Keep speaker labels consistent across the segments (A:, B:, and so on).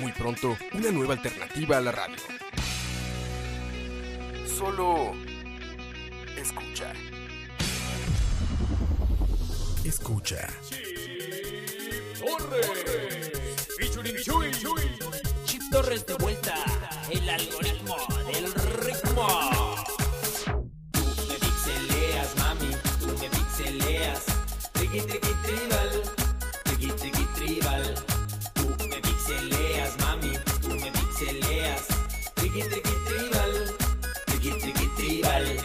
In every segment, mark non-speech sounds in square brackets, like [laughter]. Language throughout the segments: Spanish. A: Muy pronto, una nueva alternativa a la radio. Solo escucha. Escucha.
B: Chip Torres de vuelta, el algoritmo del ritmo. Tú me pixeleas, mami, tú me pixeleas. Triqui, triqui, tribal, triqui, triqui, tribal. Tú me pixeleas, mami, tú me pixeleas. Triqui, triqui, tribal, triqui, triqui, tribal.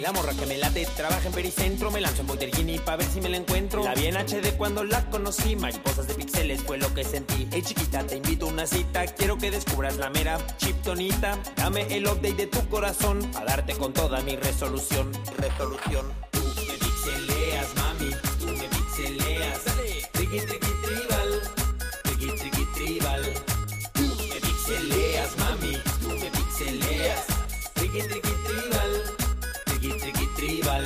B: La morra que me late trabaja en Pericentro, me lanzo en Botergini pa' ver si me la encuentro. La vi en HD cuando la conocí, mariposas de pixeles fue lo que sentí. Hey chiquita, te invito a una cita, quiero que descubras la mera chiptonita. Dame el update de tu corazón, a darte con toda mi resolución, resolución. Tú me pixeleas, mami, tú me pixeleas. Triqui, triqui, tribal, triqui, triqui, tribal. Tú me pixeleas, mami, tú me pixeleas. Triqui, triqui, tribal. Triqui, triqui, tribal.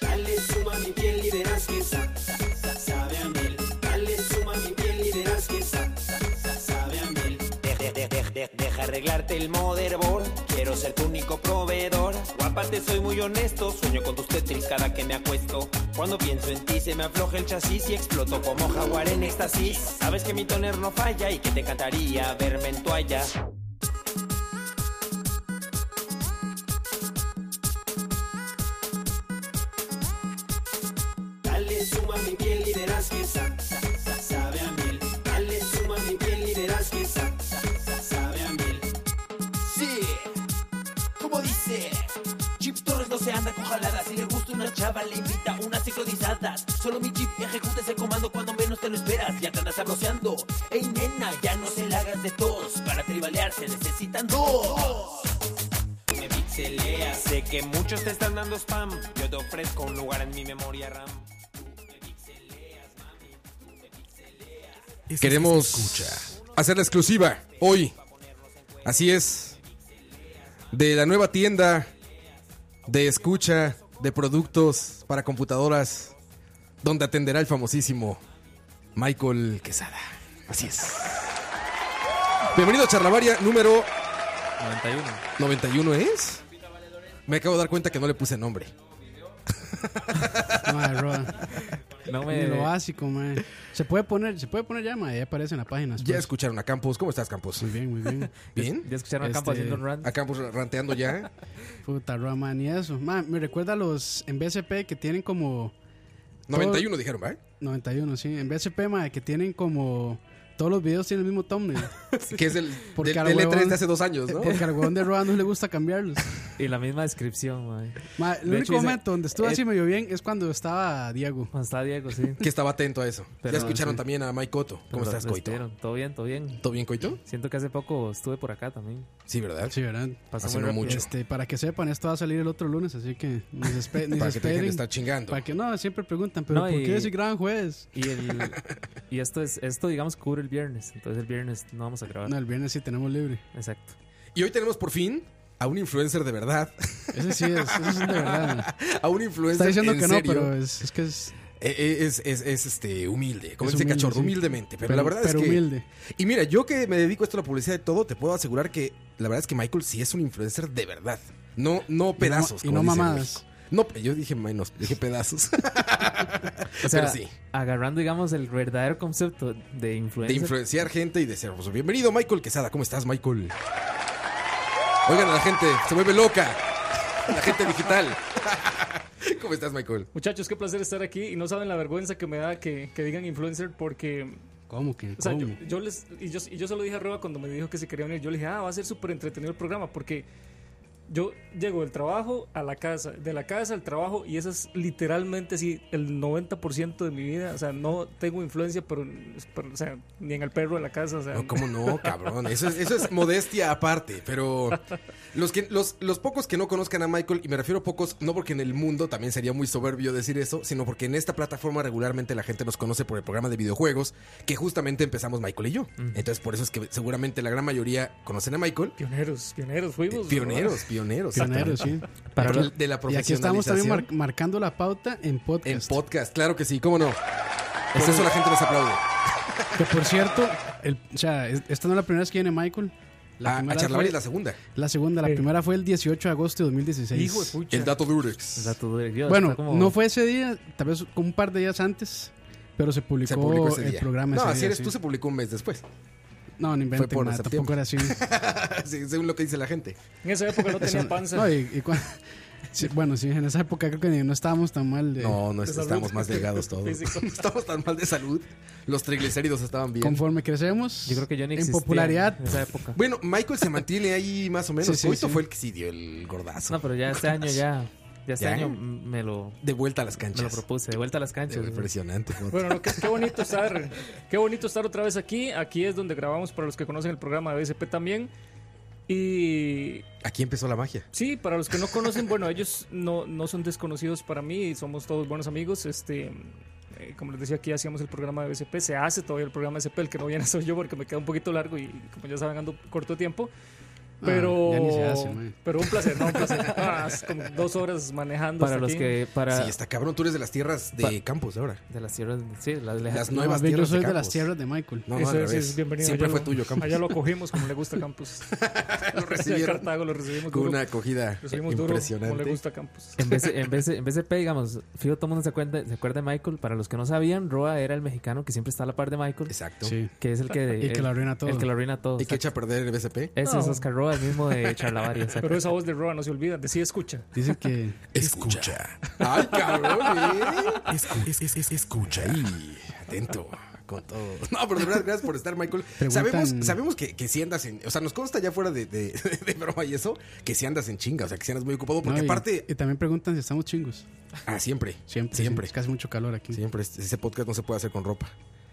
B: Dale suma a mi piel y verás que sa, sa, sa- sabe a miel. Dale suma a mi piel y verás que sa, sa, sa- sabe a miel. De- de- de- de- de- deja arreglarte el motherboard. Quiero ser tu único proveedor. Guapa, te soy muy honesto. Sueño con tus tetris cada que me acuesto. Cuando pienso en ti se me afloja el chasis y exploto como jaguar en éxtasis. Sabes que mi toner no falla y que te encantaría verme en toalla. Dale suma a mi piel y verás que sa, sa- sa- sabe a miel. Dale suma a mi piel y verás que sa, sa- sa- sabe a miel. Sí, como dice. Chip Torres no se anda con jaladas. Si le gusta una chava, le invita unas sincronizadas. Solo mi chip ejecuta ese comando cuando menos te lo esperas. Ya te andas abroceando. Ey, nena, ya no se la hagas de tos. Para tribalear se necesitan dos. Me pixeleas. Sé que muchos te están dando spam. Yo te ofrezco un lugar en mi memoria RAM.
A: Queremos hacer la exclusiva hoy. Así es. De la nueva tienda de escucha de productos para computadoras, donde atenderá el famosísimo Michael Quesada. Así es. Bienvenido a Charlavaria número
C: 91.
A: 91, ¿es? Me acabo de dar cuenta que no le puse nombre.
D: No, ay, bro.
C: No
D: Ni
C: me.
D: lo básico, mae. Se puede poner, se puede poner ya, mae. Ya aparece en la página.
A: Ya
D: después.
A: escucharon a Campos. ¿Cómo estás, Campos?
D: Muy bien,
A: [laughs]
D: muy bien.
A: ¿Bien?
C: Ya escucharon a
D: Este-
C: Campo haciendo un rant.
A: A Campos ranteando ya.
D: Puta, bro, mae, ni eso. Mae, me recuerda a los en BSP que tienen como
A: 91 dijeron, ¿verdad?
D: 91, sí. En BSP, mae, que tienen como todos los videos tienen el mismo thumbnail.
A: [laughs] Que es el
D: Porque
A: del,
D: al
A: del E3
D: huevón-
A: de hace dos años, ¿no?
D: Porque al huevón de Roa no le gusta cambiarlos.
C: Y la misma descripción, man.
D: Mae, el
C: De
D: único
C: hecho, dice-
D: momento donde estuve
C: eh,
D: así medio bien es cuando estaba Diego.
C: Cuando está Diego, sí.
A: que estaba atento a eso.
C: Pero,
A: ya escucharon
D: sí.
A: también a Mike Coto. ¿Cómo
C: Lo
A: estás, Coito?
C: despidieron. Todo bien, todo bien.
A: ¿Todo bien, Coito?
C: Siento que hace poco estuve por acá también.
A: Sí, ¿verdad?
D: Sí, ¿verdad?
C: Pasó
A: Hace
C: muy
A: no
C: rápido.
A: mucho.
D: Este, para que sepan, esto va a salir el otro lunes, así que ni
C: [laughs]
D: se espe- ni se
A: Para que te dejen de
D: esperen.
A: estar chingando.
D: Para que no, siempre preguntan, pero
C: No,
D: ¿por
C: y-
D: qué si graban jueves?
C: Y, el, y esto, es, esto, digamos, cubre el viernes. Entonces el viernes no vamos a grabar.
D: No, el viernes sí tenemos libre.
C: Exacto.
A: Y hoy tenemos por fin a un influencer de verdad. [laughs]
D: Ese sí es, eso es de [laughs] verdad.
A: a un influencer
D: Está diciendo
A: en
D: que no,
A: serio.
D: pero es, es que es.
A: Eh, eh, Es, es- es, este, humilde. Como
D: Es
A: dice
D: humilde,
A: Cachorro,
D: sí.
A: humildemente. Pero, la verdad
D: pero
A: es que...
D: humilde.
A: Y mira, yo que me dedico a esto a la publicidad de todo, te puedo asegurar que la verdad es que Michael sí es un influencer de verdad. No, no pedazos.
D: y
A: como
D: no
A: dicen en
D: mamadas.
A: México. No, pero yo dije menos, dije pedazos. [laughs]
C: O sea,
A: sí.
C: agarrando, digamos, el verdadero concepto de
A: de
C: influencer.
A: influenciar gente y de ser famoso. Bienvenido, Michael Quesada. ¿Cómo estás, Michael? Oigan a la gente, se vuelve loca. La gente digital. [laughs] ¿Cómo estás, Michael?
E: Muchachos, qué placer estar aquí y no saben la vergüenza que me da que, que digan influencer porque,
D: ¿Cómo que?
E: o sea, yo,
D: ¿Cómo?
F: Oh.
E: yo les, y yo, y yo se lo dije a Roa cuando me dijo que se quería unir, yo le dije, ah, va a ser súper entretenido el programa porque yo llego del trabajo a la casa, de la casa al trabajo, y eso es literalmente sí, el 90% de mi vida. O sea, no tengo influencia, pero, pero, o sea, ni en el perro de la casa. O sea,
F: No, ¿cómo no, cabrón? Eso es, eso es modestia aparte, pero los, que, los, los pocos que no conozcan a Michael, y me refiero a pocos, no porque en el mundo también sería muy soberbio decir eso, sino porque en esta plataforma regularmente la gente nos conoce por el programa de videojuegos que justamente empezamos Michael y yo. Entonces por eso es que seguramente la gran mayoría conocen a Michael.
E: Pioneros, pioneros fuimos.
F: Eh, Pioneros, pioneros.
D: Pioneros, sí.
C: Para
F: de,
C: lo-
F: de la
D: Y aquí estamos también
F: profesionalización
D: mar- marcando la pauta en podcast.
F: en podcast, claro que sí, ¿cómo no? Por eso la gente nos aplaude.
D: que por cierto, el- o sea, es- esta no es la primera vez que viene Michael.
F: La, Ah, a
D: primera
F: charlar es
D: fue-
F: la segunda.
D: la segunda, la
E: Sí.
D: primera fue el 18 de agosto de 2016.
E: Hijo de pucha.
F: El dato de Urex.
C: O sea, todo de- Dios,
D: Bueno,
C: está como-
D: no fue ese día, tal vez como un par de días antes, pero se publicó,
F: se publicó ese
D: el
F: día.
D: programa
F: no,
D: ese
F: así
D: día,
F: eres
D: sí.
F: tú, se publicó un mes después. [laughs]
D: No, no inventen,
F: por
D: ma,
F: septiembre.
D: tampoco era así.
F: [laughs] Sí, según lo que dice la gente.
E: En esa época no tenía panza.
D: No, y- y cua- [laughs] sí, bueno, sí, en esa época creo que ni- no estábamos tan mal. eh,
F: No, no
E: de
F: es-
E: salud.
F: estamos más delgados
D: [laughs]
F: todos.
E: Físico.
F: [laughs] estamos tan mal de salud. Los triglicéridos estaban bien.
D: Conforme crecemos,
C: Yo creo que yo ni
D: en
C: existía
D: popularidad,
F: [laughs]
C: En esa época.
F: Bueno, Michael se mantiene ahí más o menos.
D: Sí, sí,
F: Coito
D: sí.
F: fue el que sí dio el gordazo.
C: No, pero ya este año ya. Ya este
F: ¿Ya?
C: año me lo,
F: De vuelta a las
C: me lo
F: canchas.
C: propuse. De vuelta a las
F: De-
C: canchas.
F: Impresionante. Joto.
E: Bueno, no, qué, qué bonito estar, qué bonito estar otra vez aquí. Aquí es donde grabamos para los que conocen el programa de BSP también. Y
F: Aquí empezó la magia.
E: sí, para los que no conocen, bueno, ellos no, no son desconocidos para mí, somos todos buenos amigos. Este, eh, como les decía, aquí hacíamos el programa de BSP, se hace todavía el programa de BSP, el que no viene [laughs] soy yo porque me queda un poquito largo y como ya saben ando corto de tiempo. Pero,
D: Ah, ya ni se hace, man.
E: pero un placer, no, un placer. Ah, es como dos horas manejando.
C: Para
E: hasta
C: los
E: aquí.
C: que. Para,
E: Ah.
F: Sí, está cabrón. Tú eres de las tierras de
C: Pa-
F: Campos ahora.
C: De las tierras. Sí, las lejanas.
F: Las
D: no,
F: nuevas
D: más bien, yo
F: tierras
D: soy
F: de
D: de las
F: Campos.
D: tierras de Michael.
F: No, no,
E: Eso
F: al
E: es,
F: revés.
E: es bienvenido.
F: Siempre
E: Allá
F: fue
E: lo-
F: tuyo, Campos.
E: Allá lo acogimos como le gusta a Campos.
F: [laughs] Lo
E: En
F: recibieron
E: Cartago lo
F: con
E: recibimos duro.
F: una acogida
E: Lo recibimos duro como le
F: impresionante.
E: gusta a Campos.
C: En vez, de- en, vez de, en vez de P, digamos, fijo, todo el mundo se acuerda, se acuerda de Michael. Para los que no sabían, Roa era el mexicano que siempre está a la par de Michael,
F: Exacto.
D: Sí.
C: que es el que,
D: [laughs] Y que
C: el,
D: lo arruina todo.
C: el que lo arruina todo.
F: Y que echa
C: exacto.
F: a perder el BSP.
C: Ese es
E: No.
C: Oscar Roa, el mismo de
F: [laughs]
C: Charlavaria. exacto.
E: Pero esa voz de Roa no se olvida, de sí escucha.
D: Dicen que
F: Escucha. Ay, cabrón, ¿eh? escucha ahí. Atento. Con todo. No, pero de verdad, gracias por estar, Michael.
D: Preguntan-
F: Sabemos, sabemos que, que si andas en. O sea, nos consta ya fuera de, de, [laughs] de broma y eso, que si andas en chinga, o sea, que si andas muy ocupado, porque
D: No, y-
F: aparte.
D: Y, también preguntan si estamos chingos.
F: Ah, siempre.
D: Siempre.
F: Siempre.
D: sí, es que hace mucho calor aquí.
F: Siempre. Este- Ese podcast no se puede hacer con ropa.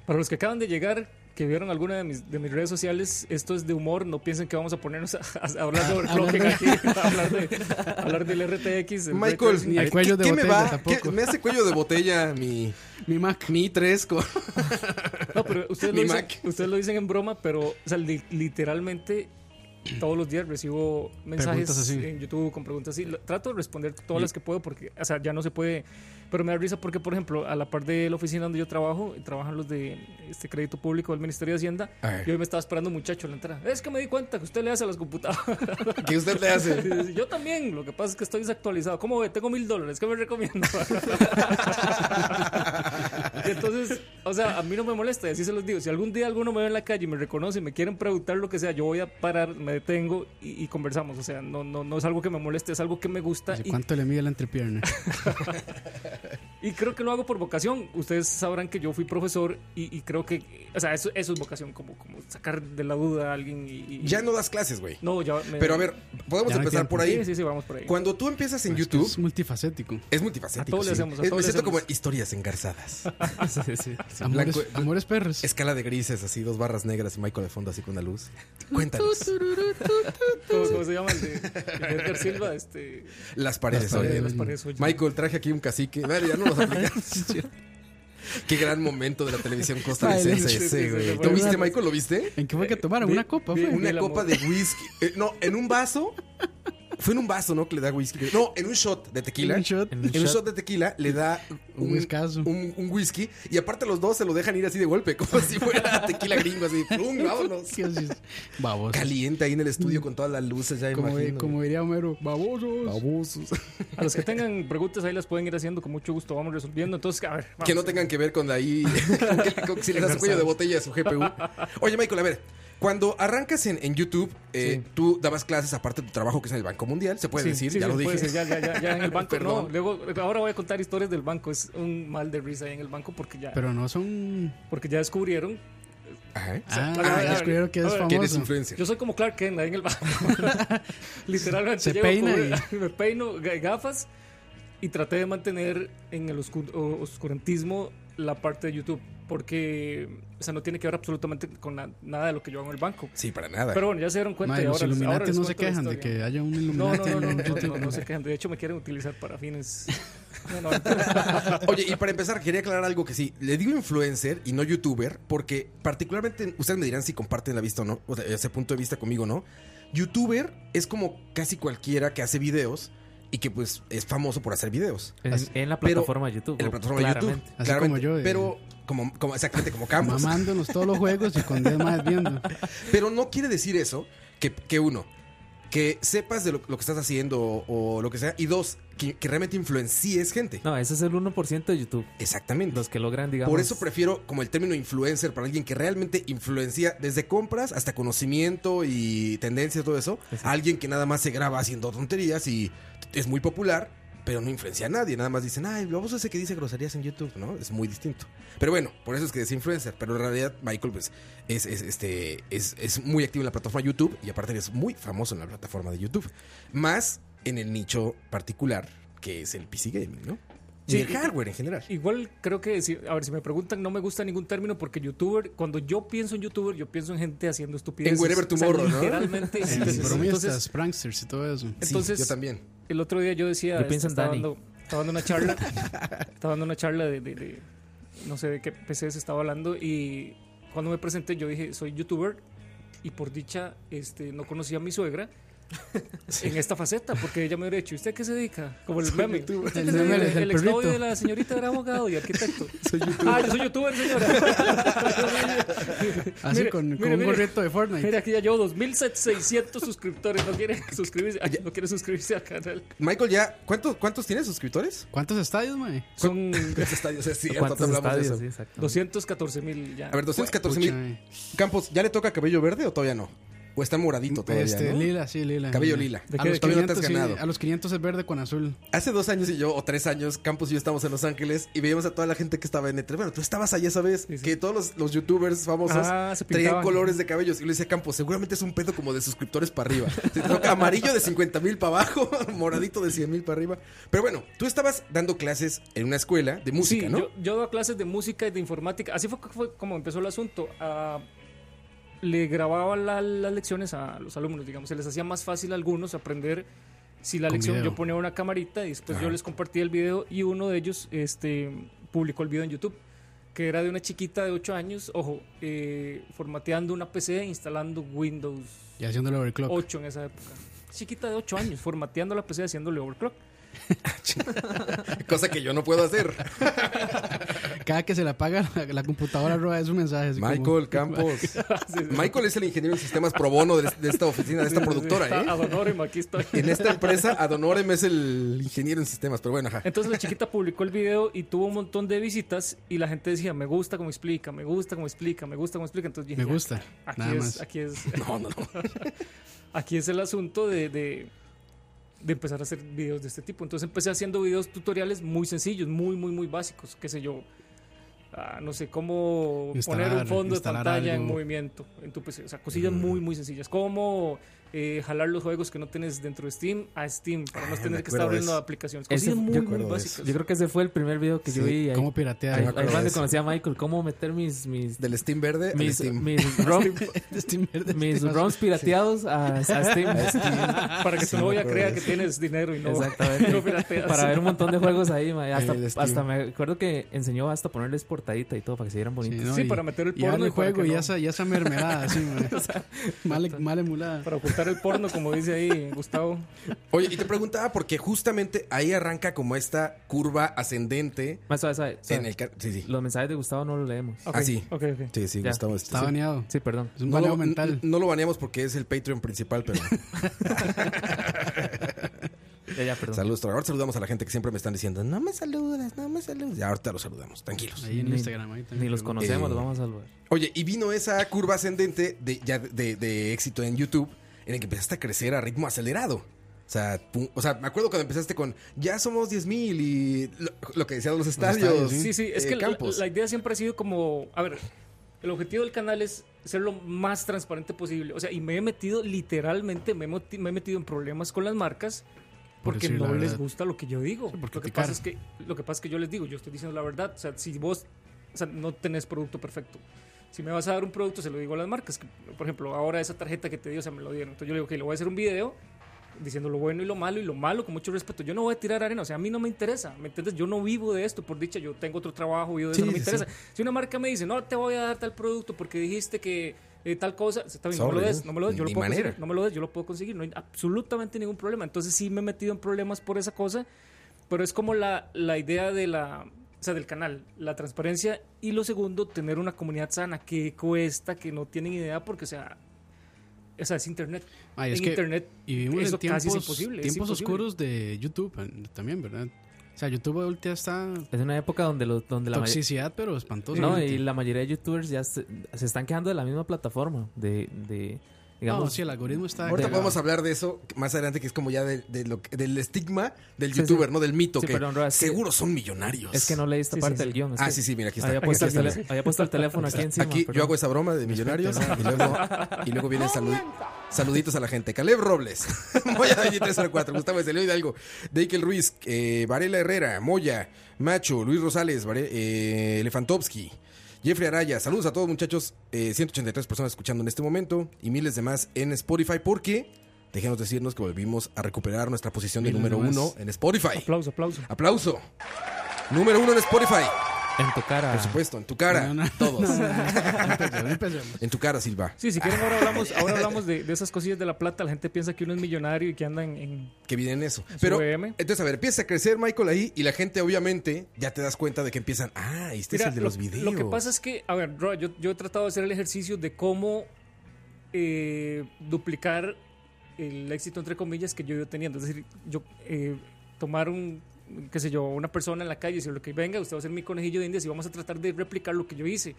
E: Para los que acaban de llegar, que vieron alguna de mis, de mis redes sociales, esto es de humor, no piensen que vamos a ponernos a, a hablar
F: Ah,
E: sobre blocking aquí, a [laughs] hablar, de, a hablar del RTX. el
F: Michael,
E: RTX.
D: Ni el
F: ¿qué-
D: [laughs] cuello de
F: ¿qué, me
D: botella
F: va?
D: tampoco.
F: ¿Qué- me hace cuello de botella mi,
D: Mi Mac.
F: mi 3 con. [laughs]
E: No, pero ustedes
F: Mi
E: lo, dicen,
F: Mac.
E: ustedes lo dicen en broma, pero o sea, li- literalmente todos los días recibo
D: Preguntas
E: mensajes
D: así.
E: en YouTube con preguntas así. Lo- Trato de responder todas las que puedo porque, o sea, ya no se puede. Pero me da risa porque, por ejemplo, a la par de la oficina donde yo trabajo, trabajan los de este crédito público del Ministerio de Hacienda.
F: Ay.
E: Y hoy me estaba esperando un muchacho a la entrada. Es que me di cuenta que usted le hace a las computadoras.
F: ¿Qué usted le hace?
E: Y yo también. Lo que pasa es que estoy desactualizado. ¿Cómo ve? Tengo mil dólares. ¿Qué me recomienda? [laughs] Y Entonces, o sea, a mí no me molesta, y así se los digo. Si algún día alguno me ve en la calle y me reconoce y me quieren preguntar lo que sea, yo voy a parar, me detengo y, y conversamos. O sea, no, no, no es algo que me moleste, es algo que me gusta
D: Dice,
E: y,
D: ¿Cuánto le mide
F: [laughs]
D: la entrepierna? Pues
E: y creo que lo hago por vocación. Ustedes sabrán que yo fui profesor y, y creo que, o sea, eso, eso es vocación, como, como sacar de la duda a alguien y... y-
F: Ya no das clases, güey.
E: No, ya... me-
F: Pero a ver, podemos
D: Ya no hay
F: empezar por
E: Sí,
F: ahí.
E: sí, sí, vamos por ahí.
F: Cuando tú empiezas en
D: Es que
F: YouTube, [laughs]
D: Es multifacético.
F: Es multifacético.
E: A todo le
F: sí.
E: hacemos, a
F: Es-
E: todo
F: me
E: le
F: siento como
E: hacemos.
F: historias
E: [laughs]
F: engarzadas.
C: Sí, sí, sí.
D: Amores,
F: Blanco-
D: amores perros.
F: Escala de grises, así, dos barras negras y Michael de fondo, así con una luz. Cuéntanos.
E: ¿Cómo, cómo se llama el de, el de Edgar Silva? Este,
F: Las paredes,
D: Las paredes,
F: oyen.
E: las paredes oyen.
F: Michael, traje aquí un cacique. Vale, ya no los aplicas. Qué gran momento de la televisión costarricense
E: Ay, sí, sí,
F: ese,
E: sí,
F: güey.
E: sí, sí,
F: ¿Lo
E: sí.
F: viste, Michael? ¿Lo viste?
D: ¿En qué fue que tomaron?
E: vi-
D: ¿Una copa?
E: vi-
D: fue?
E: vi-
F: Una
E: el
F: copa
E: amor.
F: de whisky. Eh, no, en un vaso. Fue en un vaso, ¿no? Que le da whisky. No, en un shot de tequila.
D: Un shot. [laughs]
C: En
F: En un shot de tequila le da
D: Un
F: un,
D: whiskazo.
F: un- un whisky y aparte los dos se lo dejan ir así de golpe, [laughs] como si fuera tequila gringo, así, ¡pum! ¡Vámonos!
D: Sí, así
F: [laughs]
D: es. Babosos.
F: Caliente ahí en el estudio con todas las luces, ya
D: Como,
F: imagino.
D: como diría Homero, babosos.
F: Babosos.
E: A los que tengan preguntas ahí las pueden ir haciendo con mucho gusto, vamos resolviendo. Entonces, a ver,
F: Que no
E: vamos.
F: tengan que ver con ahí, con que- [laughs] con que si le das un cuello de botella a su GPU. Oye, Michael, a ver, cuando arrancas en, en YouTube, eh, tú dabas clases aparte de tu trabajo que es en el Banco Mundial, se puede
E: Sí,
F: decir,
E: sí,
F: ya
E: sí,
F: lo
E: puede
F: dije.
E: ser, ya, ya, ya, ya en el
F: [laughs]
E: banco.
F: Perdón.
E: no, luego, ahora voy a contar historias del banco. Es un mal de risa ahí en el banco porque ya,
D: Pero no son.
E: porque ya descubrieron
F: Ajá.
D: Ah,
E: a ver, a ver,
D: descubrieron que
E: a
D: es
E: ver.
F: ¿Quién es
D: famoso.
F: influencer?
E: Yo soy como Clark Kent ahí en
D: [laughs]
E: el bajo. Literalmente.
D: Se
E: llego
D: peina
E: con- [laughs] me peino ga- gafas y traté de mantener en el oscu- o- oscurantismo la parte de YouTube. Porque, o sea, no tiene que ver absolutamente con na- nada de lo que yo hago en el banco.
F: Sí, para nada.
E: Pero bueno, ya se dieron cuenta.
D: Madre,
E: y
D: los
E: ahora les- ahora
D: Illuminati
E: les
D: no se
E: cuento la
D: quejan de
E: historia.
D: que haya un
E: No,
D: Illuminati
E: no, no, no,
D: en
E: no,
D: YouTube.
E: no, no se quejan. De hecho, me quieren utilizar
D: [laughs]
E: para fines. No, no,
F: Oye, y para empezar, quería aclarar algo que sí. Le digo influencer y no youtuber, porque particularmente, ustedes me dirán si comparten la vista o no, o sea, ese punto de vista conmigo, ¿no? Youtuber es como casi cualquiera que hace videos y que pues es famoso por hacer videos.
C: En,
D: Así-
C: en la
F: pero-
C: plataforma de YouTube.
F: En la plataforma de
C: claramente.
F: YouTube.
D: Así
F: claramente,
D: como yo, eh. de-
F: Pero, como, como- exactamente como Campos.
D: Mamándonos todos los juegos y con 10 más viendo.
F: Pero no quiere decir eso que, que uno, que sepas de lo, lo que estás haciendo o, o lo que sea. Y dos, que, que realmente influencies gente.
C: No, ese es el 1% de YouTube.
F: Exactamente.
C: Los que logran, digamos.
F: Por eso prefiero como el término influencer para alguien que realmente influencia desde compras hasta conocimiento y tendencias, todo eso. A alguien que nada más se graba haciendo tonterías y es muy popular, pero no influencia a nadie. Nada más dicen, ay, vamos a ese que dice groserías en YouTube, ¿no? Es muy distinto. Pero bueno, por eso es que es influencer. Pero en realidad, Michael, pues, es, es, este, es, es muy activo en la plataforma YouTube y aparte es muy famoso en la plataforma de YouTube. Más en el nicho particular que es el PC Gaming, ¿no?
E: Sí,
F: y el
E: y-
F: hardware en general.
E: Igual creo que, si, a ver, si me preguntan, no me gusta ningún término porque youtuber, cuando yo pienso en youtuber, yo pienso en gente haciendo estupideces.
F: En Wherever Tomorrow, ¿no?
E: Literalmente. [laughs] sí,
D: [laughs] En
E: sí, sí.
D: bromistas,
E: entonces, eh,
D: pranksters y todo eso.
F: Sí,
E: entonces-
F: yo también.
E: el otro día yo decía.
C: Yo pienso en
E: estaba
C: Dani.
E: dando, estaba dando una charla. estaba dando una charla de, de- de- No sé de qué PC se estaba hablando y cuando me presenté, yo dije, soy youtuber y por dicha este, no conocía a mi suegra. En esta faceta, porque ella me hubiera dicho, ¿usted a qué se dedica? Como el meme. ¿Usted qué
D: El
E: se
D: meme
E: dedica?
D: del
E: El exnovio
D: perrito.
E: de la señorita era abogado y arquitecto. Ah, yo soy youtuber, señora.
D: Así
E: Mire,
D: con, con
E: mire,
D: un
E: mire.
D: gorrito de Fortnite.
E: Mira, aquí ya llevo 2.600 suscriptores. No quiere suscribirse, ay, no quiere suscribirse al canal.
F: Michael, ya, ¿cuántos, cuántos tienes suscriptores?
D: ¿Cuántos estadios, mae?
F: [laughs]
E: Son
F: ¿Cuántos estadios? Es cierto,
C: ¿Cuántos
F: hablamos de
C: estadios?
F: eso.
C: Sí, exacto.
E: 214.000 ya.
F: A ver, 214
D: Pucha,
F: mil.
D: mae.
F: Campos, ¿ya le toca cabello verde o todavía no? ¿O está moradito todavía?
D: Este,
F: ¿no?
D: lila, sí, lila.
F: Cabello
D: Ya.
F: lila.
E: ¿De
D: A
E: qué-
D: los,
F: de qué no te
D: 500,
F: has
D: sí,
F: ganado?
D: a los 500 es verde con azul.
F: Hace dos años y yo, o tres años, Campos y yo estábamos en Los Ángeles y veíamos a toda la gente que estaba en E3. Bueno, tú estabas allá esa vez,
E: Sí, sí.
F: que todos los, los youtubers famosos
E: Ah, se
F: traían
E: pintaban.
F: colores de cabellos. Y le decía, Campos, seguramente es un pedo como de suscriptores para arriba. Te toca amarillo de 50 mil para abajo, [laughs] moradito de 100 mil para arriba. Pero bueno, tú estabas dando clases en una escuela de música,
E: sí,
F: ¿no?
E: yo, yo daba clases de música y de informática. Así fue, fue como empezó el asunto. Ah, le grababa la- las lecciones a los alumnos, digamos. Se les hacía más fácil a algunos aprender. Si la
D: Con
E: lección,
D: video.
E: yo ponía una camarita y después yo
F: Ajá.
E: les compartía el video y uno de ellos este, publicó el video en YouTube, que era de una chiquita de 8 años, ojo, eh, formateando una PC e instalando Windows
D: Y haciendo el overclock.
E: 8 en esa época. Chiquita de 8 años, formateando la PC haciéndole overclock.
F: Cosa que yo no puedo hacer.
D: Cada que se le apaga la, la computadora roba es un mensaje. así como-
F: Michael Campos.
E: Sí, sí.
F: Michael es el ingeniero en sistemas pro bono de, de esta oficina, de esta productora,
E: Está
F: ¿eh?
E: ad honorem, aquí estoy.
F: En esta empresa, Adonorem es el ingeniero en sistemas, pero bueno, ajá.
E: Entonces la chiquita publicó el video y tuvo un montón de visitas y la gente decía, me gusta como explica, me gusta como explica, me gusta como explica. Entonces dije,
D: Me
E: "Ya,
D: gusta.
E: Aquí
D: nada
E: es,
D: más.
E: Aquí
F: [laughs]
E: es,
F: No, no, no.
E: [laughs] aquí es el asunto de, de, de empezar a hacer videos de este tipo. Entonces empecé haciendo videos tutoriales muy sencillos, muy, muy, muy básicos, qué sé yo. ah, no sé cómo
D: Instalar-
E: poner un fondo de
D: instalar
E: pantalla en
D: algo.
E: movimiento en tu PC. O sea, cosillas muy, muy sencillas. Cómo eh, jalar los juegos que no tienes dentro de Steam a Steam para no
F: Ah, me
E: tener que
F: acuerdo
E: estar
F: de
E: abriendo
F: eso.
E: aplicaciones.
C: Ese
E: Cosillas
C: fue-
E: muy,
C: yo
E: muy
F: acuerdo de
E: básicas.
C: Pues, [laughs] Yo creo que ese fue el primer video que yo
F: Sí,
C: vi. Ahí,
D: ¿Cómo
F: me
C: ahí,
D: piratear?
F: acuerdo
C: ahí fue
F: de
D: [laughs]
C: donde
F: eso.
C: conocí a Michael. ¿Cómo meter mis. mis
F: Del Steam verde al
C: mis,
F: Steam.
C: mis
F: [laughs]
C: ROM-
D: Steam verde.
C: mis ROMs pirateados a, a Steam.
E: [laughs] Para que tu
F: me
E: novia
F: acuerdo
E: crea
F: de
E: que
F: eso.
E: tienes dinero y no,
C: Exactamente.
E: [laughs] no
F: [laughs]
E: pirateas.
C: Para ver un montón de juegos ahí, ma, Hasta,
F: El Steam.
C: hasta me acuerdo que enseñó hasta ponerles portadita y todo para que se vieran bonitos.
E: Sí, para meter el
D: Y
E: porno
D: abre
E: y
D: el
E: para
D: juego
E: que
D: y
E: no.
D: esa, y esa mermelada, así,
E: [laughs]
D: mae. mal, mal emulada.
E: Para ocultar el porno, como dice ahí Gustavo.
F: Oye, y te preguntaba porque justamente ahí arranca como esta curva ascendente
C: Más suave, suave, suave.
F: en el... ca- Sí, sí.
C: Los mensajes de Gustavo no los leemos.
E: Ok,
F: Ah, sí.
E: ok, ok.
F: Sí, sí,
C: Ya.
F: Gustavo, este,
D: Está
F: sí.
D: baneado.
C: Sí, perdón.
D: Es un
F: No
D: baneo
F: lo,
D: mental.
F: no lo baneamos porque es el Patreon principal, pero
C: Ya, ya, perdón.
F: saludos. Ahora saludamos a la gente que siempre me están diciendo, no me saludas, no me saludas. Ya ahorita los saludamos, tranquilos.
D: Ahí en
C: Ni-
D: Instagram. Ahí también
C: Ni los
D: pregunto.
C: conocemos,
F: Eh.
C: los vamos a saludar.
F: Oye, y vino esa curva ascendente de, ya de, de éxito en YouTube en el que empezaste a crecer a ritmo acelerado. O sea, pum- o sea, me acuerdo cuando empezaste con ya somos 10.000 y lo, lo que decían los estadios.
D: estadios,
E: Sí, sí, es
F: eh,
E: que la,
F: campos.
E: la idea siempre ha sido como, a ver, El objetivo del canal es ser lo más transparente posible. O sea, y me he metido literalmente, me he, moti- me he metido en problemas con las marcas
D: Por
E: porque
D: decir la
E: no les
D: verdad.
E: gusta lo que yo digo.
D: Sí, por
E: lo, que
D: criticar.
E: pasa es que, lo que pasa es que yo les digo, yo estoy diciendo la verdad. O sea, si vos o sea, no tenés producto perfecto. Si me vas a dar un producto, se lo digo a las marcas. que, Por ejemplo, ahora esa tarjeta que te dio, o sea, me lo dieron. Entonces yo le digo, ok, le voy a hacer un video diciendo lo bueno y lo malo y lo malo con mucho respeto. Yo no voy a tirar arena, o sea, a mí no me interesa, ¿me entiendes? Yo no vivo de esto, por dicha, yo tengo otro trabajo, vivo de eso,
F: Sí,
E: no
F: sí,
E: me interesa. Si una marca me dice, no te voy a dar tal producto porque dijiste que eh, tal cosa, está bien, no me lo
F: Sobre,
E: des, no me lo des, yo lo
F: ni
E: puedo
F: manera.
E: conseguir, no me lo des, yo lo puedo conseguir, no hay absolutamente ningún problema. Entonces sí me he metido en problemas por esa cosa, pero es como la, la idea de la, o sea, del canal, la transparencia y lo segundo, tener una comunidad sana que cuesta, que no tienen idea porque, o sea, o sea, es internet.
D: Ay, es
E: en
D: que
E: internet
D: Y vivimos
E: eso
D: en tiempos,
E: casi es imposible. es
D: tiempos
E: imposible.
D: oscuros de YouTube eh, también, ¿verdad? O sea, YouTube ahorita está
C: Es una época donde, lo- donde la, may-
D: toxicidad, pero espantosa.
C: No, y la mayoría de youtubers ya se, se están quejando de la misma plataforma. De, de digamos,
D: No, sí, el algoritmo está...
F: Ahorita
D: de-
F: podemos hablar de eso más adelante, que es como ya de, de lo que- del estigma del
C: Sí,
F: youtuber,
C: sí.
F: ¿no? Del mito,
C: Sí,
F: que
C: perdón, Roa, es que-
F: seguro son millonarios.
C: es que no leí esta
E: Sí, sí,
C: parte
E: sí.
C: del guión. es
F: Ah,
C: que
F: sí, sí, mira, aquí está.
C: Había
F: Aquí,
C: puesto, el
F: está.
C: tele- había puesto el teléfono aquí encima.
F: Aquí yo
C: perdón.
F: hago esa broma de millonarios y luego, y luego vienen salu- saluditos a la gente. Caleb Robles, [laughs] Moya 2304, Gustavo Estelio Hidalgo, Deikel Ruiz, eh, Varela Herrera, Moya, Macho, Luis Rosales, Vare- eh, Elefantovsky, Jeffrey Araya. Saludos a todos, muchachos. Eh, 183 personas escuchando en este momento y miles de más en Spotify porque déjenos decirnos que volvimos a recuperar nuestra posición de
D: Miles
F: número
D: de más.
F: uno en Spotify.
E: Aplauso, aplauso.
F: Aplauso. Número uno en Spotify.
C: En tu cara.
F: Por supuesto, en tu cara.
D: No, no, no.
F: Todos.
D: Empecemos, empecemos.
F: En tu cara, Silva.
E: Sí, si quieren, ahora hablamos, ahora hablamos de, de esas cosillas de la plata. La gente piensa que uno es millonario y que anda en. en-
F: que viene en eso. Pero,
E: VM.
F: entonces, a ver, empieza a crecer Michael ahí y la gente, obviamente, ya te das cuenta de que empiezan, ah, este
E: Mira,
F: es el de
E: lo-
F: los videos.
E: Lo que pasa es que, a ver, Roa, yo, yo he tratado de hacer el ejercicio de cómo eh, duplicar el éxito, entre comillas, que yo he ido teniendo. Es decir, yo eh, tomar un qué sé yo, una persona en la calle y decirle, que venga, usted va a ser mi conejillo de indias y vamos a tratar de replicar lo que yo hice.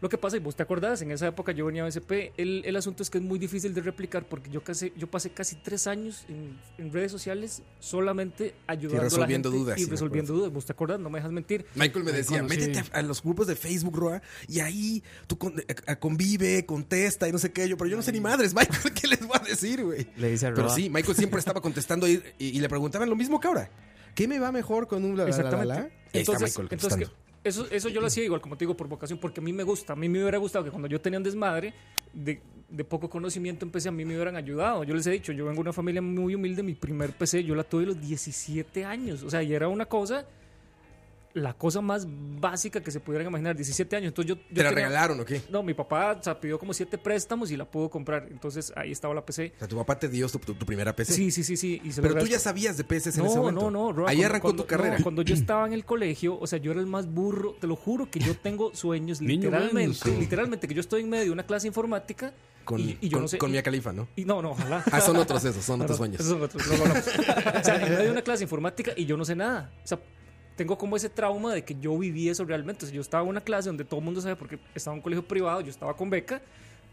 E: Lo que pasa, y vos te acordás, en esa época yo venía a BCP, el, el asunto es que es muy difícil de replicar porque yo, casi, yo pasé casi tres años en, en redes sociales solamente ayudando
F: resolviendo
E: a la gente
F: dudas,
E: y
F: sí, me
E: resolviendo dudas. Vos te acordás, no me dejas mentir.
F: Michael me decía,
D: Michael,
F: métete
D: sí.
F: a, a los grupos de Facebook, Roa, y ahí tú con- eh, a- a- convive, contesta y no sé qué. Yo, pero yo no sé ni madres, [laughs] Michael, ¿qué les voy a decir, güey?
C: Le dice a
F: Pero
C: Roa.
F: sí, Michael siempre estaba contestando ahí y, y le preguntaban lo mismo que ahora. ¿Qué me va mejor con un bla, bla, bla, bla, bla? Y ahí está
E: Entonces,
F: Michael
E: entonces que-
F: contestando.
E: eso, eso yo lo hacía igual, como te digo, por vocación, porque a mí me gusta. A mí me hubiera gustado que cuando yo tenía un desmadre de, de poco conocimiento en PC, a mí me hubieran ayudado. Yo les he dicho, yo vengo de una familia muy humilde. Mi primer PC yo la tuve a los 17 años. O sea, y era una cosa, la cosa más básica que se pudieran imaginar, 17 años. Entonces yo. yo
F: ¿Te la
E: tenía-
F: regalaron o qué?
E: No, mi papá o sea, pidió como 7 préstamos y la pudo comprar. Entonces ahí estaba la PC.
F: O sea, tu papá te dio tu, tu- tu primera PC.
E: Sí, sí, sí, sí. Y se lo
F: Pero tú
E: agradezco.
F: ya sabías de PCs en
E: No,
F: ese momento.
E: no, no, Roa,
F: Ahí
E: cuando-
F: arrancó
E: cuando-
F: tu carrera. [clears throat]
E: no, cuando yo estaba en el colegio, o sea, yo era el más burro, te lo juro que yo tengo sueños
D: Niño
E: literalmente,
D: bueno, sí.
E: literalmente, que yo estoy en medio de una clase de informática
F: con,
E: y, y yo
F: con-
E: no sé.
F: con
E: y-
F: Mia Khalifa,
E: [laughs]
F: ¿no?
E: y no, no, ojalá.
F: Ah, son otros esos, son
E: No,
F: otros
E: no,
F: sueños.
E: esos son otros, luego hablamos.
F: [laughs]
E: o sea, en medio de una clase de informática y yo no sé nada. O sea, tengo como ese trauma de que yo viví eso realmente. O sea, yo estaba en una clase donde todo el mundo sabe porque estaba en un colegio privado, yo estaba con beca.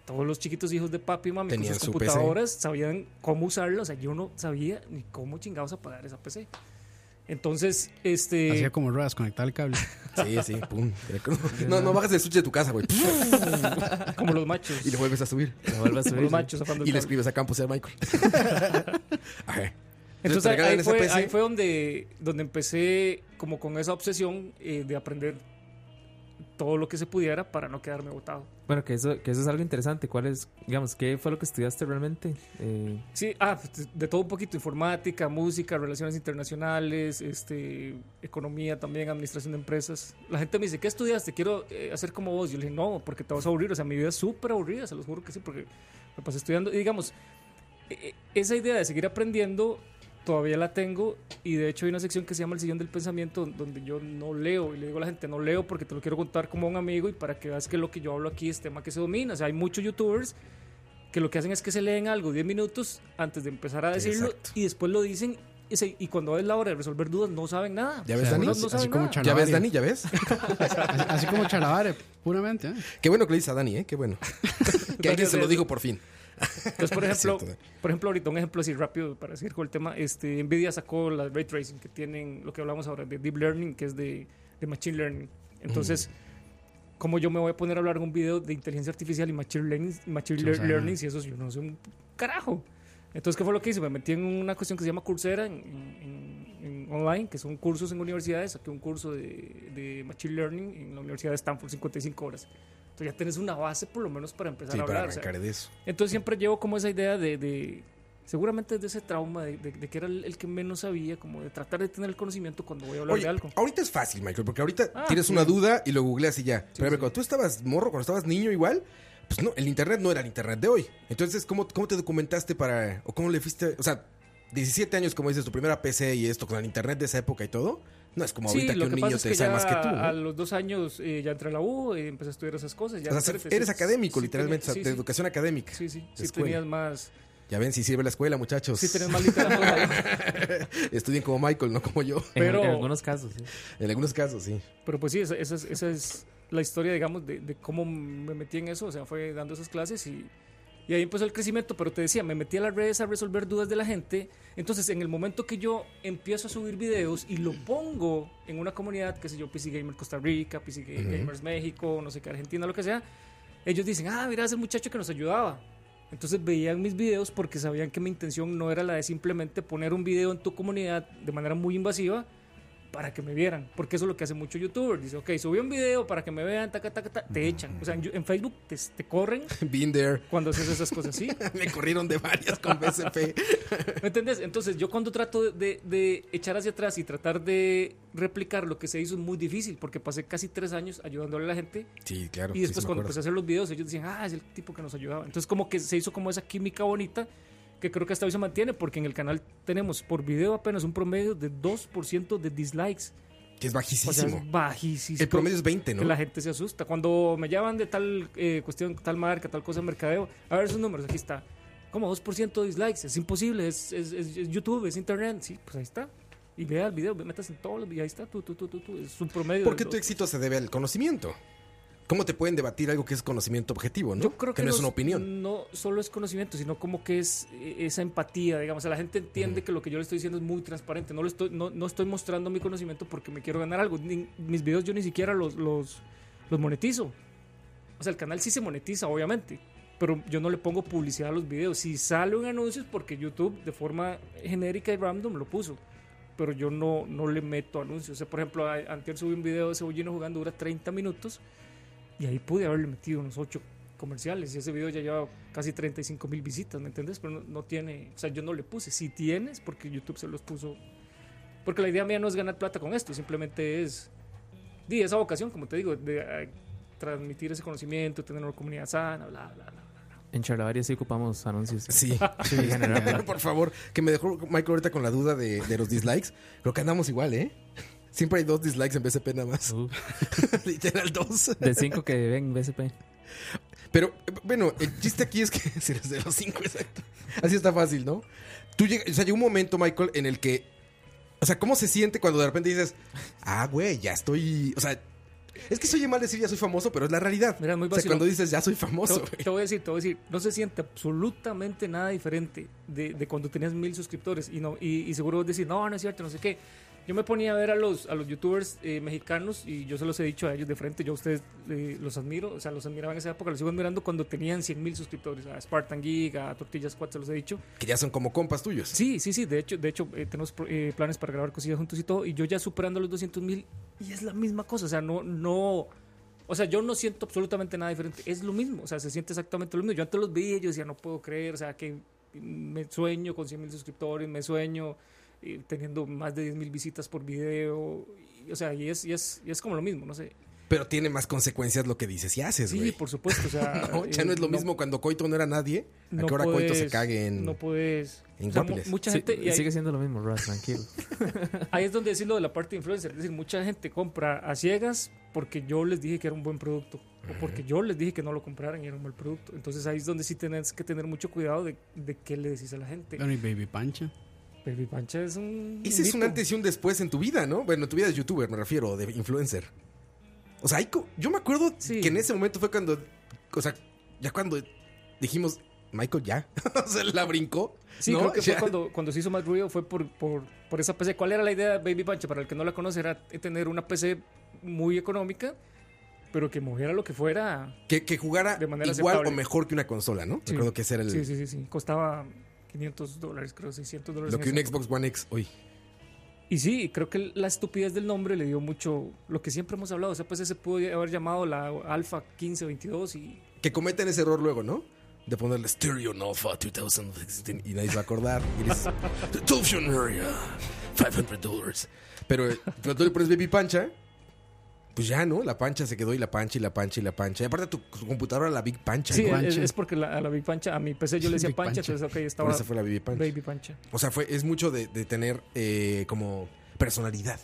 E: Todos los chiquitos hijos de papi y mami
F: Tenían
E: con sus
F: su PC.
E: computadoras sabían cómo usarla. O sea, yo no sabía ni cómo chingados apagar esa PC. Entonces, este.
D: Hacía como ruedas, conectar el cable.
F: Sí, sí,
D: [laughs]
F: pum. No, no bajas el switch de tu casa, güey.
E: como los machos.
F: [laughs] Y lo vuelves a subir.
C: Lo vuelve a
E: como
C: subir,
E: los
C: sí.
E: machos afando el
F: Y le
E: cable.
F: escribes a Campos y a Michael. A ver.
E: Entonces
F: te
E: ahí
F: regalan
E: fue,
F: esa PC.
E: ahí fue donde, donde empecé como con esa obsesión eh, de aprender todo lo que se pudiera para no quedarme botado.
C: Bueno, que eso, que eso es algo interesante. ¿Cuál es, digamos, qué fue lo que estudiaste realmente? Eh,
E: Sí, ah, de todo un poquito, informática, música, relaciones internacionales, este, economía también, administración de empresas. La gente me dice, ¿qué estudiaste? Quiero eh, hacer como vos. Yo le dije, no, porque te vas a aburrir. O sea, mi vida es súper aburrida, se los juro que sí, porque me pasé pues, estudiando. Y digamos, e- e- esa idea de seguir aprendiendo todavía la tengo y de hecho hay una sección que se llama El Sillón del Pensamiento donde yo no leo y le digo a la gente no leo porque te lo quiero contar como a un amigo y para que veas que lo que yo hablo aquí es tema que se domina. O sea, hay muchos youtubers que lo que hacen es que se leen algo 10 minutos antes de empezar a decirlo
F: Exacto.
E: y después lo dicen y, se- y cuando es la hora de resolver dudas no saben nada.
F: ¿Ya ves,
E: O sea,
F: Dani?
E: no- no
F: Así-
E: saben
D: así como
E: nada.
D: Chan-
F: ¿Ya ves, Dani? ¿Ya ves?
D: Así, así como Charabare, puramente. ¿eh?
F: Qué bueno que le dices a Dani, ¿eh? Qué
E: [laughs]
F: bueno. Que alguien se lo dijo por fin.
E: Entonces,
F: [laughs]
E: por
F: Es
E: ejemplo,
F: cierto.
E: por ejemplo, ahorita un ejemplo así rápido para seguir con el tema, este, Nvidia sacó la ray tracing que tienen, lo que hablamos ahora de deep learning, que es de, de machine learning. Entonces, ¿Cómo yo me voy a poner a hablar en un video de inteligencia artificial y machine learning, machine
D: Sí, o
E: lear-
D: sea,
E: learning si eso yo no sé un carajo? Entonces, ¿qué fue lo que hice? Me metí en una cuestión que se llama Coursera en, en- en- en online, que son cursos en universidades. Saqué un curso de, de Machine Learning en la Universidad de Stanford, 55 horas. Entonces ya tenés una base por lo menos para empezar
F: Sí,
E: a
F: para
E: hablar. o sea,
F: arrancar de eso.
E: entonces siempre llevo como esa idea de, de- seguramente de ese trauma de, de- de que era el, el que menos sabía, como de tratar de tener el conocimiento cuando voy a hablar
F: Oye,
E: de algo.
F: ahorita es fácil, Michael, porque ahorita
E: Ah,
F: tienes
E: sí.
F: una duda y lo googleas y ya. Pero a ver,
E: sí.
F: cuando tú estabas morro, cuando estabas niño igual, pues no, el internet no era el internet de hoy. Entonces, ¿cómo, cómo te documentaste para, o cómo le fuiste, o sea, 17 años, como dices, tu primera PC y esto, con el internet de esa época y todo, no es como ahorita que un niño te sabe más que tú. ¿no?
E: a los dos años eh, ya entré a la U, eh, empecé a estudiar esas cosas.
F: O
E: Ya
F: sea,
E: de
F: ser-
E: repente
F: eres
E: sí-
F: académico,
E: sí
F: literalmente,
E: tenía-
F: o sea, de
E: sí,
F: educación académica.
E: sí, sí, sí, sí
F: escuela. Pues
E: tenías más,
F: Ya ven si sirve la escuela, muchachos.
E: sí tenías más literatura.
F: [laughs] Estudien como Michael, no como yo.
C: En,
E: Pero-
C: en algunos casos, sí.
F: En algunos casos, sí. [laughs]
E: Pero pues sí, esa, esa es, esa es la historia, digamos, de, de cómo me metí en eso. O sea, fue dando esas clases y, y ahí empezó el crecimiento. Pero te decía, me metí a las redes a resolver dudas de la gente. Entonces, en el momento que yo empiezo a subir videos y lo pongo en una comunidad, qué sé yo, PC Gamer Costa Rica, PC Ga- Gamers México, no sé qué, Argentina, lo que sea, ellos dicen, ah, mira, ese muchacho que nos ayudaba. Entonces veían mis videos porque sabían que mi intención no era la de simplemente poner un video en tu comunidad de manera muy invasiva, para que me vieran. Porque eso es lo que hace mucho youtuber. Dice, ok, subí un video para que me vean, taca, taca, taca, te echan. O sea, en, Yo- en Facebook te, te corren
F: Been there.
E: cuando haces esas cosas así.
F: Me corrieron de varias con BSP.
E: ¿Me entendés? Entonces, yo cuando trato de, de echar hacia atrás y tratar de replicar lo que se hizo es muy difícil porque pasé casi tres años ayudándole a la gente
F: Sí, claro.
E: y
F: sí,
E: después
F: sí me acuerdo.
E: cuando empecé a hacer los videos ellos decían, ah, es el tipo que nos ayudaba. Entonces como que se hizo como esa química bonita que creo que hasta hoy se mantiene porque en el canal tenemos por video apenas un promedio de 2% de dislikes.
F: Que es
E: O sea,
F: bajísimo.
E: es bajísimo.
F: El promedio es 20, ¿no?
E: Que la gente se asusta. Cuando me llaman de tal eh, cuestión, tal marca, tal cosa de mercadeo, a ver sus números, aquí está. Como 2% de dislikes, es imposible, es, es- es- es YouTube, es internet, sí, pues ahí está. Y vea el video, metas en todos los videos, ahí está, tú, tú, tú, tú, tú, es un promedio.
F: ¿Por
E: del
F: qué tu
E: dos.
F: éxito se debe al conocimiento? ¿Cómo te pueden debatir algo que es conocimiento objetivo, no?
E: Yo creo que,
F: no es una opinión.
E: No solo es conocimiento, sino como que es eh, esa empatía, digamos. O sea, la gente entiende que lo que yo le estoy diciendo es muy transparente. No, lo estoy, no, no estoy mostrando mi conocimiento porque me quiero ganar algo. Ni- mis videos yo ni siquiera los, los, los monetizo. O sea, el canal sí se monetiza, obviamente. Pero yo no le pongo publicidad a los videos. Si sale un anuncio es porque YouTube de forma genérica y random lo puso. Pero yo no, no le meto anuncios. O sea, por ejemplo, a- antier subí un video de Cebollino jugando, dura 30 minutos. Y ahí pude haberle metido unos 8 comerciales. Y ese video ya lleva casi 35 mil visitas, ¿me entendés? Pero no, no tiene. O sea, yo no le puse. Si tienes, porque YouTube se los puso. Porque la idea mía no es ganar plata con esto. Simplemente es. Di esa vocación, como te digo, de eh, transmitir ese conocimiento, tener una comunidad sana, bla, bla, bla.
C: En Charlavaria sí ocupamos anuncios.
F: Sí. [laughs]
C: Sí, en general.
F: Por favor, que me dejó Michael ahorita con la duda de, de los dislikes. Creo que andamos igual, ¿eh? Siempre hay dos dislikes en BSP nada más. [laughs]
C: Uf.
F: Literal, dos.
C: De cinco que ven BSP.
F: Pero eh, bueno, el chiste aquí es que [laughs] si eres de los cinco, exacto. Así está fácil, ¿no? Tú llegas, o sea, llegó un momento, Michael, en el que. O sea, ¿cómo se siente cuando de repente dices, ah, güey, ya estoy. O sea, es que se oye mal decir ya soy famoso, pero es la realidad.
E: Mira, muy
F: o sea,
E: vacilón.
F: cuando dices ya soy
E: Te,
F: famoso, güey.
E: te voy a decir, te voy a decir, no se siente absolutamente nada diferente de, de cuando tenías mil suscriptores y, no, y, y seguro vos decís, no, no es cierto, no sé qué. Yo me ponía a ver a los, a los youtubers eh, mexicanos y yo se los he dicho a ellos de frente, yo a ustedes eh, los admiro, o sea, los admiraba en esa época, los sigo admirando cuando tenían 100 mil suscriptores, a Spartan Geek, a Tortillas Squad, se los he dicho.
F: que ya son como compas tuyos.
E: Sí, sí, sí, de hecho, de hecho eh, tenemos pro- eh, planes para grabar cosillas juntos y todo, y yo ya superando los 200 mil, y es la misma cosa, o sea, no, no, o sea, yo no siento absolutamente nada diferente, es lo mismo, o sea, se siente exactamente lo mismo, yo antes los vi, yo decía, no puedo creer, o sea, que me sueño con 100 mil suscriptores, me sueño eh, teniendo más de 10 mil visitas por video, y- o sea, y es, y, es, y es como lo mismo, no sé.
F: Pero tiene más consecuencias lo que dices y haces,
E: Sí,
F: güey.
E: por supuesto, o sea...
F: [laughs] No, ya
E: eh,
F: no es lo mismo cuando Coito no era nadie. A que ahora Coito se
E: puedes-
F: cague en.
E: No puedes...
F: en
E: o sea, mu-
F: Guapiles.
E: mucha
C: Sí,
E: gente... y hay-
C: sigue siendo lo mismo, Ross, tranquilo.
E: Ahí es donde decís lo de la parte de influencer. Es decir, mucha gente compra a ciegas porque yo les dije que era un buen producto o porque yo les dije que no lo compraran y era un mal producto. Entonces ahí es donde sí tenés que tener mucho cuidado de, de qué le decís a la gente.
D: Bueno, y Baby Pancha.
E: Baby Pancha es un.
F: Ese es un
E: mito.
F: antes y un después Pues, en tu vida, ¿no? Bueno, tu vida de youtuber, me refiero, de influencer. O sea, hay co- yo me acuerdo
E: Sí.
F: que en ese momento fue cuando, o sea, ya cuando dijimos, Michael ya, [laughs] o sea, la brincó.
E: Sí,
F: ¿no?
E: creo que
F: Ya.
E: fue cuando, cuando se hizo más ruido fue por, por, por esa PC. ¿Cuál era la idea de Baby Pancha? Para el que no la conoce, era tener una PC muy económica pero que moviera lo que fuera.
F: Que, que jugara
E: De manera
F: igual
E: aceptable.
F: o mejor que una consola, ¿no?
E: Sí.
F: Recuerdo que ese era el-
E: Sí, sí, sí, sí. Costaba 500 dólares, creo, 600 dólares.
F: lo
E: en
F: que
E: ese
F: un Xbox One X hoy.
E: Y sí, creo que la estupidez del nombre le dio mucho lo que siempre hemos hablado. O sea, pues se pudo haber llamado la Alpha 1522 y
F: Que cometen ese error luego, ¿no? De ponerle Stereo Alpha 2016 y nadie se va a acordar. Y dices, Dolphin Area, 500 dólares. Pero eh, cuando tú le pones Baby Pancha, pues ya, ¿no? La pancha se quedó y la pancha y la pancha y la pancha. Y aparte tu, tu computadora, la Big Pancha.
E: Sí,
F: ¿no?
E: es,
D: Pancha.
E: es porque la, a la Big Pancha, a mi PC yo
F: [laughs]
E: le decía
D: Big
E: Pancha,
D: Pancha.
E: entonces ok,
F: Por
E: estaba
F: eso fue la Baby Pancha.
E: Baby Pancha.
F: O sea, fue, es mucho de, de tener eh, como personalidad,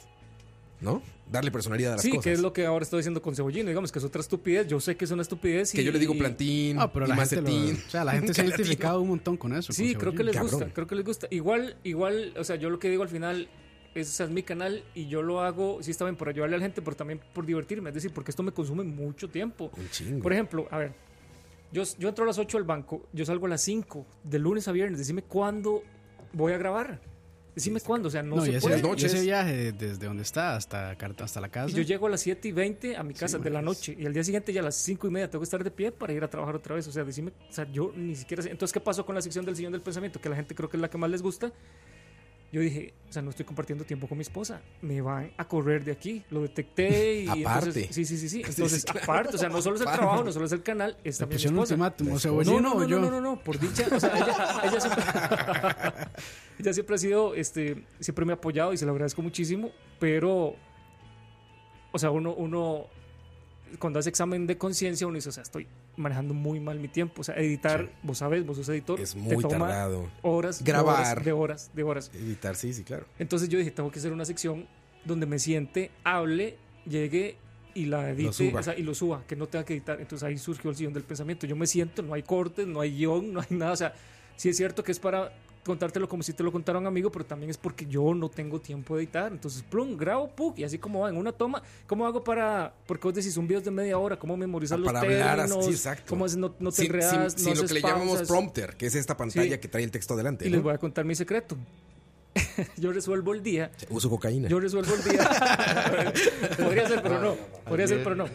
F: ¿no? Darle personalidad a las
E: Sí,
F: cosas.
E: que es lo que ahora estoy diciendo con Cebollino, digamos que es otra estupidez. Yo sé que es una estupidez.
F: Que
E: y-
F: yo le digo plantín,
D: Ah, pero
F: y
D: la gente, lo-
F: macetín.
D: o sea, la gente se
E: [laughs]
D: ha identificado un montón con eso.
E: Sí,
D: con
E: creo que les
F: Cabrón.
E: gusta, creo que les gusta. Igual, igual, o sea, yo lo que digo al final es, o sea, es mi canal y yo lo hago, sí, está bien por ayudarle a la gente, pero también por divertirme. Es decir, porque esto me consume mucho tiempo.
F: Un chingo.
E: Por ejemplo, a ver, yo, yo entro a las 8 al banco, yo salgo a las 5, de lunes a viernes. Decime cuándo voy a grabar. Decime cuándo, o sea, no,
D: No, y
E: se
D: ese,
F: Las
D: y
E: puede.
D: ese
F: noches.
D: viaje desde donde está hasta, Cart- hasta la casa.
E: Y yo llego a las 7 y 20 a mi casa de la
D: madres.
E: noche. Y al día siguiente ya a las 5 y media tengo que estar de pie para ir a trabajar otra vez. O sea, decime, o sea, yo ni siquiera sé. Entonces, ¿qué pasó con la sección del sillón del pensamiento? Que la gente creo que es la que más les gusta. Yo dije, o sea, no estoy compartiendo tiempo con mi esposa. Me van a correr de aquí. Lo detecté y.
F: Aparte.
E: entonces- sí, sí, sí, sí.
F: [laughs] Sí,
E: Entonces,
F: sí, claro.
E: aparte, o sea, no solo es el
F: Aparte.
E: trabajo, no solo es el canal, es
D: Le
E: también mi
D: pusieron un
E: esposa.
D: ultimátum, o
F: No,
E: No,
D: cebollino
E: no,
D: o
E: no,
D: yo.
E: no, no, no, por dicha, o sea, ella, ella siempre, [laughs] ella siempre ha sido, este, siempre me ha apoyado y se lo agradezco muchísimo, pero, o sea, uno, uno, cuando hace examen de conciencia, uno dice, o sea, estoy manejando muy mal mi tiempo, o sea, editar,
F: Sí.
E: vos sabés, vos sos editor,
F: Es
E: te
F: muy
E: toma
F: tardado.
E: horas, de
F: Grabar.
E: horas, de horas, de horas.
F: Editar, sí, sí, claro.
E: Entonces yo dije, tengo que hacer una sección donde me siente, hable, llegue y la edite
F: suba.
E: o sea, y lo suba, que no tenga que editar. Entonces ahí surgió el sillón del pensamiento. Yo me siento, no hay cortes, no hay guión, no hay [laughs] nada. O sea, sí es cierto que es para contártelo como si te lo contara un amigo, pero también es porque yo no tengo tiempo de editar. Entonces, plum, grabo, puk, y así como va en una toma. ¿Cómo hago para, porque vos decís un video de media hora, cómo memorizar
F: Ah,
E: los
F: para hablar así,
E: términos,
F: sí, exacto.
E: cómo haces, no, no te
F: sin sin-
E: enredas, no
F: sin lo
E: haces
F: que le llamamos
E: pausas?
F: prompter, que es esta pantalla
E: Sí.
F: que trae el texto adelante.
E: Y
F: ¿no?
E: les voy a contar mi secreto. [laughs] yo resuelvo el día
F: Uso cocaína.
E: yo resuelvo el día. Podría ser, pero no. Podría ser, pero no.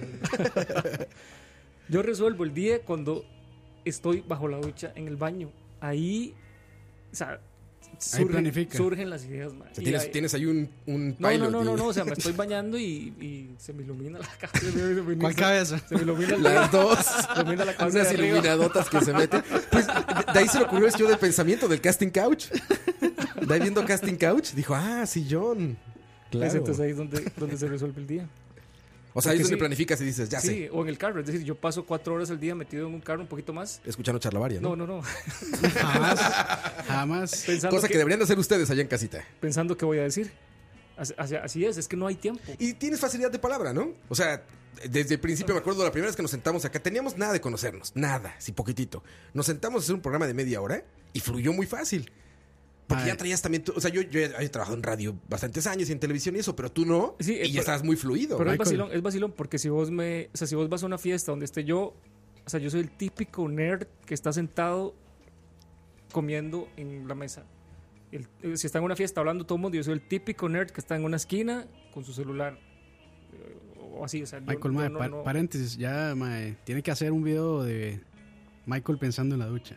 E: Yo resuelvo el día cuando estoy bajo la ducha en el baño. Ahí, o sea, surgen,
D: planifica.
E: surgen las ideas. man.
F: O sea,
E: Y
F: tienes,
E: ahí-
F: tienes ahí un, un
E: no,
F: pilot.
E: no, no, no,
F: y-
E: no, o sea, me estoy bañando y, y se me ilumina la cabeza. Se me ilumina-
D: ¿Cuál
E: [laughs]
D: cabeza?
E: Se me ilumina la,
F: [laughs] Las
E: [laughs]
F: dos.
E: se me
F: [laughs]
E: ilumina la cabeza.
F: unas
E: de arriba.
F: iluminadotas que se meten. Pues de- de ahí se le ocurrió el estudio del pensamiento del casting couch. De ahí viendo casting couch, dijo, ah, sillón.
E: Es
F: Claro.
E: entonces ahí es donde, donde se resuelve el día.
F: O sea, ahí es
E: Porque
F: donde
E: sí.
F: planificas y dices,
A: Ah,
F: ya
E: sí,
F: sé,
E: o en el carro. Es decir, yo paso cuatro horas al día metido en un carro un poquito más.
F: escuchando charlavaria, ¿no?
E: No, no, no. [laughs]
D: Jamás. Jamás.
E: Pensando
F: Cosa que... deberían de hacer ustedes allá en casita.
E: pensando qué voy a decir. Así, así- así es, es que no hay tiempo.
F: Y tienes facilidad de palabra, ¿no? O sea, desde el principio me acuerdo la primera vez que nos sentamos acá, teníamos nada de conocernos, nada, sí poquitito. Nos sentamos a hacer un programa de media hora y fluyó muy fácil. Porque
D: Ay.
F: ya traías también, tú- o sea, yo, yo he he trabajado en radio bastantes años y en televisión y eso, pero tú no.
E: Sí,
F: y
E: eh,
F: ya
E: pero-
F: estabas muy fluido.
E: Pero es
D: Michael.
E: vacilón, es vacilón porque si vos me, o sea, si vos vas a una fiesta donde esté yo, o sea, yo soy el típico nerd que está sentado comiendo en la mesa. El- eh, si está en una fiesta hablando todo el mundo, yo soy el típico nerd que está en una esquina con su celular. eh, O así, o sea, yo-
D: Michael,
E: yo
D: mae,
E: no-
D: par-
E: no-
D: paréntesis, ya, mae, tiene que hacer un video de Michael pensando en la ducha.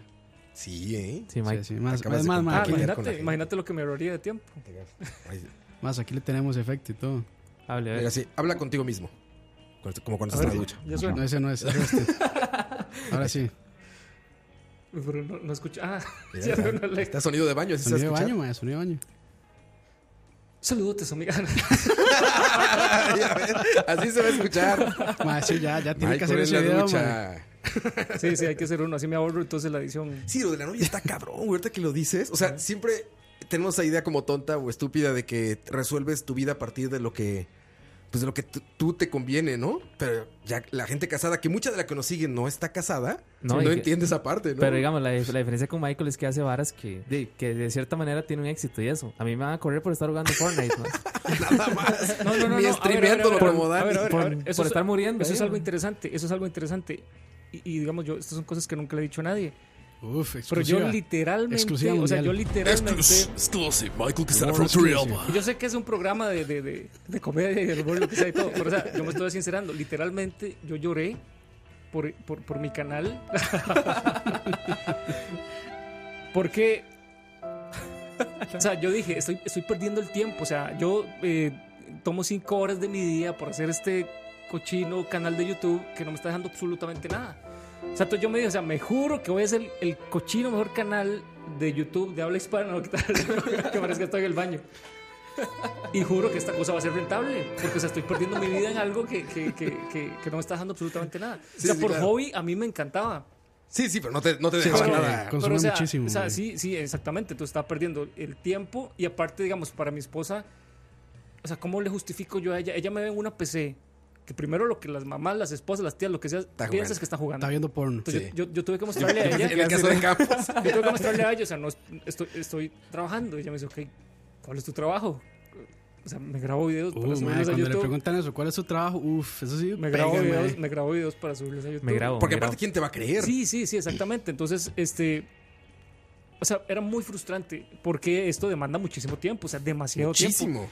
F: Sí, ¿eh?
C: Sí, Mike.
D: Sí, sí, más,
F: Acabas
D: es
F: de
D: más, mae,
E: Ah,
F: compartir.
D: aquí,
F: lidiar con la
E: imagínate,
F: gente.
E: imagínate lo que me ahorraría de tiempo.
F: Ay,
D: más aquí le tenemos efecto y todo.
C: Hable, a ver.
F: mira, sí, habla contigo mismo. Con- Como cuando
E: A
F: estás en
E: ver,
F: la ducha.
E: ya suena.
D: No, ese no es. ese es este.
E: [laughs]
D: Ahora sí.
E: Pero no, no escucho. Ah,
F: Mira,
E: [laughs] ya
F: está,
E: suena el-
F: está sonido de baño, así se va a
D: Sonido de
F: escuchar.
D: baño, mae, sonido de baño.
E: Saludotes, amiga. [laughs]
F: [laughs] Ya ves, así se va a escuchar.
D: Mae, sí, ya, ya tiene
F: Michael
D: que hacer
F: en
D: ese
F: la
D: video, mae.
F: ducha.
E: Sí, sí, hay que hacer uno. Así me ahorro entonces la edición.
F: Sí, lo de la novia está cabrón, güey. Ahorita que lo dices. O sea, siempre tenemos esa idea como tonta o estúpida de que resuelves tu vida a partir de lo que. Pues de lo que tú- tú te conviene, ¿no? Pero ya la gente casada, que mucha de la que nos sigue no está casada,
C: No,
F: no,
C: y que-
F: entiende esa parte, ¿no?
C: Pero digamos, la, dif- la diferencia con Michael es que hace varas que de, que de cierta manera tiene un éxito y eso. A mí me van a correr por estar jugando Fortnite,
E: [laughs]
C: ¿no?
F: Nada más.
E: No, no, no,
F: Ni
E: no. A ver, a ver, a
F: streameándolo
E: ver,
F: como
E: a ver, a
F: Dani.
E: ver, a ver.
C: por,
E: Eso
C: por
E: es-
C: estar muriendo.
E: Eso es
C: ahí,
E: algo
C: ¿no?
E: interesante, eso es algo interesante. Y, y digamos yo, estas son cosas que nunca le he dicho a nadie.
D: Uf,
E: Pero
D: exclusiva.
E: yo literalmente,
D: Exclusiva
E: o sea,
D: mundial.
E: yo literalmente...
A: Exclusive, Michael Quesada
D: More
A: from Trialba.
D: exclusive.
E: Y Yo sé que es un programa de, de, de, de comedia y de humor, lo que sea y todo, pero o sea, yo me estoy sincerando. Literalmente, yo lloré por, por, por mi canal. [laughs] Porque, o sea, yo dije, estoy, estoy perdiendo el tiempo. O sea, yo eh, tomo cinco horas de mi día por hacer este cochino canal de YouTube que no me está dejando absolutamente nada. O sea, entonces yo me dije, o sea, me juro que voy a ser el, el cochino mejor canal de YouTube de habla hispana, ¿no? que tal, que parece que estoy en el [laughs] baño. Y juro que esta cosa va a ser rentable, porque o sea, estoy perdiendo mi vida en algo que, que, que, que, que no me está dejando absolutamente nada.
F: Sí,
E: o sea,
F: sí,
E: por
F: claro.
E: hobby a mí me encantaba.
F: Sí, sí, pero no te, no te
D: Sí,
F: dejaba
D: es que-
F: nada.
D: Consume
E: o sea,
D: muchísimo,
E: o sea,
D: güey.
E: sí, sí, exactamente. Entonces estaba perdiendo el tiempo y aparte, digamos, para mi esposa, o sea, ¿cómo le justifico yo a ella? Ella me ve en una PC, que primero lo que las mamás, las esposas, las tías, lo que sea,
F: jugando.
E: piensas que está jugando.
D: Está viendo porno.
E: Entonces
F: Sí.
E: yo, yo- yo tuve que mostrarle a ella.
F: En el caso de
E: [laughs]
F: Campos.
E: Yo tengo que mostrarle a ellos, o sea, no es- estoy, estoy trabajando. Y ella me dice, ok, ¿cuál es tu trabajo? O sea, me grabo videos para
D: Uh,
E: subirlos
D: mae,
E: a
D: cuando le
E: YouTube.
D: preguntan eso, ¿cuál es su trabajo? Uf, eso sí.
E: Me
D: pega,
E: grabo,
D: mae.
E: videos, me grabo videos para subirlos a YouTube.
C: Me grabo.
F: Porque
C: me
F: aparte,
C: grabo.
F: ¿quién te va a creer?
E: Sí, sí, sí, exactamente. Entonces, este. O sea, era muy frustrante porque esto demanda muchísimo tiempo, o sea, demasiado tiempo.
F: Muchísimo.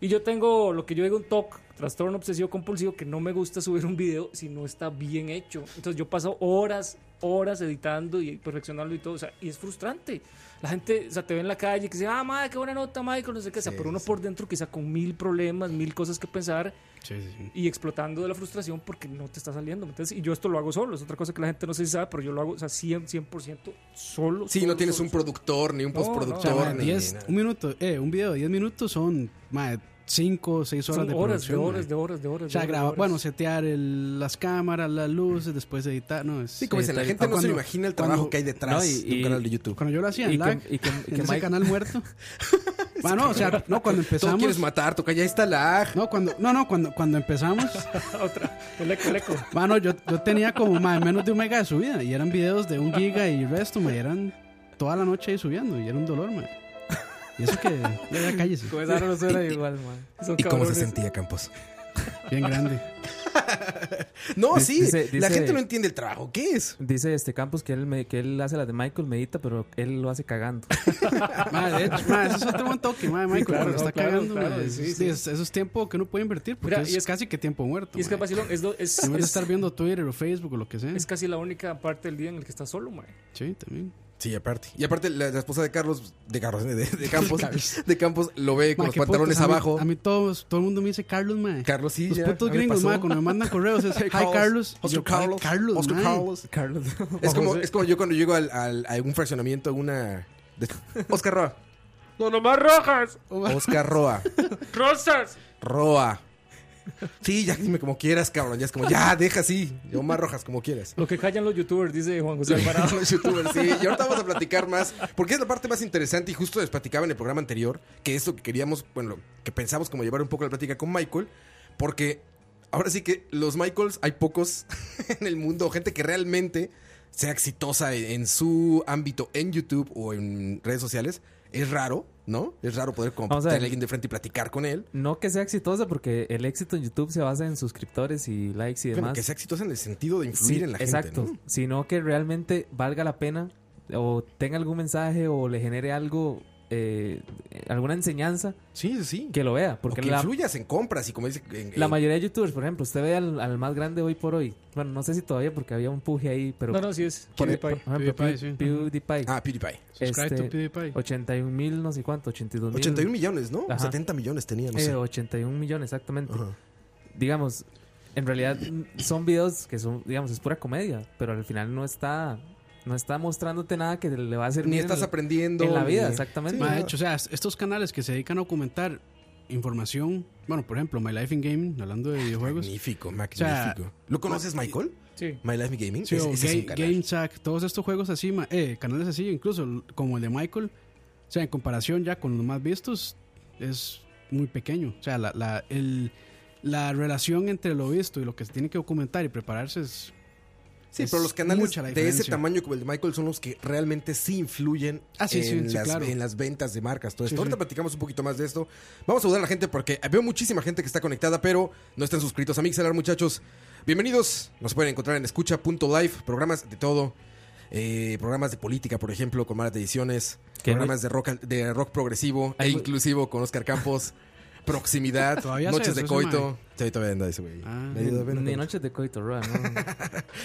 E: Y yo tengo lo que yo digo un TOC, trastorno obsesivo compulsivo, que no me gusta subir un video si no está bien hecho. Entonces yo paso horas, horas editando y perfeccionando y todo. O sea, y es frustrante. La gente, o sea, te ve en la calle que dice, ah, madre, qué buena nota, Michael, no sé qué. O sea,
F: Sí,
E: pero uno
F: sí.
E: por dentro quizá con mil problemas, mil cosas que pensar
D: Sí, sí, sí.
E: y explotando de la frustración porque no te está saliendo. ¿me entiendes? Y yo esto lo hago solo. Es otra cosa que la gente no sé si sabe, pero yo lo hago, o sea, 100%, 100% solo.
F: Sí,
E: solo,
F: no tienes
E: solo,
F: un productor, ni un
E: No, no,
D: O sea,
F: postproductor,
D: mae,
E: Torne,
F: ni
D: diez-
F: nada.
D: un minuto, eh, un video de 10 minutos son, mae, 5 o 6
E: solo.
D: horas
E: Son
D: de
E: horas, de
D: producción.
E: horas,
F: eh.
D: mae.
E: de horas, de horas.
D: O sea,
E: de horas, de
D: graba-
E: horas.
D: bueno, setear el- las cámaras, las luces, después editar, no, es-
F: Sí, como dicen, la
D: editar.
F: gente no se
D: Ah, Cuando-
F: lo imagina el trabajo
D: cuando-
F: que hay detrás
C: No, y-
F: de un
C: y-
F: canal de YouTube.
D: Cuando yo lo hacía
C: Y
D: en
C: que-
D: lag,
C: y que-
D: en
C: que
D: ese
C: Mike-
D: canal
E: [laughs]
D: muerto. bueno, o sea, no, cuando
F: Tú quieres
D: empezamos...
F: matar, toca, ya está lag.
D: No, cuando, no, no, cuando, cuando empezamos,
E: [laughs] Otra. El eco, el eco.
D: mano, yo, yo tenía como mae, menos de un mega de subida y eran videos de un giga y resto, me eran toda la noche ahí subiendo y era un dolor, mae. Y eso que, ya, ya cállese,
C: Pues ahora no [laughs] suena igual, man.
E: Son
F: ¿Y cómo se
E: cabrones.
F: sentía Campos?
D: bien grande.
F: No,
C: Dice-
F: sí,
C: dice-
F: la
C: dice-
F: gente no entiende el trabajo. ¿Qué es?
C: Dice este Campos que él, me- que él hace las de Michael, medita, pero él lo hace cagando.
D: Mae, de hecho, mae, eso es otro buen toque, mae, Michael,
E: claro,
D: cuando está
E: claro,
D: cagando,
E: claro,
D: mae,
E: sí,
D: es-
E: sí.
D: es- eso es tiempo que no puede invertir porque
E: Mira,
D: es,
E: y es-
D: casi que tiempo muerto,
E: Y es que
D: mae.
E: vacilón, es, do- es,
D: En vez de
E: es-
D: estar viendo Twitter o Facebook o lo que sea.
E: es casi la única parte del día en el que estás solo, man.
D: Sí, también.
F: Sí, aparte. Y aparte, la, la esposa de Carlos, de Carlos, de, de
D: [laughs]
F: Campos, de Campos, lo ve con
D: Ma,
F: los
D: qué
F: pantalones
D: putas, a mí-
F: abajo.
D: A mí, todos, todo el mundo me dice Carlos, mae.
F: Carlos, sí,
D: Los
F: ya,
D: putos
F: a mí
D: gringos,
F: pasó.
D: mae, cuando me mandan correos es Hi Carlos. y
F: Oscar
D: yo,
F: Carlos.
D: "Hi, Carlos,
F: Oscar
D: mae".
F: Carlos.
C: Carlos.
F: [laughs] Es como, es como yo cuando llego al, al- a un fraccionamiento, a una.
D: [laughs]
F: de- Oscar Roa.
E: No, nomás rojas,
F: Oscar Roa.
E: rosas.
F: Roa. Sí, ya dime como quieras, cabrón. Ya es como, ya, deja así. Yo más rojas como quieras.
E: Lo que callan los youtubers, dice Juan
F: [laughs]
E: José Alvarado.
F: Los youtubers, sí. Y ahorita vamos a platicar más, porque es la parte más interesante y justo les platicaba en el programa anterior, que es lo que queríamos, bueno, lo que pensamos como llevar un poco la plática con Michael, porque ahora sí que los Michaels hay pocos [laughs] en el mundo, gente que realmente sea exitosa en- en su ámbito en YouTube o en redes sociales, es raro, ¿no? Es raro poder
C: a
F: compartir a
C: ver.
F: alguien de frente y platicar con él.
C: No que sea exitosa, porque el éxito en YouTube se basa en suscriptores y likes y
F: Bueno,
C: demás.
F: que sea exitosa en el sentido de influir
C: Sí,
F: en la
C: exacto.
F: gente. ¿no?
C: Sino que realmente valga la pena o tenga algún mensaje o le genere algo, eh, alguna enseñanza
F: Sí, sí, sí.
C: que lo vea.
F: porque
C: Porque la,
F: influyas en compras y como dice... en-
C: la
F: en-
C: mayoría de youtubers, por ejemplo, usted ve al, al más grande hoy por hoy. Bueno, no sé si todavía porque había un puje ahí, pero...
E: No, no, sí es.
C: por,
E: PewDiePie.
C: por ejemplo,
D: PewDiePie,
C: PewDiePie.
D: sí.
F: Ah, PewDiePie.
D: Subscribe
C: Este,
D: to PewDiePie.
C: 81 mil, no sé cuánto, 82 mil.
F: 81 millones, ¿no?
C: Ajá.
F: 70 millones tenía, no
C: Eh,
F: sé.
C: 81 millones, exactamente.
F: Ajá.
C: Digamos, en realidad mm, son videos que son, digamos, es pura comedia, pero al final no está, no está mostrándote nada que le va a servir.
F: Ni
C: en
F: estás
C: el-
F: aprendiendo.
C: en la
F: ni-
C: vida, exactamente.
D: Mae, de hecho, o sea, estos canales que se dedican a documentar información, bueno, por ejemplo, My Life in Gaming, hablando de videojuegos.
F: Ah, Magnífico,
D: sea,
F: magnífico. ¿Lo conoces, Michael?
E: Sí.
F: My Life My Gaming.
D: Sí,
F: Ese-
D: o
F: ese es un
D: Ga-
F: canal.
D: GameSack, todos estos juegos así, ma- eh, canales así, incluso l- como el de Michael, o sea, en comparación ya con los más vistos, es muy pequeño. O sea, la, la, el- la relación entre lo visto y lo que se tiene que documentar y prepararse es...
F: Sí,
D: es
F: pero los canales
D: mucha la
F: de ese
D: diferencia.
F: tamaño como el de Michael son los que realmente sí influyen
D: Ah, sí, sí,
F: en,
D: sí,
F: las,
D: claro.
F: en las ventas de marcas. Todo esto.
D: Sí,
F: Ahorita
D: sí.
F: platicamos un poquito más de esto. Vamos a saludar a la gente porque veo muchísima gente que está conectada, pero no están suscritos a Mixelar, muchachos. Bienvenidos. Nos pueden encontrar en escucha.live, programas de todo. eh, programas de política, por ejemplo, con malas ediciones,
C: Que hay
F: programas de rock, al- de rock progresivo e
C: Hay mu-
F: inclusivo con Oscar
D: [laughs]
F: Campos, proximidad,
D: Todavía hace
F: noches de
D: eso,
F: coito. Sí, todavía anda ese güey.
D: Ah.
F: Nadie todavía no
C: Ni
F: conoce.
C: noches de coito,
F: [laughs]
C: Roa, ¿no?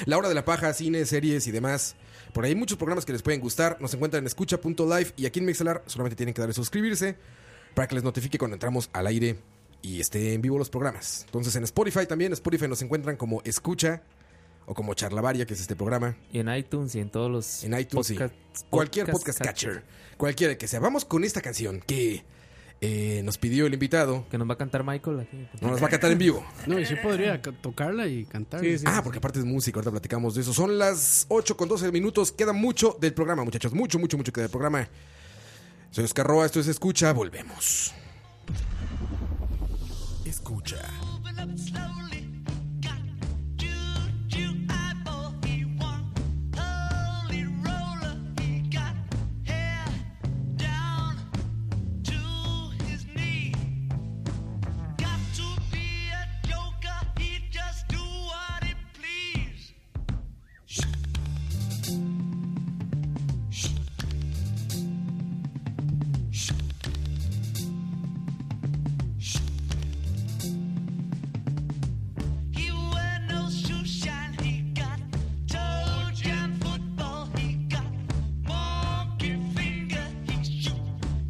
F: La hora de la paja, cine, series y demás. Por ahí hay muchos programas que les pueden gustar. Nos encuentran en escucha.live y aquí en Mixelar solamente tienen que darle suscribirse para que les notifique cuando entramos al aire y esté en vivo los programas. Entonces en Spotify también, Spotify nos encuentran como escucha o como charlavaria, que es este programa.
C: Y en iTunes y en todos los.
F: En iTunes, sí. Cualquier podcast, catcher, cualquiera que sea. Vamos con esta canción que eh, nos pidió el invitado.
C: Que nos va a cantar Michael aquí.
F: No nos va a cantar en vivo.
D: No, y sí podría ca- tocarla y cantarla.
E: Sí, sí.
F: Ah, porque aparte es música, ahorita platicamos de eso. Son las 8 con 12 minutos, queda mucho del programa, muchachos, mucho, mucho, mucho queda del programa. Soy Oscar Roa, esto es Escucha, volvemos. Escucha.
G: He wear no shoe shine, he got toe jam football, he got monkey finger, he shoot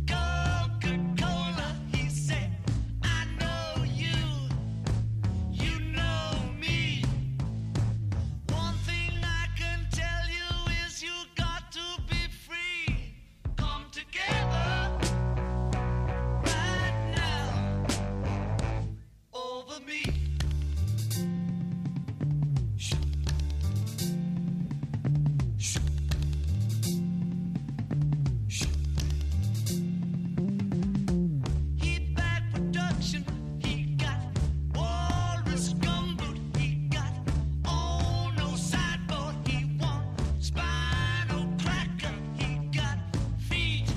G: Coca-Cola, he said, I know you, you know me. One thing I can tell you is you got to be free. Come together right now over me. He bad production, he got walrus gumboot, he got on no sideboard, he want spinal cracker, he got feet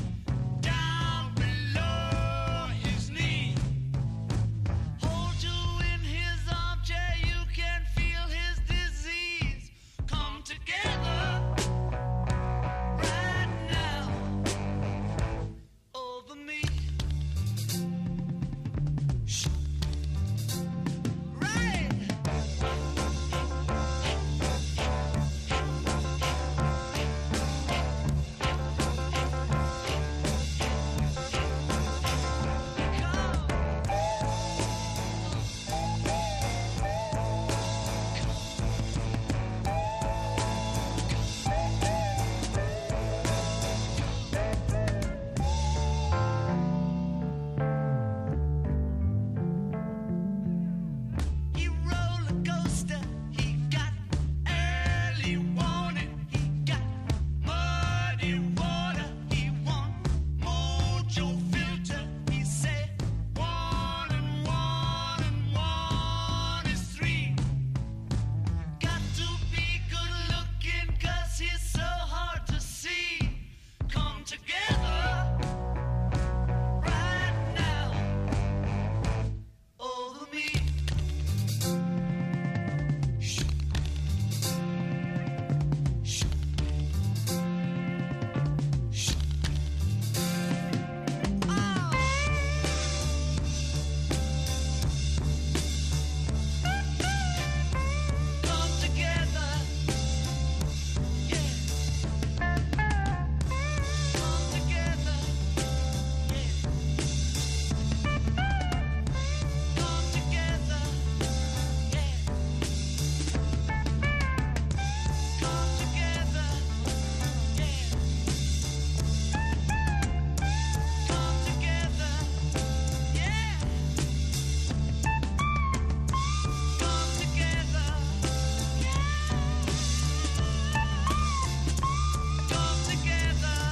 G: down below his knee. Hold you in his arms, yeah, you can feel his disease. Come together right now over me. Right. He roller coaster, he got early warning, he got muddy water, he want mojo filter, he said one and one and one is three. Got to be good looking, cause he's so hard to see. Come together right now over me. Come together, yeah. Come together, yeah. Come together, yeah. Come together, yeah. Come together, yeah. Come together. Come together.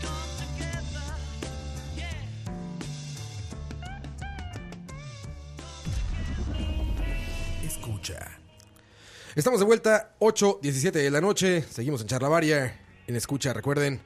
G: Come together. Yeah.
F: Escucha. Estamos de vuelta, 8.17 de la noche. Seguimos en charla varia, en escucha, recuerden.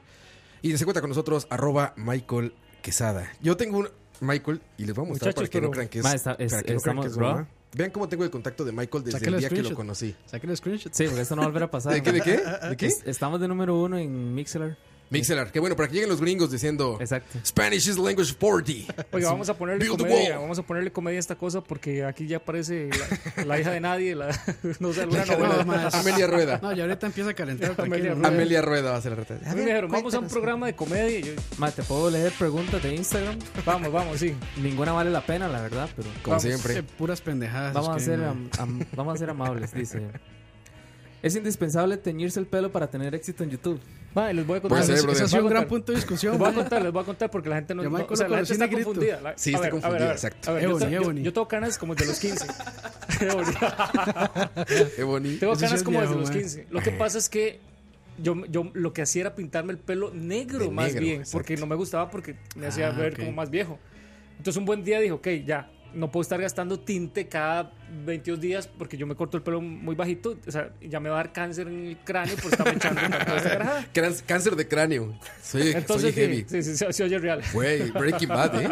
F: Y se cuenta con nosotros, arroba Michael Quesada. Yo tengo un... Michael y les voy a mostrar
E: Muchachos,
F: para que no
E: pero-
F: crean que es.
C: Ma, está-
F: para
C: es-
F: que no crean
C: estamos-
F: que es
C: bro.
F: broma. Vean cómo tengo el contacto de Michael desde
D: Sáquenle
F: el día que lo
D: screenshot.
F: conocí.
D: Saquen el
F: [laughs]
D: screenshot.
C: Sí, porque esto no va a volver a pasar.
F: ¿De qué? ¿De
C: ma.
F: qué? ¿De
C: [laughs]
F: qué?
C: Es- estamos de número uno en Mixler.
F: Mixelar. Que bueno, para que lleguen los gringos diciendo.
C: Exacto.
F: Spanish is language 40.
E: Oiga, vamos a ponerle
F: Build the
E: comedia,
F: wall.
E: vamos a ponerle comedia a esta cosa porque aquí ya aparece la, la hija de nadie, la, [laughs] no sé, alguna
D: hija
F: [laughs]
D: de-
E: novela.
D: no, más.
F: Amelia Rueda.
D: No, ya ahorita empieza a calentar.
E: Amelia
D: tranquilo.
F: [laughs]
E: Rueda.
F: Amelia Rueda va a ser la reta.
E: A mí me dijeron, vamos a un programa de comedia. y yo,
C: Ma, te puedo leer preguntas de Instagram.
E: vamos, vamos, sí.
C: Ninguna vale la pena, la verdad, pero.
F: Como
D: Vamos, eh, [laughs]
F: siempre.
D: puras pendejadas.
C: Vamos a,
D: es que,
C: ser,
D: ma,
C: am-
F: [laughs]
C: am- vamos a ser amables, dice. Es indispensable teñirse el pelo para tener éxito en YouTube.
E: Vale, les voy a
F: Puede
E: contar.
F: ser,
E: les-
D: ese-
F: brother.
D: Ese ha
E: les
D: sido un
E: voy a
D: gran
E: contar.
D: punto de discusión.
E: Les voy a
D: ma.
E: contar, les voy a contar porque la gente no.
D: Yo me
E: no- o
D: acuerdo
E: sea, la
D: cuando
E: gente
D: sí
E: está
D: negrito.
E: confundida. La-
F: Sí,
E: a
F: está
E: ver, a ver,
F: confundida,
E: a ver.
F: exacto.
E: A ver,
D: Ebony,
E: yo, te- yo-
D: Ebony.
E: yo tengo canas como de los [laughs] 15. Ebony.
F: Qué bonito.
E: Tengo
D: Eso sí
E: canas
D: es
E: como
D: viejo,
E: desde los
D: man.
E: 15. Lo que pasa es que yo, yo lo que hacía era pintarme el pelo negro
F: De
E: más
F: negro,
E: bien,
F: exacto.
E: porque no me gustaba porque me hacía
D: Ah,
E: ver
D: ok.
E: como más viejo. Entonces un buen día dije, ok, ya, no puedo estar gastando tinte cada 22 días porque yo me corto el pelo muy bajito, o sea, ya me va a dar cáncer en el cráneo por estarme echando tanto esta carajada.
F: Crán- Cáncer de cráneo. Soy,
E: Entonces,
F: soy heavy.
E: sí, sí, sí, se- se oye real.
F: Güey, Breaking Bad, ¿eh?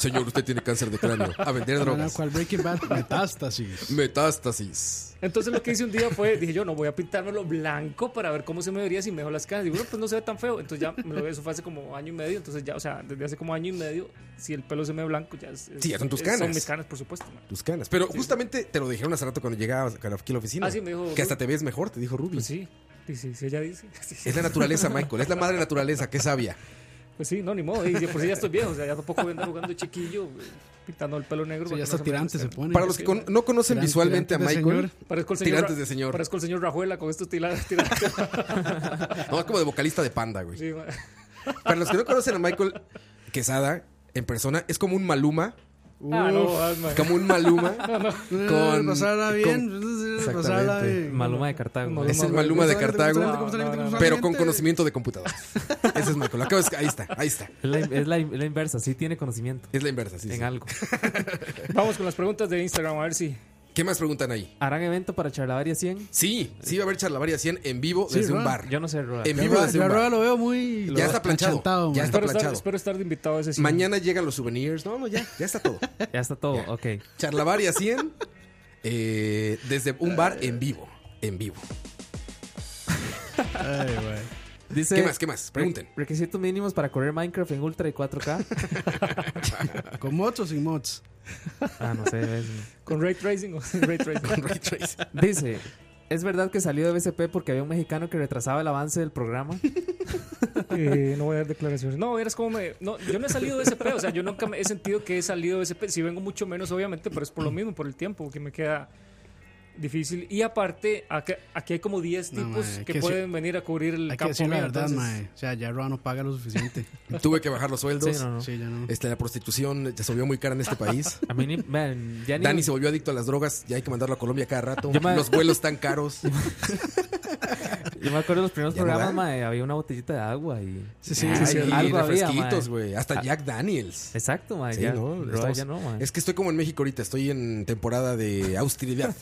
F: Señor, usted tiene cáncer de cráneo. A vender
D: No, no,
F: drogas.
D: cual Breaking Bad,
F: [laughs]
D: metástasis.
F: Metástasis.
E: Entonces lo que hice un día fue, dije yo, no voy a pintármelo blanco para ver cómo se me vería si me dejo las canas. Digo, no, pues no se ve tan feo. Entonces ya me lo eso fue hace como año y medio. Entonces ya, o sea, desde hace como año y medio, si el pelo se me ve blanco, ya es,
F: Sí, ya son tus
E: es-
F: canas.
E: Son mis canas, por supuesto. man.
F: Tus canas. Pero justamente te lo dijeron hace rato cuando llegabas aquí a la oficina.
E: Ah, sí, me dijo
F: que hasta
E: Ruby.
F: te ves mejor, te dijo Ruby.
E: Pues sí, sí, sí, sí, ella dice. [laughs] Sí, sí.
F: Es la naturaleza, Michael. Es la madre naturaleza, que sabia.
E: Pues sí, no, ni modo. Y de por sí ya estoy viejo. O sea, ya tampoco voy a andar jugando chiquillo, eh, pintando el pelo negro.
D: Sí, ya
E: para que no
D: está
E: se me vea
D: tirante, se
E: las canas.
D: pone.
F: Para los que con- no conocen
D: Tiran-
F: visualmente a
D: tirantes de
F: Michael,
E: Parezco el señor.
F: tirantes
E: Ra-
F: de señor.
E: Parezco el señor Rajuela con estos tilados. [laughs] tirantes.
F: No, es como de vocalista de panda, güey.
E: Sí, man.
F: Para los que no conocen a Michael Quesada en persona, es como un Maluma.
E: Ah, no, vas, man.
F: Como un Maluma.
D: Con, pasarla Eh, bien. pasarla
F: Exactamente.
D: bien.
C: Maluma de Cartago.
E: Maluma.
F: Es el Maluma de Cartago, pero con
D: conocimiento
F: conocimiento de [laughs] computadoras. Ese es Michael. Lo acabas- ahí está, ahí está.
C: Es, la, es la- es la inversa, sí tiene conocimiento
F: Es la inversa, sí.
C: en
F: sí.
C: algo.
E: Vamos con las preguntas de Instagram, a ver si.
F: ¿Qué más preguntan ahí?
C: ¿Harán evento para Charlavaria 100?
F: Sí, sí va a haber Charlavaria 100 en vivo
D: Sí,
F: desde un
D: ¿no?
F: bar.
C: Yo no sé, Roa.
F: En
D: Yo
F: vivo
D: a-
F: desde
D: yo a
F: un
D: Roa
F: bar.
D: lo veo muy.
F: Ya está planchado.
D: achantado,
F: Ya está
D: man.
E: Espero estar,
F: planchado.
E: espero estar de invitado a ese sí.
F: Mañana llegan los souvenirs. No, no, ya, ya está [laughs] todo.
C: Ya está todo,
F: Ya.
C: ok.
F: Charlavaria 100 eh, desde un bar en vivo. En vivo.
D: Ay, güey.
C: Dice,
F: ¿Qué más? ¿Qué más? Pregunten.
C: re- Requisitos mínimos para correr Minecraft en Ultra
F: [laughs]
C: y 4K.
D: Con mods o sin mods.
C: Ah, no sé. ves.
E: Con ray tracing [laughs] o sin ray tracing.
F: Con Ray Tracing.
C: Dice, ¿es verdad que salió de BCP porque había un mexicano que retrasaba el avance del
F: [laughs]
C: programa?
E: Eh, no voy a dar declaraciones. No, eres como me. No, yo no he salido de SP. O sea, yo nunca me he sentido que he salido de SP. Si vengo mucho menos, obviamente, pero es por lo mismo, por el tiempo que me queda difícil. Y aparte, aquí, aquí hay como 10
D: No,
E: tipos
D: mae, hay
E: que
D: que
E: pueden venir a cubrir el
D: Hay que
E: campo.
D: decir la
E: mío,
D: verdad,
E: entonces-
D: mae. O sea, ya Roa no paga lo
F: [laughs]
D: suficiente.
F: Tuve que bajar los
C: Sí,
F: sueldos.
C: no, no.
D: Sí, ya no.
F: Este, la prostitución ya se volvió muy cara en este país.
C: A mí ni, vean, ya ni-
F: Dani se volvió adicto a las drogas. Ya hay que mandarlo a Colombia cada rato.
C: Yo me-
F: Los vuelos tan
C: [laughs]
F: caros.
C: Yo me acuerdo de los primeros
F: Ya no
C: programas,
F: dan.
C: mae, había una botellita de agua y...
D: Sí, sí,
F: Ay,
D: sí, sí.
C: algo había, Ah.
F: refresquitos,
C: mae.
F: güey. Hasta Jack Daniels.
C: Exacto, mae,
F: Sí,
C: ya,
F: ¿no?
C: Roa,
F: Estamos-
C: ya no, mae.
F: Es que estoy como en México ahorita. Estoy en temporada
C: [laughs]
F: de austeridad.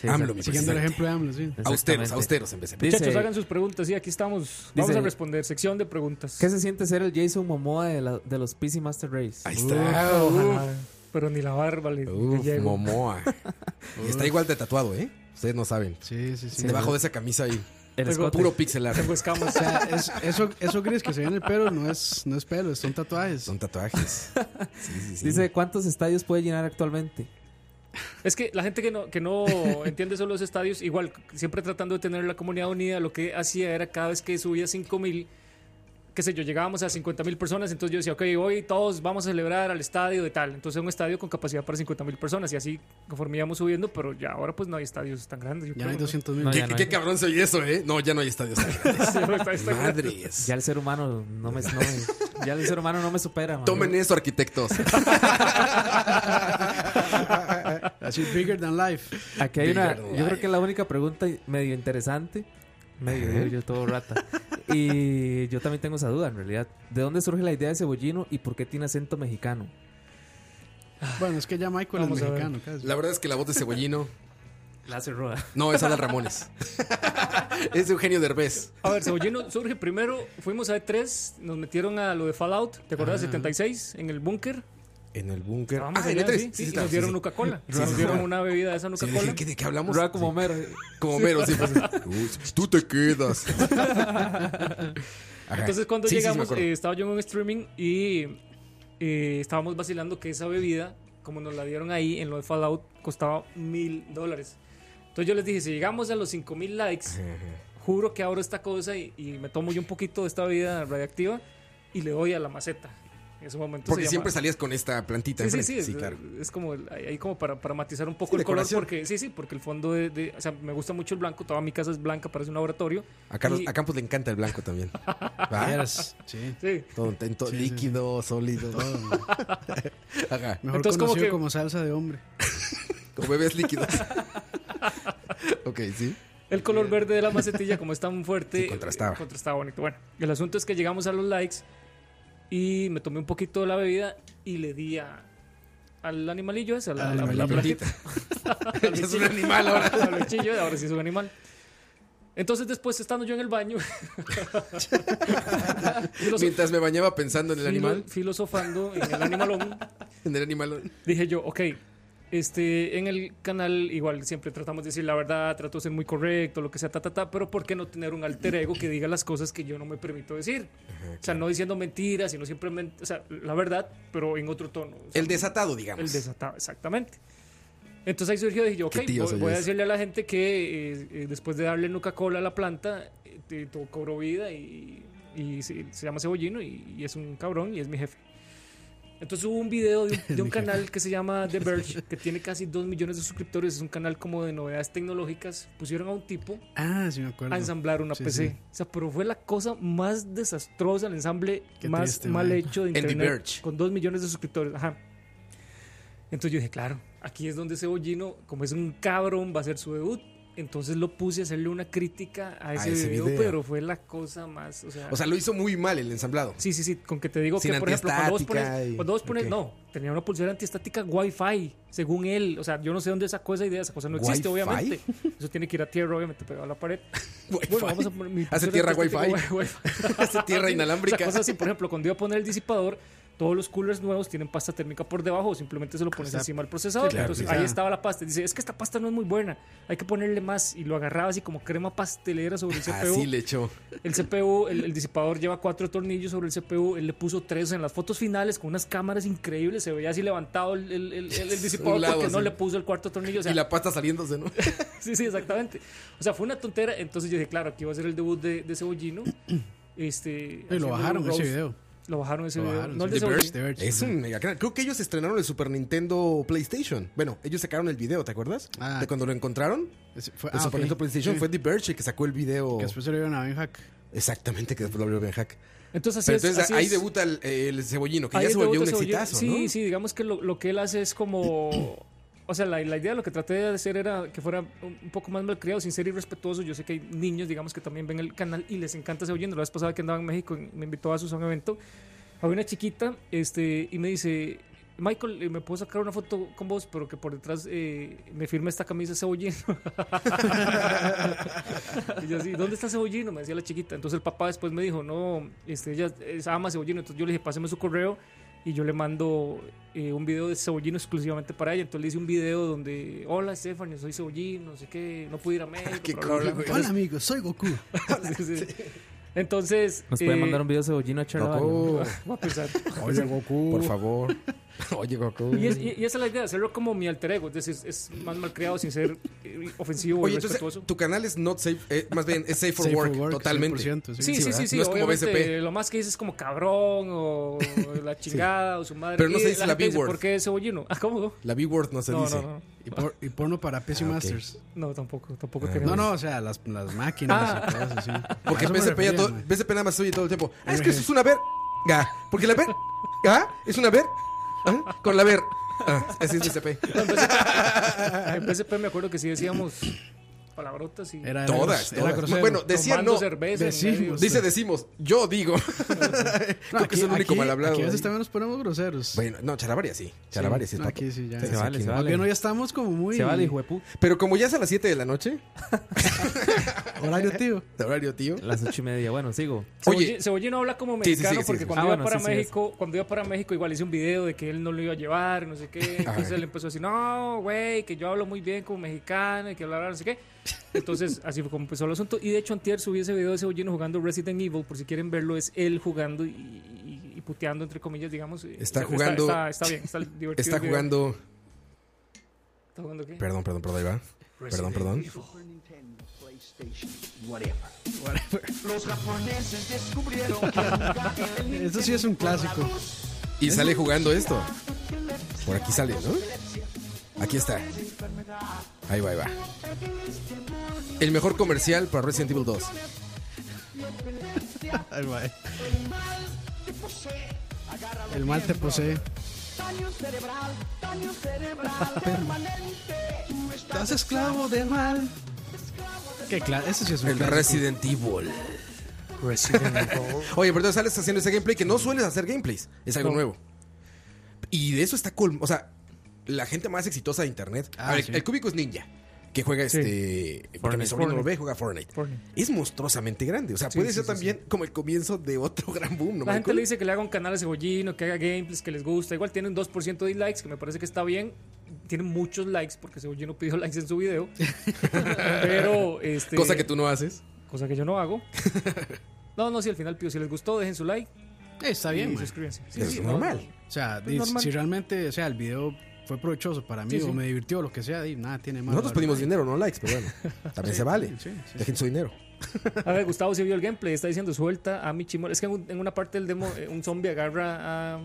C: Sí,
F: AMLO,
C: exact-
F: mi
D: Siguiendo el
F: presidente.
D: ejemplo de AMLO, sí.
F: Austeros,
C: exactamente.
F: austeros en vez de-
C: Dice-
E: Muchachos, hagan sus preguntas. Sí, aquí estamos. Vamos
C: Dice-
E: a responder. Sección de preguntas.
C: ¿Qué se siente ser el Jason Momoa de, la- de los PC Master Race?
F: Ahí
E: Ah,
F: está.
E: ojalá, Pero ni la barba le, le
F: Uf,
C: [laughs]
E: llego.
F: Momoa. Y está igual de tatuado, ¿eh? Ustedes no saben.
D: Sí, sí, sí.
F: Debajo de esa camisa ahí.
C: el
E: tengo
C: escote.
F: Puro pixel art.
E: Tengo escamas.
D: O sea, es- eso, eso gris que se ve en el pelo no es, no es pelo, son tatuajes.
F: Son tatuajes. Sí, sí, sí.
C: [laughs] Dice, ¿cuántos estadios puede llenar actualmente?
E: Es que la gente que no, que no
F: [laughs]
E: entiende solo los estadios, igual, siempre tratando de tener la comunidad unida, lo que hacía era cada vez que subía 5 mil, qué sé yo, llegábamos a 50 mil personas, entonces yo decía, ok, hoy todos vamos a celebrar al estadio de tal. Entonces un estadio con capacidad para 50 mil personas y así conforme íbamos subiendo, pero ya ahora pues no hay estadios tan grandes. yo
D: Ya no hay
E: creo,
D: 200 mil.
C: No,
F: ¿Qué,
C: ya no
F: qué
C: hay.
F: cabrón soy eso, eh? No, ya no hay estadios.
E: Sí, no [laughs] está- está grande.
F: Madres.
C: Ya el ser humano no me... no
F: [laughs]
C: me- ya el ser humano no me supera, mae.
F: Tomen eso, arquitectos.
D: [laughs] Así, bigger than life.
C: Aquí hay una.
F: Bigger
C: Yo
F: life.
C: creo que es la única pregunta medio interesante. Medio, digo yo todo rata.
F: [laughs]
C: Y yo también tengo esa duda, en realidad. ¿De dónde surge la idea de cebollino y por qué tiene acento mexicano?
D: Bueno, es que ya Michael
E: Vamos a
D: es
E: ver.
D: mexicano, casi.
F: La verdad es que la voz de Cebollino.
C: La hace roda.
F: No, es Adal Ramones. Es Eugenio Derbez.
E: A ver, Cebollino surge primero, fuimos a E3, nos metieron a lo de Fallout, ¿te acuerdas? 76, en el búnker.
F: En el búnker.
E: Estábamos
F: Ah, en
E: allá,
F: E3.
E: sí,
F: Sí,
E: y
F: sí,
E: nos
F: sí,
E: dieron
F: sí.
E: Nuca-Cola.
F: Sí,
E: Nos
F: sí,
E: dieron
F: sí.
E: una bebida de esa
F: Sí, dije,
E: Nuca-Cola.
F: ¿qué- ¿De qué hablamos?
C: Rua como Homero. eh,
F: Como Homero, sí. pues. [laughs] Uy, tú te quedas. Ajá.
E: Entonces cuando
F: Sí, sí, sí, me
E: llegamos,
F: acuerdo.
E: eh, estaba yo en un streaming y eh, estábamos vacilando que esa bebida, como nos la dieron ahí en lo de Fallout, costaba mil dólares. Entonces yo les dije, si llegamos a los cinco mil likes, juro que abro esta cosa y, y me tomo yo un poquito de esta bebida radiactiva y le doy a la maceta. En ese momento
F: Porque
E: se llama-
F: siempre salías con esta plantita
E: Sí, sí,
F: enfrente.
E: sí, es,
F: claro.
E: es como el- ahí ahí como para, para matizar un poco
F: Sí,
E: el color
F: decoración.
E: porque sí, sí, porque el fondo de, de- o sea, me gusta mucho el blanco, toda mi casa es blanca, parece un laboratorio.
F: A, Carlos-
E: Y-
F: a Campos le encanta el blanco también. ¿Va?
D: Vieras,
F: [laughs]
D: sí.
E: sí.
F: Todo, en todo
D: Sí, sí,
F: líquido, sólido.
D: Todo, man.
F: Ajá.
D: Mejor
E: Entonces, como
D: conocido como,
E: que-
D: salsa de hombre.
F: Como bebés líquidos. ok, sí.
E: El color verde de
F: [laughs]
E: la macetilla, como es tan fuerte,
F: Sí, contrastaba.
E: eh, contrastaba bonito. Bueno, el asunto es que llegamos a los likes y me tomé un poquito de la bebida y le di a- al animalillo ese, a la,
D: Al
E: la- la
D: animalillo.
E: plantita.
F: [laughs]
E: Al
F: Es un
E: bichillo.
F: animal ahora.
E: [laughs] Al bichillo, ahora sí es un animal. Entonces, después, estando yo en
F: [laughs]
E: el baño, [laughs] filoso-
F: Mientras me bañaba pensando en el
E: filo-
F: animal,
E: filosofando en el animalón,
F: en el animal.
E: dije yo, ok, este, en el canal igual siempre tratamos de decir la verdad, trato de ser muy correcto, lo que sea, ta, ta, ta, pero ¿por qué no tener un alter ego que diga las cosas que yo no me permito decir? O sea, no diciendo mentiras, sino simplemente, o sea, la verdad, pero en otro tono. o sea,
F: El desatado, digamos.
E: el desatado, exacamente. Entonces ahí surgió, dije yo, ok,
F: Qué tío
E: voy-
F: soy
E: voy a
F: yo.
E: decirle a la gente que eh, eh, después de darle Nuca-Cola a la planta, eh, te- to- cobró vida y, y se, se llama Cebollino y, y es un cabrón y es mi jefe. Entonces hubo un video
F: [laughs]
E: de un, de un canal que se llama The Verge, que tiene casi 2 millones de suscriptores, es un canal como de novedades tecnológicas, pusieron a un tipo
D: Ah, sí me acuerdo.
E: a ensamblar una
D: Sí,
E: PC.
D: sí.
E: O sea, pero fue la cosa más desastrosa, el ensamble
D: Qué
E: más
D: triste,
E: mal
D: man.
E: hecho de
F: En The
E: internet.
F: Verge.
E: Con dos millones de suscriptores. Ajá. Entonces yo dije, claro, aquí es donde Cebollino, como es un cabrón, va a hacer su debut. Entonces lo puse a hacerle una crítica a ese,
F: ese
E: video,
F: video.
E: pero fue la cosa más. O sea,
F: O sea, lo hizo muy mal el ensamblado.
E: sí, sí, sí. Con que te digo
F: Sin
E: que, por ejemplo, cuando vos
F: antiestática
E: pones.
F: y-
E: Cuando vos pones
F: ok.
E: no, tenía una pulsera antiestática Wi-Fi, según él. O sea, yo no sé dónde sacó esa idea, esa cosa no existe,
F: ¿Wi-Fi?
E: obviamente. Eso tiene que ir a tierra, obviamente, pegado a la pared.
F: [laughs] Wi-Fi.
E: Bueno, vamos a poner mi
F: Hace
E: pulsera
F: tierra Wi-Fi.
E: antiestática Wi-Fi.
F: [laughs] Hace
E: [laughs]
F: tierra inalámbrica.
E: O sea, cosas así, por ejemplo, cuando iba a poner el disipador, todos los coolers nuevos tienen pasta térmica por debajo, o simplemente se lo pones
D: O sea,
E: encima al procesador.
D: sí, claro,
E: Entonces
D: sí.
E: ahí
D: Ah.
E: estaba la pasta. Dice, es que esta pasta no es muy buena, hay que ponerle más. Y lo agarraba así como crema pastelera sobre el CPU.
F: Así le echó.
E: El CPU, el, el disipador lleva cuatro tornillos sobre el CPU, él le puso tres en las fotos finales con unas cámaras increíbles, se veía así levantado el, el- el- el- el disipador
F: [laughs] Un lado
E: porque no
F: así.
E: le puso el cuarto tornillo. O sea,
F: Y la pasta saliéndose, ¿no?
E: [laughs] Sí, sí, exactamente. O sea, fue una tontera, entonces yo dije, claro, aquí va a ser el debut de, de Cebollino. Este,
D: Y lo bajaron ese
E: Rose.
D: video.
E: Lo bajaron ese
D: Lo
E: video.
D: bajaron,
E: No el
D: sí.
E: de
D: The
E: Cebollino.
D: Verge, The Verge.
F: Es un mega canal. Creo que ellos estrenaron el Super Nintendo PlayStation. Bueno, ellos sacaron el video, ¿te acuerdas?
D: Ah.
F: De cuando lo encontraron.
D: Es- fue-
F: el
D: ah,
F: Super
D: ok.
F: Nintendo PlayStation
D: Sí.
F: fue The Birch el que sacó el video.
D: Que después se lo dieron a Ben Hack.
F: Exactamente, que después lo abrió Ben Hack.
E: Entonces, así
F: Pero
E: es,
F: entonces
E: así
F: ahí
E: es.
F: debuta el, el cebollino, que
E: Ahí
F: ya se volvió un
E: debuta Cebollino.
F: exitazo,
E: Sí,
F: ¿no?
E: sí, digamos que lo, lo que él hace es como... O sea, la, la idea de lo que traté de hacer era que fuera un un poco más malcriado, sin ser irrespetuoso. Yo sé que hay niños, digamos, que también ven el canal y les encanta Cebollino. La vez pasada que andaba en México, en- me invitó a sus a un evento. Había una chiquita este, y me dice... Michael, eh, me puedo sacar una foto con vos, pero que por detrás eh, me firme esta camisa cebollino. Y yo así, ¿dónde está Cebollino? Me decía la chiquita. Entonces el papá después me dijo, no, este, ella es- ama a Cebollino. Entonces yo le dije, páseme su correo y yo le mando eh, un video de Cebollino exclusivamente para ella. Entonces le hice un video donde, hola Stephanie, soy Cebollino, no sé qué, no pude ir a México.
F: Qué
E: bla, bla, bla".
F: cool,
D: Hola amigos, soy Goku.
E: [laughs] Sí, sí.
C: Nos
E: Entonces... eh, pues,
C: pueden mandar un video de cebollino a Charlavario.
F: Goku,
E: voy a pensar.
C: [laughs]
D: Oye, Goku.
F: por favor. Oye, Goku.
E: Y, es- y- y esa es la idea, hacerlo como mi alter ego. Es decir, es, es más malcriado sin ser eh, ofensivo o
F: Oye, entonces
E: irrespetuoso.
F: tu canal es not safe, eh, más bien es safe for,
D: Safe
F: work,
D: for work,
F: totalmente.
D: 100%, sí.
E: Sí, sí,
F: ¿verdad?
E: sí, sí.
F: No es como
E: obviamente,
F: BSP.
E: Lo más que dices es como cabrón
F: [laughs]
E: o la chingada o su madre.
F: Pero no
E: Y
F: se dice la
E: gente
F: B word.
E: ¿Por qué es cebollino? [laughs] Ah, ¿cómo?
F: La B-word no se
E: No,
F: dice.
E: no, no.
D: Y, por- y porno para PC
F: Ah, ok.
D: Masters.
E: No, tampoco, tampoco
F: Eh,
D: No,
E: queremos. [laughs]
D: no, o sea, las, las máquinas
A: Ah.
D: y todo eso, sí.
F: Porque
D: A eso me
F: PSP, ya
D: refería,
F: todo,
D: man.
F: PSP [laughs] nada más se oye todo el tiempo. Ah, es que eso es una verga. Porque la verga es una verga. Ah, Con la ver. Ah, así es PSP. [laughs]
E: En PSP me acuerdo que sí decíamos palabrotas y
D: Era, era
A: Todas,
D: gros- era
A: todas.
D: grosero.
A: Bueno, decía
E: tomando
A: no.
E: cerveza. en
D: Decimos.
E: medio.
A: Dice decimos, yo digo. [laughs]
D: No,
A: Creo que es el único
D: aquí-
A: mal hablado. ¿eh?
D: Aquí a
A: ahí.
D: veces también nos ponemos groseros.
A: Bueno, no, Charabaria sí. Charabaria sí,
D: no,
A: está-
D: aquí sí, ya.
A: Sí,
C: Se vale,
A: aquí.
C: se
D: Más
C: vale.
D: bien hoy estamos como muy.
C: Se vale, hijo de pu-
A: Pero como ya es a las 7 de la noche,
D: Horario, tío.
A: de horario tío.
C: Las ocho y media. Bueno, sigo.
A: Oye.
E: Cebolli- Cebollino habla como
A: Sí, sí,
E: mexicano
A: sigue,
E: porque
A: sigue,
E: cuando
C: sigue.
E: iba
C: Ah, bueno,
E: para
C: sí, sí,
E: México, cuando iba para México igual hice un video de que él no lo iba a llevar, no sé
A: [laughs]
E: qué, entonces
A: Ajá.
E: él empezó a decir, "No, güey, que yo hablo muy bien como mexicano y que bla bla, no
A: [laughs]
E: sé qué." Entonces, así fue como empezó el asunto y de hecho antier subí ese video de Cebollino jugando Resident Evil, por si quieren verlo, es él jugando y, y- y puteando entre comillas, digamos.
A: Está jugando-
E: Está, está bien, está divertido.
A: [laughs] Está
E: el video.
A: jugando.
E: ¿Está jugando qué?
A: Perdón, perdón, perdón, ahí va. Perdón, perdón.
G: Los japoneses descubrieron que jugar en el
D: Esto sí es un clásico.
A: Y sale jugando esto. Por aquí sale, ¿no? Aquí está. Ahí va, ahí va. El mejor comercial para Resident Evil 2.
D: Ay, güey. El mal te posee. Estás esclavo del mal. Qué claro, ese sí es un
A: El
D: clásico.
A: Resident Evil.
E: Resident Evil.
A: Oye, pero entonces sales haciendo ese gameplay que no sueles hacer gameplays. Es algo
E: No.
A: nuevo. Y de eso está cool. O sea, la gente más exitosa de internet.
D: Ah,
A: A ver,
D: sí.
A: el cúbico es ninja. Que juega
E: Sí.
A: este. Porque mi
E: Fortnite.
A: sobrino lo
E: Fortnite.
A: ve, juega Fortnite.
E: Fortnite.
A: Es monstruosamente grande. O sea,
E: Sí,
A: puede
E: sí,
A: ser
E: sí,
A: también como el comienzo de otro [laughs] gran boom. ¿no,
E: La gente
A: Michael?
E: le dice que le haga un canal a Cebollino, que haga gameplays, que les gusta. Igual tienen 2% de dislikes, que me parece que está bien. Tienen muchos likes porque Cebollino pidió [laughs] likes en su
A: [laughs]
E: video. Pero, este.
A: Cosa que tú no haces.
E: cosa que yo no
A: [laughs]
E: hago. No, no, si al final pido, si les gustó, dejen su like
D: Eh, está bien,
E: y
D: man.
E: suscríbanse. Sí,
A: es
E: sí, no,
A: Pues normal.
D: O sea, di-
E: normal.
D: si realmente, o sea, el video fue provechoso para mí
E: Sí, sí.
D: o me divirtió, lo que sea, di, nada tiene más.
A: Nosotros pedimos dinero, no likes, pero bueno. También se vale.
D: sí, sí.
A: Dejen su dinero.
E: A ver, Gustavo si vio el gameplay, está diciendo suelta a Michimori. Es que en, un- en una parte del demo, eh, un zombie agarra a,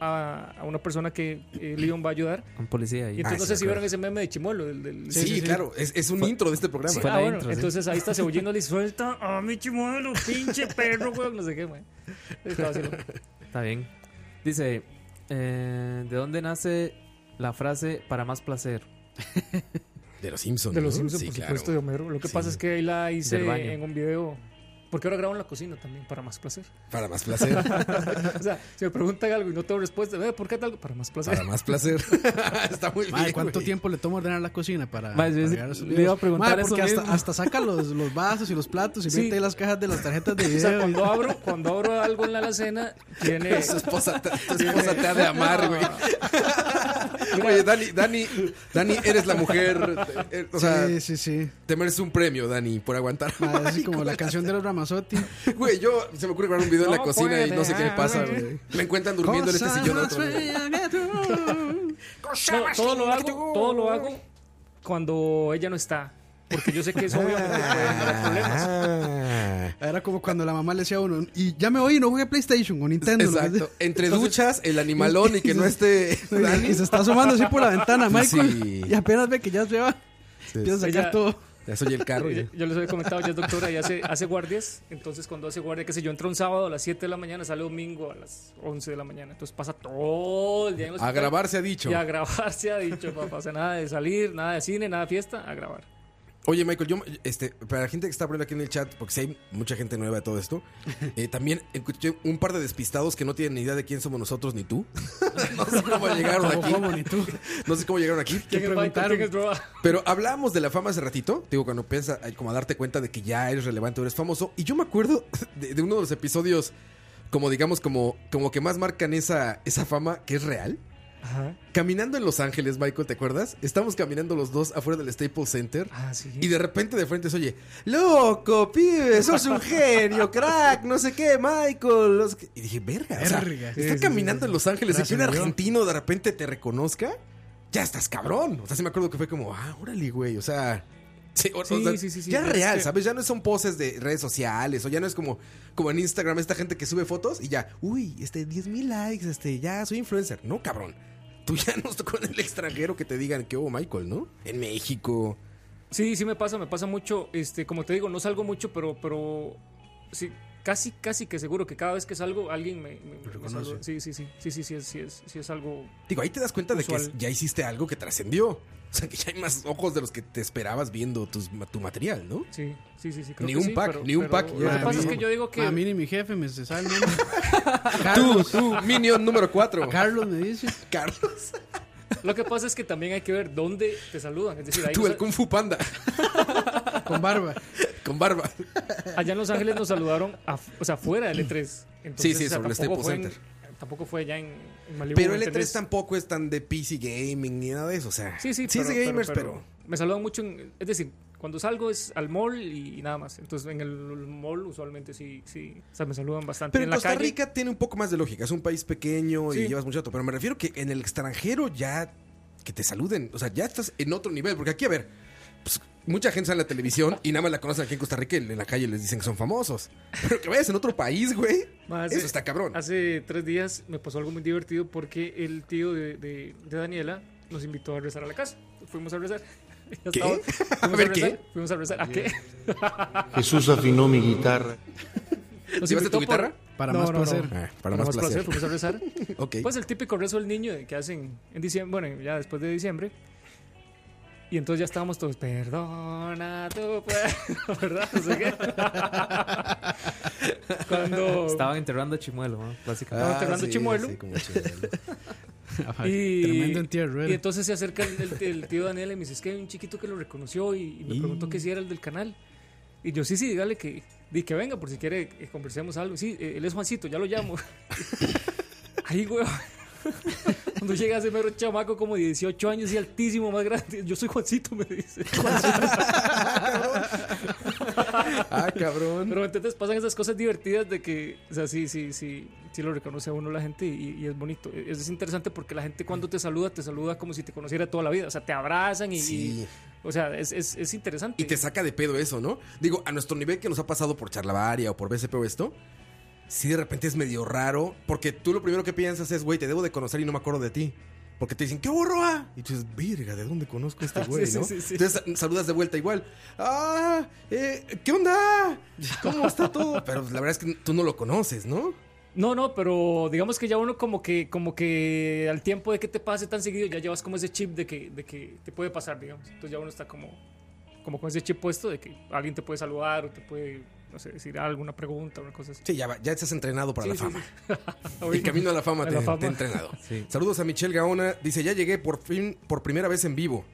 E: a- a una persona que eh, Leon va a ayudar.
C: Un policía
E: Y
C: ahí.
E: entonces
A: Ah,
E: no
A: sí,
E: sé si
A: me acuerdo.
E: vieron ese meme de Chimolo. del- del-
A: Sí, claro. Es, es un intro de este programa.
C: Fue
E: Ah,
C: la
E: bueno,
C: intro, sí.
E: entonces ahí está Cebollino le dice, suelta a mi chimuelo, pinche perro, weón, no sé qué, weón. Estaba así, ¿no?
C: Está bien. Dice, eh, ¿de dónde nace la frase para más placer?
A: De los Simpsons.
E: De los
A: ¿no?
E: Simpsons,
A: Sí,
E: por
A: claro.
E: supuesto, de Homero. Lo que
A: Sí.
E: pasa es que ahí la
C: Del baño.
E: hice en un video. Porque ahora grabo en la cocina también, para más placer. [laughs]
A: Para más placer.
E: O sea, si me preguntan algo y no tengo respuesta, "Eh, ¿por qué tal? Para más placer.
A: Para más placer. [laughs] Está [laughs] muy
D: Madre,
A: bien.
D: ¿cuánto
A: güey.
D: tiempo le toma ordenar la cocina para,
C: Madre,
D: para
C: yo sí-
D: llegar esos
C: le
D: videos?
C: iba a preguntar
D: Madre,
C: eso
D: porque hasta,
C: mismo.
D: hasta saca los, los vasos y los platos y
E: Sí.
D: mete ahí las cajas de las tarjetas de
E: O sea,
D: video.
E: cuando abro, cuando abro algo en la alacena,
A: [laughs]
E: tiene.
A: Su esposa, te- tu esposa te ha de amar, güey. Oye, Dani, Dani, Dani, eres la mujer. eh, O sea,
D: [laughs] sí, sí, sí.
A: te mereces un premio, Dani, por aguantar.
D: Madre, así como la canción de
A: [laughs]
D: los Ramazotti.
A: Güey, yo se me ocurre grabar un video en la
E: No
A: cocina y no sé qué me
E: puede,
A: pasa,
E: ah,
A: güey. Me encuentran durmiendo en este
D: Cosas
A: sillón. de otro, güey.
D: feas que tú.
E: No, todo lo hago, todo lo hago cuando ella no está. Porque yo sé que eso obviamente me puede generar problemas.
A: Ah.
D: Era como cuando la mamá le decía a uno, y ya me voy y no juegue PlayStation o Nintendo. lo que sea.
A: Exacto.
D: [laughs]
A: Entre duchas, el animalón y que
E: [laughs]
A: no esté Dani.
D: Y se está asomando así por la ventana, Michael.
A: Sí.
D: Y apenas ve que ya se va. Empieza a sacar
E: Ella-
D: todo.
A: Ya soy el carro.
E: Yo,
A: ya.
E: yo les había comentado, ya es doctora y hace, hace guardias. Entonces, cuando hace guardia, que sé yo, entra un sábado a las 7 de la mañana, sale domingo a las 11 de la mañana. Entonces pasa todo el día en los
A: A grabar se ha dicho.
E: Y a grabar se ha dicho, papá. O sea, nada de salir, nada de cine, nada de fiesta, a grabar.
A: Oye, Michael, yo, este, para la gente que está poniendo aquí en el chat, porque si hay mucha gente nueva de todo [laughs] esto, eh, también escuché un par de despistados que no tienen ni idea de quién somos nosotros ni tú. [laughs] no sé cómo llegaron aquí. No sé cómo llegaron aquí.
E: ¿Quién es Michael?
D: preguntaron?
E: ¿Quién es Roa?
A: Pero hablamos de la fama hace ratito, digo, cuando piensas, eh, como a darte cuenta de que ya eres relevante o eres famoso. Y yo me acuerdo [laughs] de, de uno de los episodios, como digamos, como, como que más marcan esa, esa fama que es real.
E: Ajá.
A: Caminando en Los Ángeles, Michael, ¿te acuerdas? Estamos caminando los dos afuera del Staples Center.
E: Ah, sí.
A: Y de repente de frente se oye, loco, pibe, sos un genio, crack, no sé qué, Michael. no sé qué". Y dije, verga, o sea,
D: Verga. Sí,
A: está
D: sí,
A: caminando
D: sí, sí.
A: en Los Ángeles y que un
D: Gracias a Dios.
A: argentino de repente te reconozca, ya estás cabrón. O sea, sí me acuerdo que fue como, ah, órale, güey, o sea... sí, o- o
E: Sí,
A: sea,
E: sí, sí, sí.
A: ya es
E: Es
A: real,
E: que-
A: ¿sabes? Ya no son poses de redes sociales o ya no es como, como en Instagram esta gente que sube fotos y ya, uy, este, 10 mil likes, este, ya soy influencer. No, cabrón. Tú ya [laughs] nos tocó en el extranjero que te digan que hubo Michael, ¿no? En México.
E: Sí, sí me pasa, me pasa mucho. Este, como te digo, no salgo mucho, pero, pero sí, casi, casi que seguro que cada vez que salgo alguien me, me- me
D: reconoce.
E: saluda. Sí, sí, sí, sí, sí, sí, es, sí es- sí es algo.
F: Digo, ahí te das cuenta de que
E: Usual.
F: ya hiciste algo que trascendió. O sea, que ya hay más ojos de los que te esperabas viendo tus- tu material, ¿no?
E: Sí, sí, sí, sí. creo
F: Ni
E: que
F: un
E: sí,
F: pack,
E: pero-
F: ni un
E: pero
F: pack,
E: Lo
F: ya.
E: que pasa es
F: Ni-
E: que yo digo
D: A mí
E: que.
D: ni mi jefe me se sale.
A: [laughs]
F: Tú, tú, Minion número 4.
D: Carlos me dice.
F: Carlos,
E: Lo que pasa es que también hay que ver dónde te saludan. Es decir, ahí
F: tú,
E: nos-
F: el Kung Fu Panda,
D: Con barba.
F: con barba.
E: allá en Los Ángeles nos saludaron, af- o sea, fuera del E3. Entonces,
F: sí,
E: o sea,
F: sobre el
E: tampoco
F: Staples
E: fue en- Tampoco fue allá en, en Malibu.
F: Pero el E
E: ¿entendés?
F: E3 tampoco es tan de PC gaming ni nada de eso. O sea,
E: Sí, sí,
F: es de gamers, pero,
E: Me saludan mucho, en- es decir, cuando salgo es al mall y nada más. Entonces en el mall usualmente sí, sí, o sea, me saludan bastante.
F: Pero
E: en
F: en
E: la
F: Costa
E: calle,
F: Rica tiene un poco más de lógica. Es un país pequeño y
E: Sí.
F: llevas mucho rato. Pero me refiero que en el extranjero ya que te saluden. O sea, ya estás en otro nivel. Porque aquí, a ver, pues, mucha gente sale en la televisión y nada más la conocen aquí en Costa Rica y en la calle les dicen que son famosos. Pero que vayas en otro país, güey.
E: Más
F: Eso
E: de-
F: está cabrón.
E: Hace tres días me pasó algo muy divertido porque el tío de, de- de Daniela nos invitó a rezar a la casa. Fuimos a rezar. [laughs] Ya
F: ¿Qué?
E: estaba-
F: [laughs] A
E: Fuimos a,
F: ver, ¿qué?
E: rezar, Fuimos a rezar. ¿A qué?
H: [laughs] Jesús afinó mi guitarra.
E: ¿Nos
F: ¿Llevaste
E: invitó
F: tu guitarra?
D: Para más placer.
F: Ah, para,
E: Para
F: más, placer.
E: fuimos a rezar.
F: [laughs] Ok.
E: Pues el típico rezo del niño que hacen en diciembre, bueno, ya después de diciembre. Y entonces ya estábamos todos, perdona tu pueblo", [laughs] ¿verdad? No sé
F: [laughs]
E: qué. Cuando...
C: Estaban enterrando a Chimuelo, ¿no?
F: Ah.
C: básicamente.
A: Ah,
E: estaba enterrando chimuelo.
F: como chimuelo.
E: Y,
D: Tremendo entierro.
E: y
D: era.
E: entonces se acerca el, el- el tío Daniel y me dice, es que hay un chiquito que lo reconoció y, y me preguntó que si era el del canal. Y yo, sí, sí, dígale que, di que venga por si quiere eh, conversemos algo. Sí, eh, él es Juancito, ya lo llamo. Ahí, güey. Cuando llega ese mero chamaco como 18 años y altísimo, más grande. Yo soy Juancito, me dice.
F: Ah, cabrón.
E: Pero entonces pasan esas cosas divertidas de que, o sea, sí, sí, sí, sí lo reconoce a uno la gente y, y es bonito. E, Es, es interesante porque la gente cuando te saluda, te saluda como si te conociera toda la vida. O sea, te abrazan y, y-
F: Sí.
E: o sea, es, es, es interesante.
F: Y te saca de pedo eso, ¿no? Digo, a nuestro nivel que nos ha pasado por charlavaria o por BCP o esto, sí de repente es medio raro, porque tú lo primero que piensas es, güey, te debo de conocer y no me acuerdo de ti. Porque te dicen, ¿qué borro? ah?" Y tú dices, virga, ¿de dónde conozco a este güey?
E: Sí, sí,
F: no?
E: sí, sí.
F: Entonces saludas de vuelta igual. ¡Ah! eh, ¿Qué onda? ¿Cómo está todo? Pero pues, la verdad es que tú no lo conoces, ¿no?
E: No, no, pero digamos que ya uno como que, como que al tiempo de que te pase tan seguido, ya llevas como ese chip de que, de que te puede pasar, digamos. Entonces ya uno está como, como con ese chip puesto de que alguien te puede saludar o te puede, no sé, decir algo, una pregunta, una cosa así.
F: Sí, ya, va- ya estás entrenado para
E: Sí,
F: la
E: sí,
F: fama. El
E: [laughs] Ahorita-
F: camino a la fama,
E: A
F: te,
E: la fama.
F: te he
E: [laughs]
F: entrenado.
C: Sí.
F: Saludos a Michelle Gaona. Dice, ya llegué por fin, por primera vez en vivo.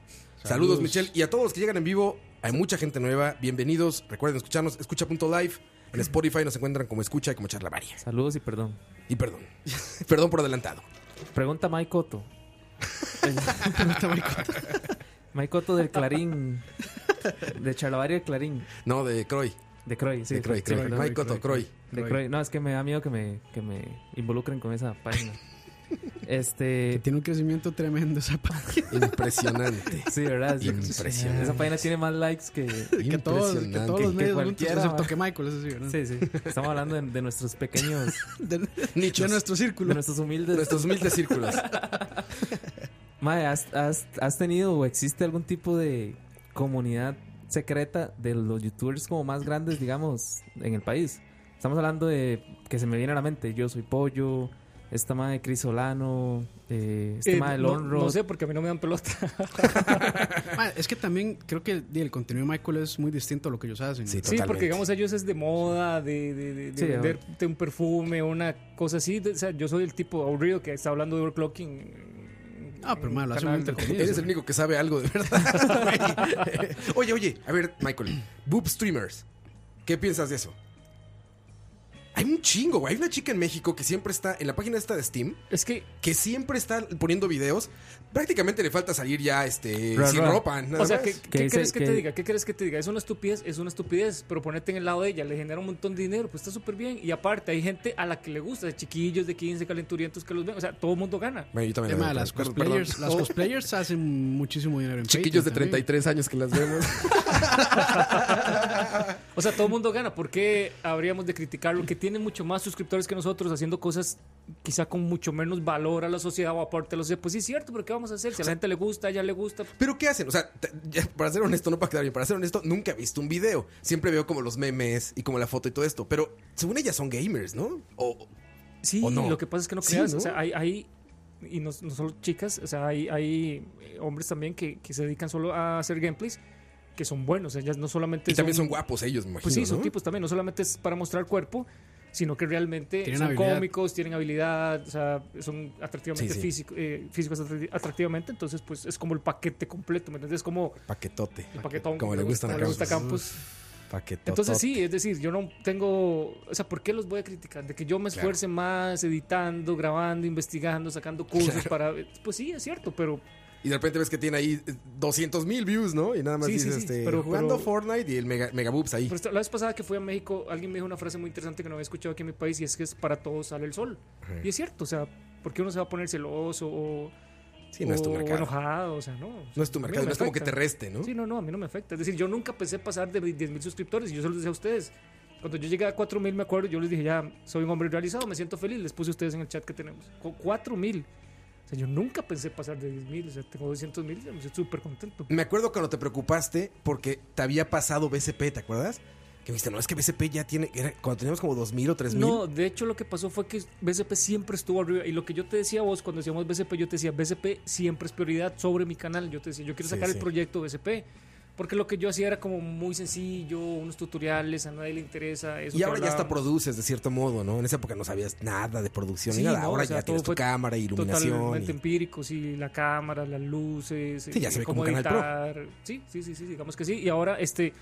F: Saludos,
D: Saludos.
F: Michelle. Y a todos los que llegan en vivo, hay mucha gente nueva. Bienvenidos. Recuerden escucharnos. Escucha.live. En Spotify nos encuentran como escucha y como charla varia.
C: Saludos y perdón.
F: Y perdón. [laughs] perdón por adelantado.
C: Pregunta Mike
F: [laughs]
C: Cotto. [laughs] Mike Cotto del Clarín. De Charlavaria del Clarín.
F: No, de Croy.
C: De Croy, sí.
F: de Croy,
C: sí,
F: Croy.
C: perdón.
F: Mike Cotto, Croy.
C: De Croy. No, es que me da miedo que me, que me involucren con esa
F: [laughs]
C: página.
D: Que
C: Este.
D: tiene un crecimiento tremendo
F: [laughs]
D: esa parte.
F: Impresionante.
C: Sí, ¿verdad? Sí.
F: Impresionante.
C: Esa página tiene más likes [laughs] que.
D: Que todos, que todos los
F: Impresionante.
D: medios
C: Que
D: juntos,
C: cualquiera,
D: excepto
C: ma.
D: que Michael, eso sí, ¿verdad?
C: Sí, sí. Estamos hablando de, de nuestros pequeños.
D: De, de
F: [laughs] Nichos.
D: nuestro
C: De
D: círculo.
C: nuestros humildes.
F: Nuestros humildes círculos.
C: Mae, ¿has, has, has tenido o existe algún tipo de comunidad secreta de los youtubers como más grandes, digamos, en el país? Estamos hablando de que se me viene a la mente. Yo soy Pollo, esta madre Crisolano, eh, este
E: Eh,
C: madre
E: no-
C: Lonro.
E: no sé, porque a mí no me dan pelota. [laughs]
D: Ma, Ah, es que también creo que di, el contenido de Michael es muy distinto a lo que ellos hacen.
F: Sí,
D: Sí,
E: Sí,
F: totalmente.
E: porque digamos ellos es de moda, de, de, de- de
C: Sí,
E: venderte un perfume, una cosa así. De- o sea, yo soy el tipo aburrido que está hablando de overclocking. en-
D: Ah, pero
E: en
D: ma,
E: un
D: lo hace
E: canal
D: muy
E: de-
D: entretenido.
F: Eres el único que sabe algo de verdad. [laughs] güey. oye, oye, a ver, Michael, boob streamers, ¿qué piensas de eso? Hay un chingo, güey. Hay una chica en México que siempre está en la página esta de Steam,
E: Es que,
F: que siempre está poniendo videos. Prácticamente le falta salir ya este
C: Ra,
F: sin
C: ra.
F: ropa, nada
E: o sea,
F: más.
E: ¿qué, qué
C: dice
E: crees que,
C: que-
E: te diga? ¿Qué crees que te diga? Es una estupidez, es una estupidez, pero ponerte en el lado de ella, le genera un montón de dinero, pues está súper bien. Y aparte, hay gente a la que le gusta, chiquillos de 15, calenturientos que los ven, o sea, todo el mundo gana.
F: Bueno, yo
D: El
F: también
D: tema
F: la
D: de
F: veo,
D: las
F: perdón,
D: cosplayers.
F: perdón. Oh.
D: Las cosplayers hacen muchísimo dinero en
F: Chiquillos de
D: Patreon también.
F: 33 años que las vemos.
E: O sea, todo el mundo gana. ¿Por qué habríamos de criticar lo que tiene mucho más suscriptores que nosotros haciendo cosas quizá con mucho menos valor a la sociedad o aporte a la sociedad. Pues sí, es cierto, pero ¿qué vamos a hacer? Si a la gente le gusta, a ella le gusta.
F: [laughs] Pero ¿qué hacen? O sea, te- ya, para ser honesto, no para quedar bien, para ser honesto, nunca he visto un video. Siempre veo como los memes y como la foto y todo esto. Pero según ellas son gamers, ¿no? O,
E: Sí,
F: ¿O no?
E: lo que pasa es que no
F: Sí,
E: creas.
F: ¿no?
E: O sea, hay, hay- y no, no solo chicas, o sea, hay, hay eh, hombres también que, que se dedican solo a hacer gameplays que son buenos. Ellas no solamente
F: y también son guapos ellos, me imagino.
E: Pues sí, son
F: ¿no?
E: tipos también. No solamente es para mostrar cuerpo, sino que realmente
D: Tienen
E: son
D: habilidad.
E: cómicos, tienen habilidad, o sea, son atractivamente
F: Sí, sí.
E: físico- eh, físicos, atracti- atractivamente. Entonces, pues es como el paquete completo, ¿me entiendes? Es como
F: Paquetote.
E: el paquetón.
F: Como le gustan a
E: como le gusta a
F: Campos.
E: Campos.
F: Paquetote.
E: Entonces, sí, es decir, yo no tengo. O sea, ¿por qué los voy a criticar? De que yo me esfuerce más editando, grabando, investigando, sacando cursos para. Pues sí, es cierto, pero
F: Y de repente ves que tiene ahí 200 mil views, ¿no? Y nada más
E: Sí,
F: dices,
E: sí, sí,
F: este,
E: pero-
F: jugando
E: pero-
F: Fortnite y el mega, Megaboops ahí.
E: Pero esta- la vez pasada que fui a México, alguien me dijo una frase muy interesante que no había escuchado aquí en mi país y es que es para todos sale el sol. Y es cierto, o sea, ¿por qué uno se va a poner celoso o,
F: sí, no es tu
E: o
F: mercado.
E: enojado? O sea, no. o sea,
F: no es tu
E: a mí
F: mercado,
E: me
F: no es como que
E: afecta.
F: te reste, ¿no?
E: Sí, no, no, a mí no me afecta. Es decir, yo nunca pensé pasar de 10.000 suscriptores y yo se los decía a ustedes. Cuando yo llegué a 4.000, me acuerdo, yo les dije, ya, soy un hombre realizado, me siento feliz. Les puse a ustedes en el chat que tenemos. Cu- 4.000. O sea, yo nunca pensé pasar de 10.000. O sea, tengo 200.000 y me estoy súper contento.
F: Me acuerdo cuando te preocupaste porque te había pasado BCP, ¿te acuerdas? Que me dijiste, no, es que BCP ya tiene, era cuando teníamos como 2000 o 3000.
E: No, de hecho lo que pasó fue que BCP siempre estuvo arriba. Y lo que yo te decía a vos cuando decíamos BCP, yo te decía, BCP siempre es prioridad sobre mi canal. Yo te decía, yo quiero
F: Sí,
E: sacar
F: sí.
E: el proyecto BCP. Porque lo que yo hacía era como muy sencillo, unos tutoriales, a nadie le interesa. Eso
F: y
E: que
F: ahora ya hasta
E: hablábamos.
F: produces de cierto modo, ¿no? En esa época no sabías nada de producción ni
E: Sí,
F: nada.
E: no,
F: ahora
E: o sea,
F: ya tienes
E: todo
F: tu
E: fue
F: cámara, iluminación.
E: Totalmente
F: y-
E: empírico, sí, la cámara, las luces,
F: Sí, ya
E: eh,
F: se ve
E: cómo
F: como un canal
E: editar. Sí, sí, sí, sí, digamos que sí. Y ahora, este,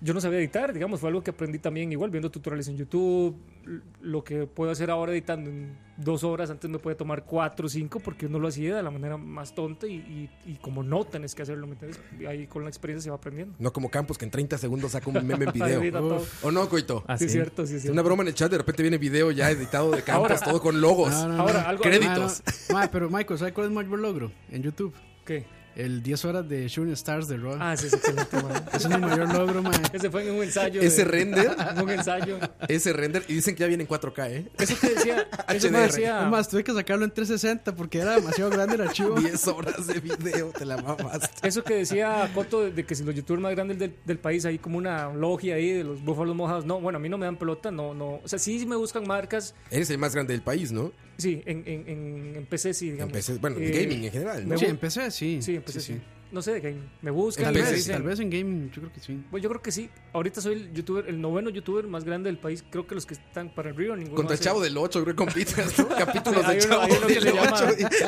E: yo no sabía editar, digamos, fue algo que aprendí también igual viendo tutoriales en YouTube. L- Lo que puedo hacer ahora editando en dos horas, antes me puede tomar cuatro o cinco porque no lo hacía de la manera más tonta y, y- y como no tenés que hacerlo, ¿me entiendes? Y Ahí con la experiencia se va aprendiendo.
F: No como Campos que en 30 segundos saca
A: [laughs]
F: un
E: [laughs]
F: meme en
E: Edita
F: video.
E: todo.
F: ¿O no, Coito?
C: Ah,
E: Sí, es
C: sí.
E: cierto, sí,
F: Es
E: es
F: una
E: cierto.
F: broma en el chat, de repente viene video ya editado de Campos,
E: Ahora-
F: todo con logos.
D: No, no,
E: Ahora, algo.
F: Créditos.
D: Ah, no. Ma, pero Michael, ¿sabes cuál es mi mayor logro en YouTube?
E: ¿Qué?
D: El 10 horas de Shooting Stars de Raw.
E: Ah, sí, es
F: [laughs]
E: excelente, man.
D: Ese es mi mayor logro,
E: [laughs]
D: ma.
E: Ese fue en un ensayo.
F: Ese
E: de- [laughs]
F: render,
E: Un ensayo.
F: ese render. Y dicen que ya viene en 4K, ¿eh?
E: Eso te decía. eso me
F: HDR.
E: decía.
D: Es más, tuve que sacarlo en 360 porque era demasiado grande el
F: [laughs]
D: archivo.
F: 10 horas de video, te la mamaste.
E: Eso que decía Coto de, de que si los youtubers más grandes del, del país hay como una logia ahí de los búfalos mojados. No, bueno, a mí no me dan pelota, no, no. O sea, sí me buscan marcas,
F: Eres el más grande del país, ¿no?
E: sí, en, en, en, en PC sí,
F: En
E: digamos.
F: PC, bueno, en
E: Eh,
F: gaming en general, ¿no?
E: me
D: Sí,
E: bu-
D: empecé, sí.
E: Sí, en PC sí. No sé de gaming. Me buscan,
D: Tal
E: me
F: PC,
D: vez,
F: sí.
E: dicen-
D: tal vez en gaming, yo creo que sí.
E: Bueno, yo creo que sí. Ahorita soy el youtuber, el noveno youtuber más grande del país. Creo que los que están para arriba, ninguno.
F: Contra el
E: hace-
F: Chavo del 8, creo que compitas, ¿no? Capítulos
E: Hay
F: del
E: uno,
F: Chavo
E: hay uno que se
F: del
E: llama,
F: 8.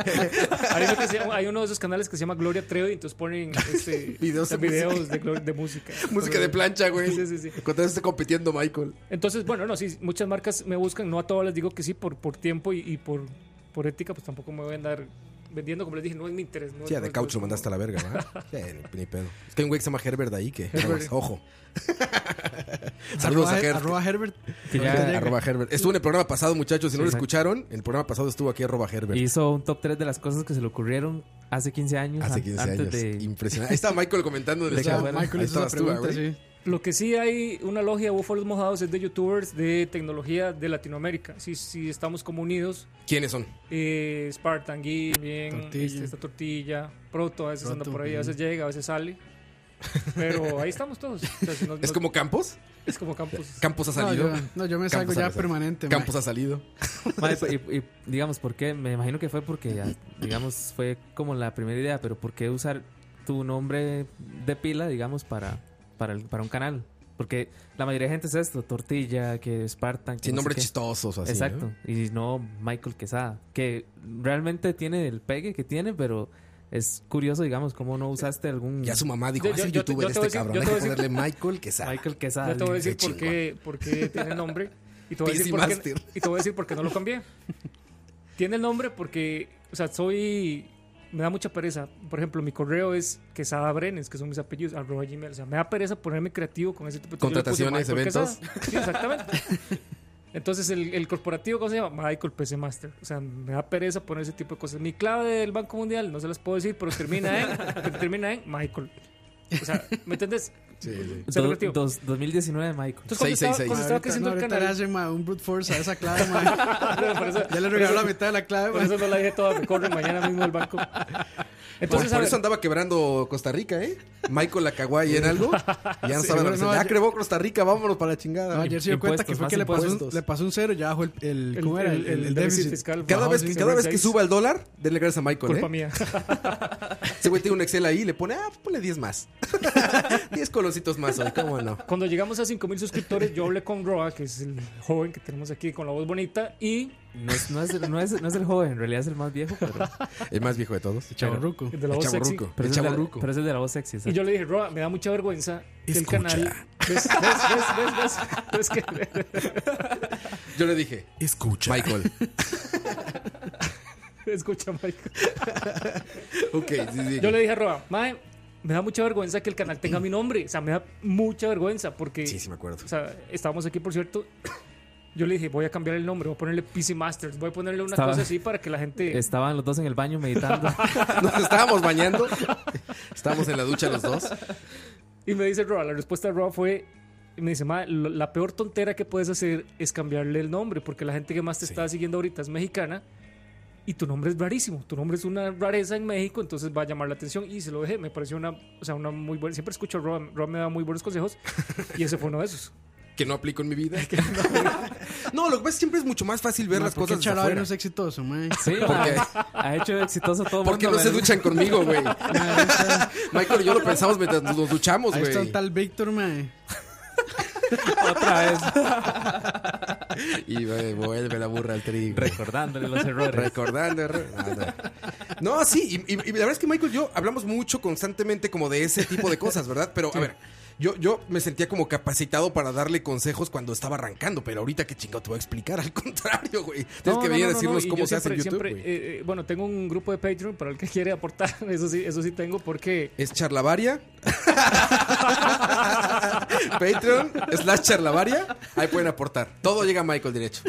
E: [laughs] hay uno que se llama- hay uno de esos canales que se llama Gloria Trevi, entonces ponen este,
F: Videos de
E: videos de, glor- de música.
F: [laughs] Música de plancha, güey.
E: Sí, sí, sí.
F: Contra eso está compitiendo Michael.
E: Entonces, bueno, no, sí, muchas marcas me buscan, no a todas les digo que sí por, por tiempo y, y por, por ética, pues tampoco me voy a andar vendiendo, como les dije, no es mi interés. No,
F: Sí,
E: no
F: de
E: es-
F: caucho
E: no es-
F: mandaste a la verga, ¿verdad? [laughs] Sí, ni, ni pedo. Es que hay un güey que se llama Herbert ahí que.
E: Herbert.
F: Ojo. Saludos a
D: Arroba-
F: Herbert.
D: Arroba Herbert.
C: Que ya
D: Ahorita llega.
F: Arroba Herbert. Estuvo en el programa pasado, muchachos. Si no lo
C: Sí, exacto.
F: escucharon, el programa pasado estuvo aquí arroba Herbert.
C: hizo un top 3 de las cosas que se le ocurrieron hace 15 años.
F: Hace
C: an-
F: 15
C: antes
F: años.
C: de-
F: Impresionante. Ahí está Michael
C: [laughs]
F: comentando en el
C: De que
F: chat.
C: bueno,
F: Ahí
D: Michael hizo
F: estabas
D: esa
F: tú,
D: pregunta,
F: güey.
D: sí.
E: Lo que sí hay una logia de búfalos mojados es de youtubers de tecnología de Latinoamérica. Sí, sí, estamos como unidos.
F: ¿Quiénes son?
E: Eh, Spartan Gui, bien, este,
D: Tortilla.
E: esta tortilla, Proto, a veces anda
D: Proto,
E: por ahí, a
D: ujú.
E: veces llega, a veces sale. Pero ahí estamos todos. O sea, si no-
F: [laughs] ¿Es
E: no-
F: como Campos?
E: es como Campos.
F: Campos ha
D: No, yo,
F: salido.
D: no, yo
F: Campos
D: me salgo ya
F: Salazar.
D: permanente. ma.
F: Campos ha salido.
C: Madre, pues, y, y, digamos, ¿por qué? Me imagino que fue porque, ah, digamos, fue como la primera idea, pero ¿por qué usar tu nombre de pila, digamos, para, para, el- para un canal? Porque la mayoría de gente es esto, tortilla, que Spartan. que
F: Sin
C: no sé
F: nombres
C: qué.
F: chistosos, así. ¿no?
C: Exacto. Y no Michael Quesada, que realmente tiene el pegue que tiene, pero es curioso, digamos, cómo no usaste algún
F: Ya su mamá dijo,
E: Yo-
F: va a ser
E: yo- yo te-
F: youtuber
E: yo te
F: este
E: voy a decir-
F: cabrón.
E: yo
F: Hay
E: te
F: que
E: voy a
F: ponerle Michael Quesada.
C: Michael Quesada.
E: Ya te voy a decir
F: Qué
E: por qué, por qué tiene el nombre. Y te, voy a
F: PC
E: decir por qué,
F: Master.
E: y te voy a decir por qué no lo cambié. Tiene el nombre porque, o sea, soy. Me da mucha pereza. Por ejemplo, mi correo es Quesada Brenes, que son mis apellidos, arroba gmail. O sea, me da pereza ponerme creativo con ese tipo de
F: Contrataciones,
E: Yo le puse Michael
F: eventos.
E: Quesada. Sí, exactamente. Entonces, el, el corporativo, ¿cómo se llama? Michael PC Master. O sea, me da pereza poner ese tipo de cosas. Mi clave del [laughs] Banco Mundial, no se las puedo decir, pero termina en, termina en Michael. O sea, ¿me entendés? Se
C: Do-
E: retiró.
C: dos- 2019, Michael.
E: Entonces, ¿cómo
A: Seis,
E: estaba,
A: seis,
E: cómo
A: seis.
E: estaba
D: Ahorita,
E: creciendo
D: no,
E: el
D: ahorita le
E: canal?
D: hace ma, un brute force a esa clave, ma.
E: Por [laughs] eso-
D: Ya le
E: por
D: regaló
E: eso-
D: la mitad de la clave,
E: Por
D: ma.
E: eso no la dije toda, me corre mañana mismo el banco. Entonces,
A: por, por
E: a ver,
A: eso andaba quebrando Costa Rica, ¿eh? Michael la cagó ahí en algo. Ya no
D: Sí,
A: sabe la
D: no,
A: receta.
D: no,
A: Ya
D: yo-
A: crevó Costa Rica, vámonos para la chingada.
D: No, ayer se dio cuenta que
C: Impuestos,
D: fue
C: más
D: que le pasó, un,
C: impuestos.
D: le pasó un cero y ya bajó el, el,
E: el,
D: ¿cómo era?
E: el- el déficit fiscal.
A: cada
E: bajó,
A: vez,
E: sí,
A: que-
E: se
A: cada
E: fue
A: vez
E: en
A: que
E: seis.
A: suba el dólar, denle gracias a Michael,
E: Culpa
A: ¿eh?
E: [laughs] mía.
A: Ese güey tiene un Excel ahí y le pone, ah, ponle 10 más. [laughs] 10 coloncitos más hoy, cómo no.
E: Cuando llegamos a 5000 suscriptores, yo hablé con Roa, que es el joven que tenemos aquí con la voz bonita, y
C: No es, no, es, no, es, no es el joven, en realidad es el más viejo,
F: [laughs]
C: pero,
A: El más viejo de todos.
D: Chavarruco.
E: de la
A: el
E: voz sexy.
A: chavorruco. El
C: pero es el de la-
A: chavorruco.
C: pero es el de la voz sexy.
E: Y
C: exacto.
E: yo le dije, Roa, me da mucha vergüenza que el
A: Escucha.
E: canal. [laughs] ¿Ves, ves, ves, ves, ves, ves que,
A: Yo le dije, escucha. Michael.
E: [laughs] escucha, Michael.
A: [laughs] Ok, sí, sí.
E: Yo le dije a Roa, Mae, me da mucha vergüenza que el canal tenga mi nombre. O sea, me da mucha vergüenza porque
A: Sí, sí, me
E: [laughs]
A: acuerdo.
E: O sea, estábamos aquí, por cierto. [coughs] Yo le dije, voy a cambiar el nombre, voy a ponerle PC Masters, voy a ponerle una
C: Estaba-
E: cosa así para que la gente.
C: Estaban los dos en el
D: [laughs]
C: baño meditando.
A: Nos estábamos bañando. Estábamos en la ducha los dos.
E: Y me dice Roa, la respuesta de Roa fue. y Me dice, "Ma, lo- la peor tontera que puedes hacer es cambiarle el nombre, porque la gente que más te está siguiendo ahorita es mexicana y tu nombre es rarísimo. Tu nombre es una rareza en México, entonces va a llamar la atención. Y se lo dejé, me pareció una, o sea, una muy buena. Siempre escucho a Roa, Roa me da muy buenos consejos y ese fue uno de esos.
A: Que no aplico en mi
D: [laughs]
A: vida. [laughs] No, lo que pasa es que siempre es mucho más fácil ver
D: Ma,
A: las
D: ¿por qué
A: cosas de
D: Charabia
A: afuera.
D: no es exitoso, ma?
C: Sí,
A: Porque-
C: ha, ha hecho exitoso todo el
A: ¿Por qué
C: mundo.
A: no se
D: eh?
C: menos-
A: duchan conmigo,
D: [laughs]
A: güey? Michael y yo lo pensamos mientras nos duchamos,
D: Ah, Ahí está un
A: güey.
D: tal Víctor, ma.
C: Otra vez,
A: [laughs] Y güey, vuelve la burra al trigo.
C: recordándole
D: [laughs]
C: los errores.
A: Recordando. error. Ah, No, No, sí, y, y- y la verdad es que Michael y yo hablamos mucho constantemente como de ese tipo de cosas, ¿verdad? Pero a ver, yo, yo me sentía como capacitado para darle consejos cuando estaba arrancando, pero ahorita que chingo te voy a explicar, al contrario, güey. Tienes
E: No,
A: que
E: no,
A: venir
E: no,
A: a
E: no,
A: decirnos
E: no, y
A: cómo
E: yo
A: se hace en YouTube,
E: siempre-
A: güey.
E: eh, eh, bueno, tengo un grupo de Patreon para el que [laughs] quiere aportar, eso sí, eso sí tengo, porque
A: Es charlavaria. Patreon slash charlavaria. Ahí pueden aportar. Todo llega a Michael derecho.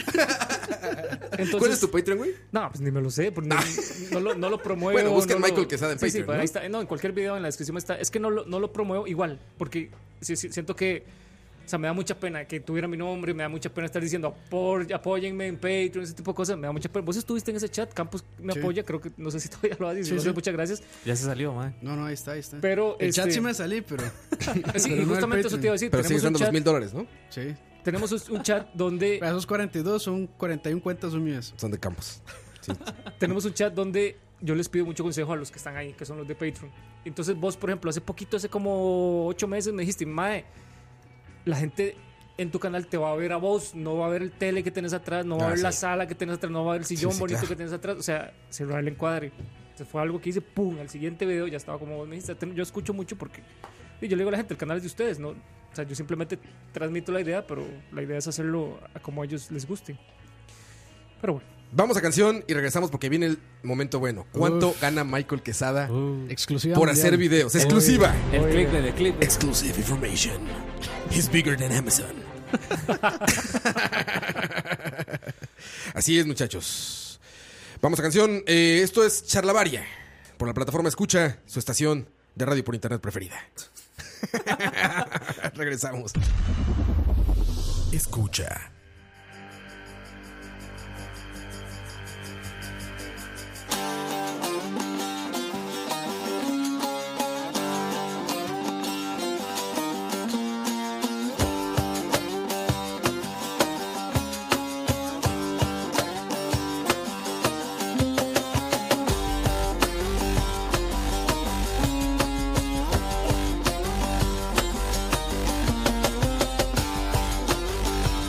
E: entonces,
A: [laughs] ¿Cuál es tu Patreon, güey?
E: No, pues ni me lo sé, porque no, [laughs] no
A: [laughs]
E: lo, no lo promuevo.
A: Bueno, busquen
E: no
A: Michael
E: lo-
A: Quesada en
E: Sí, sí,
A: Patreon,
E: por ahí
A: ¿no?
E: está. No, en cualquier video en la descripción está. Es que no lo, no lo promuevo igual, porque sí, sí, siento que. O sea, me da mucha pena que tuviera mi nombre, me da mucha pena estar diciendo "Apor- apóyenme en Patreon, ese tipo de cosas, me da mucha pena. Vos estuviste en ese chat, Campos me
D: Sí.
E: apoya, creo que no sé si todavía lo haces,
D: Sí,
E: si lo haces,
D: sí.
E: muchas gracias.
C: Ya se salió, man.
D: No, no, ahí está, ahí está.
E: Pero
D: el chat
E: este, eh,
D: sí me salí, pero.
E: sí,
D: pero
E: y
D: no el
E: justamente eso te iba a decir,
A: Pero sigue
E: tenemos, un
A: dando los
E: chat,
A: mil dólares, ¿no?
D: Sí.
E: tenemos un- un chat donde
D: Pero Esos 42 son 41 cuentas son mías.
A: Son de Campos.
E: tenemos un chat donde yo les pido mucho consejo a los que están ahí, que son los de Patreon. Entonces vos, por ejemplo, hace poquito, hace como ocho meses, me dijiste, Mae, la gente en tu canal te va a ver a vos, no va a ver el tele que tenés atrás, no va a
A: Ah,
E: ver
A: sí.
E: la sala que tenés atrás, no va a ver el sillón
A: sí,
E: bonito
A: claro.
E: que tenés atrás. O sea, cerrar el encuadre. Entonces fue algo que hice, pum, al siguiente video ya estaba como vos me dijiste. Yo escucho mucho porque y yo le digo a la gente, el canal es de ustedes, ¿no? O sea, yo simplemente transmito la idea, pero la idea es hacerlo a como a ellos les guste. Pero bueno.
A: Vamos a canción y regresamos porque viene el momento bueno. ¿Cuánto gana Michael Quesada
D: Exclusiva.
A: por
D: mundial.
A: hacer videos? Exclusiva.
C: El clip de, el clip de.
I: Exclusive information. He's bigger than Amazon.
A: [laughs] Así es, muchachos. Vamos a canción. Eh, esto es Charlavaria. Por la plataforma Escucha, su estación de radio por internet preferida. [laughs] Regresamos. Escucha.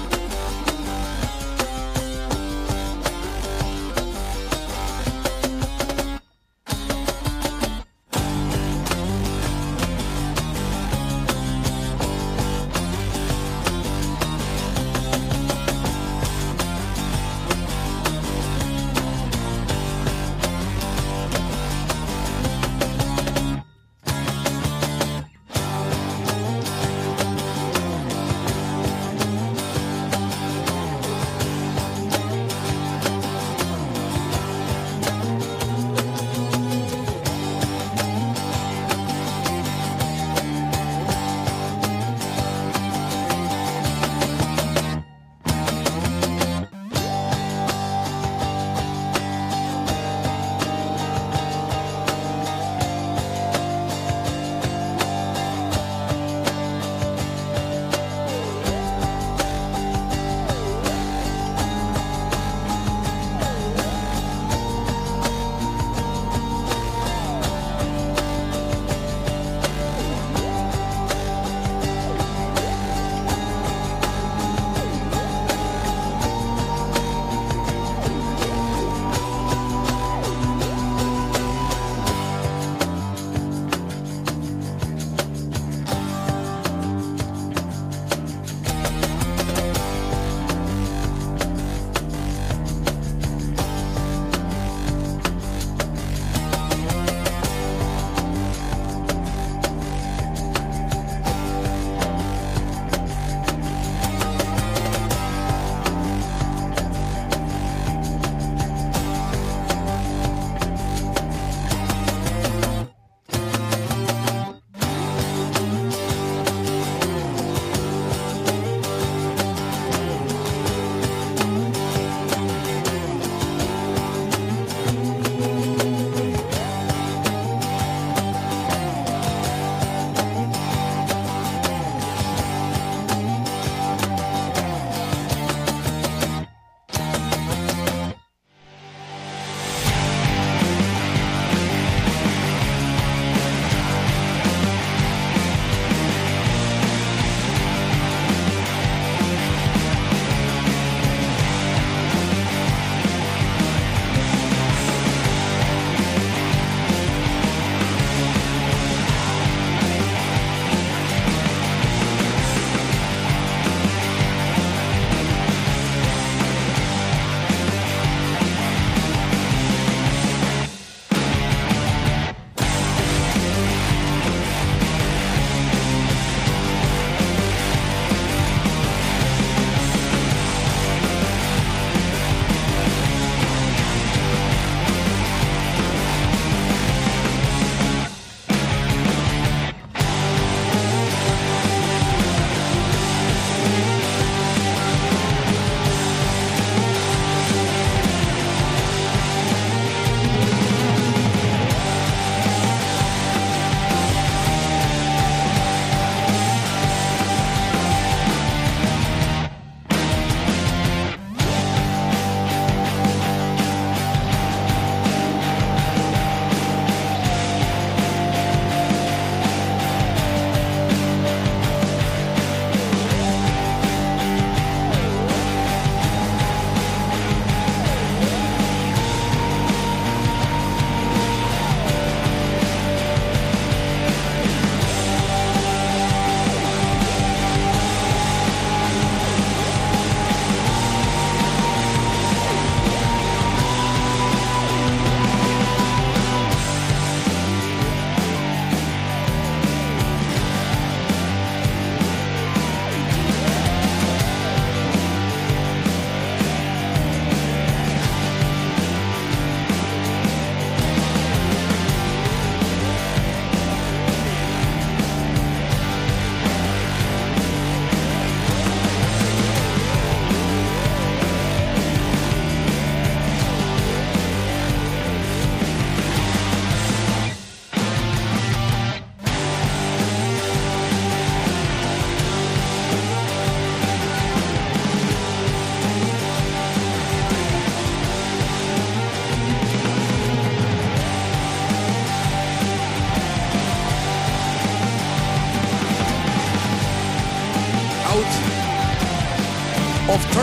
J: Escucha,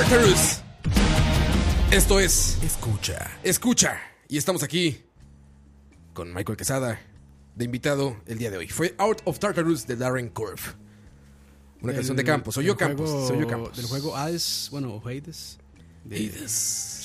A: Icarus. Esto es
K: Escucha.
A: Escucha. Y estamos aquí con Michael Quesada de invitado el día de hoy. Fue Out of Tartarus de Darren Corf. Una canción de Campos. Soy yo Campos. Soy yo Campos.
D: Del juego Hades, bueno, o Hades. De
A: Hades.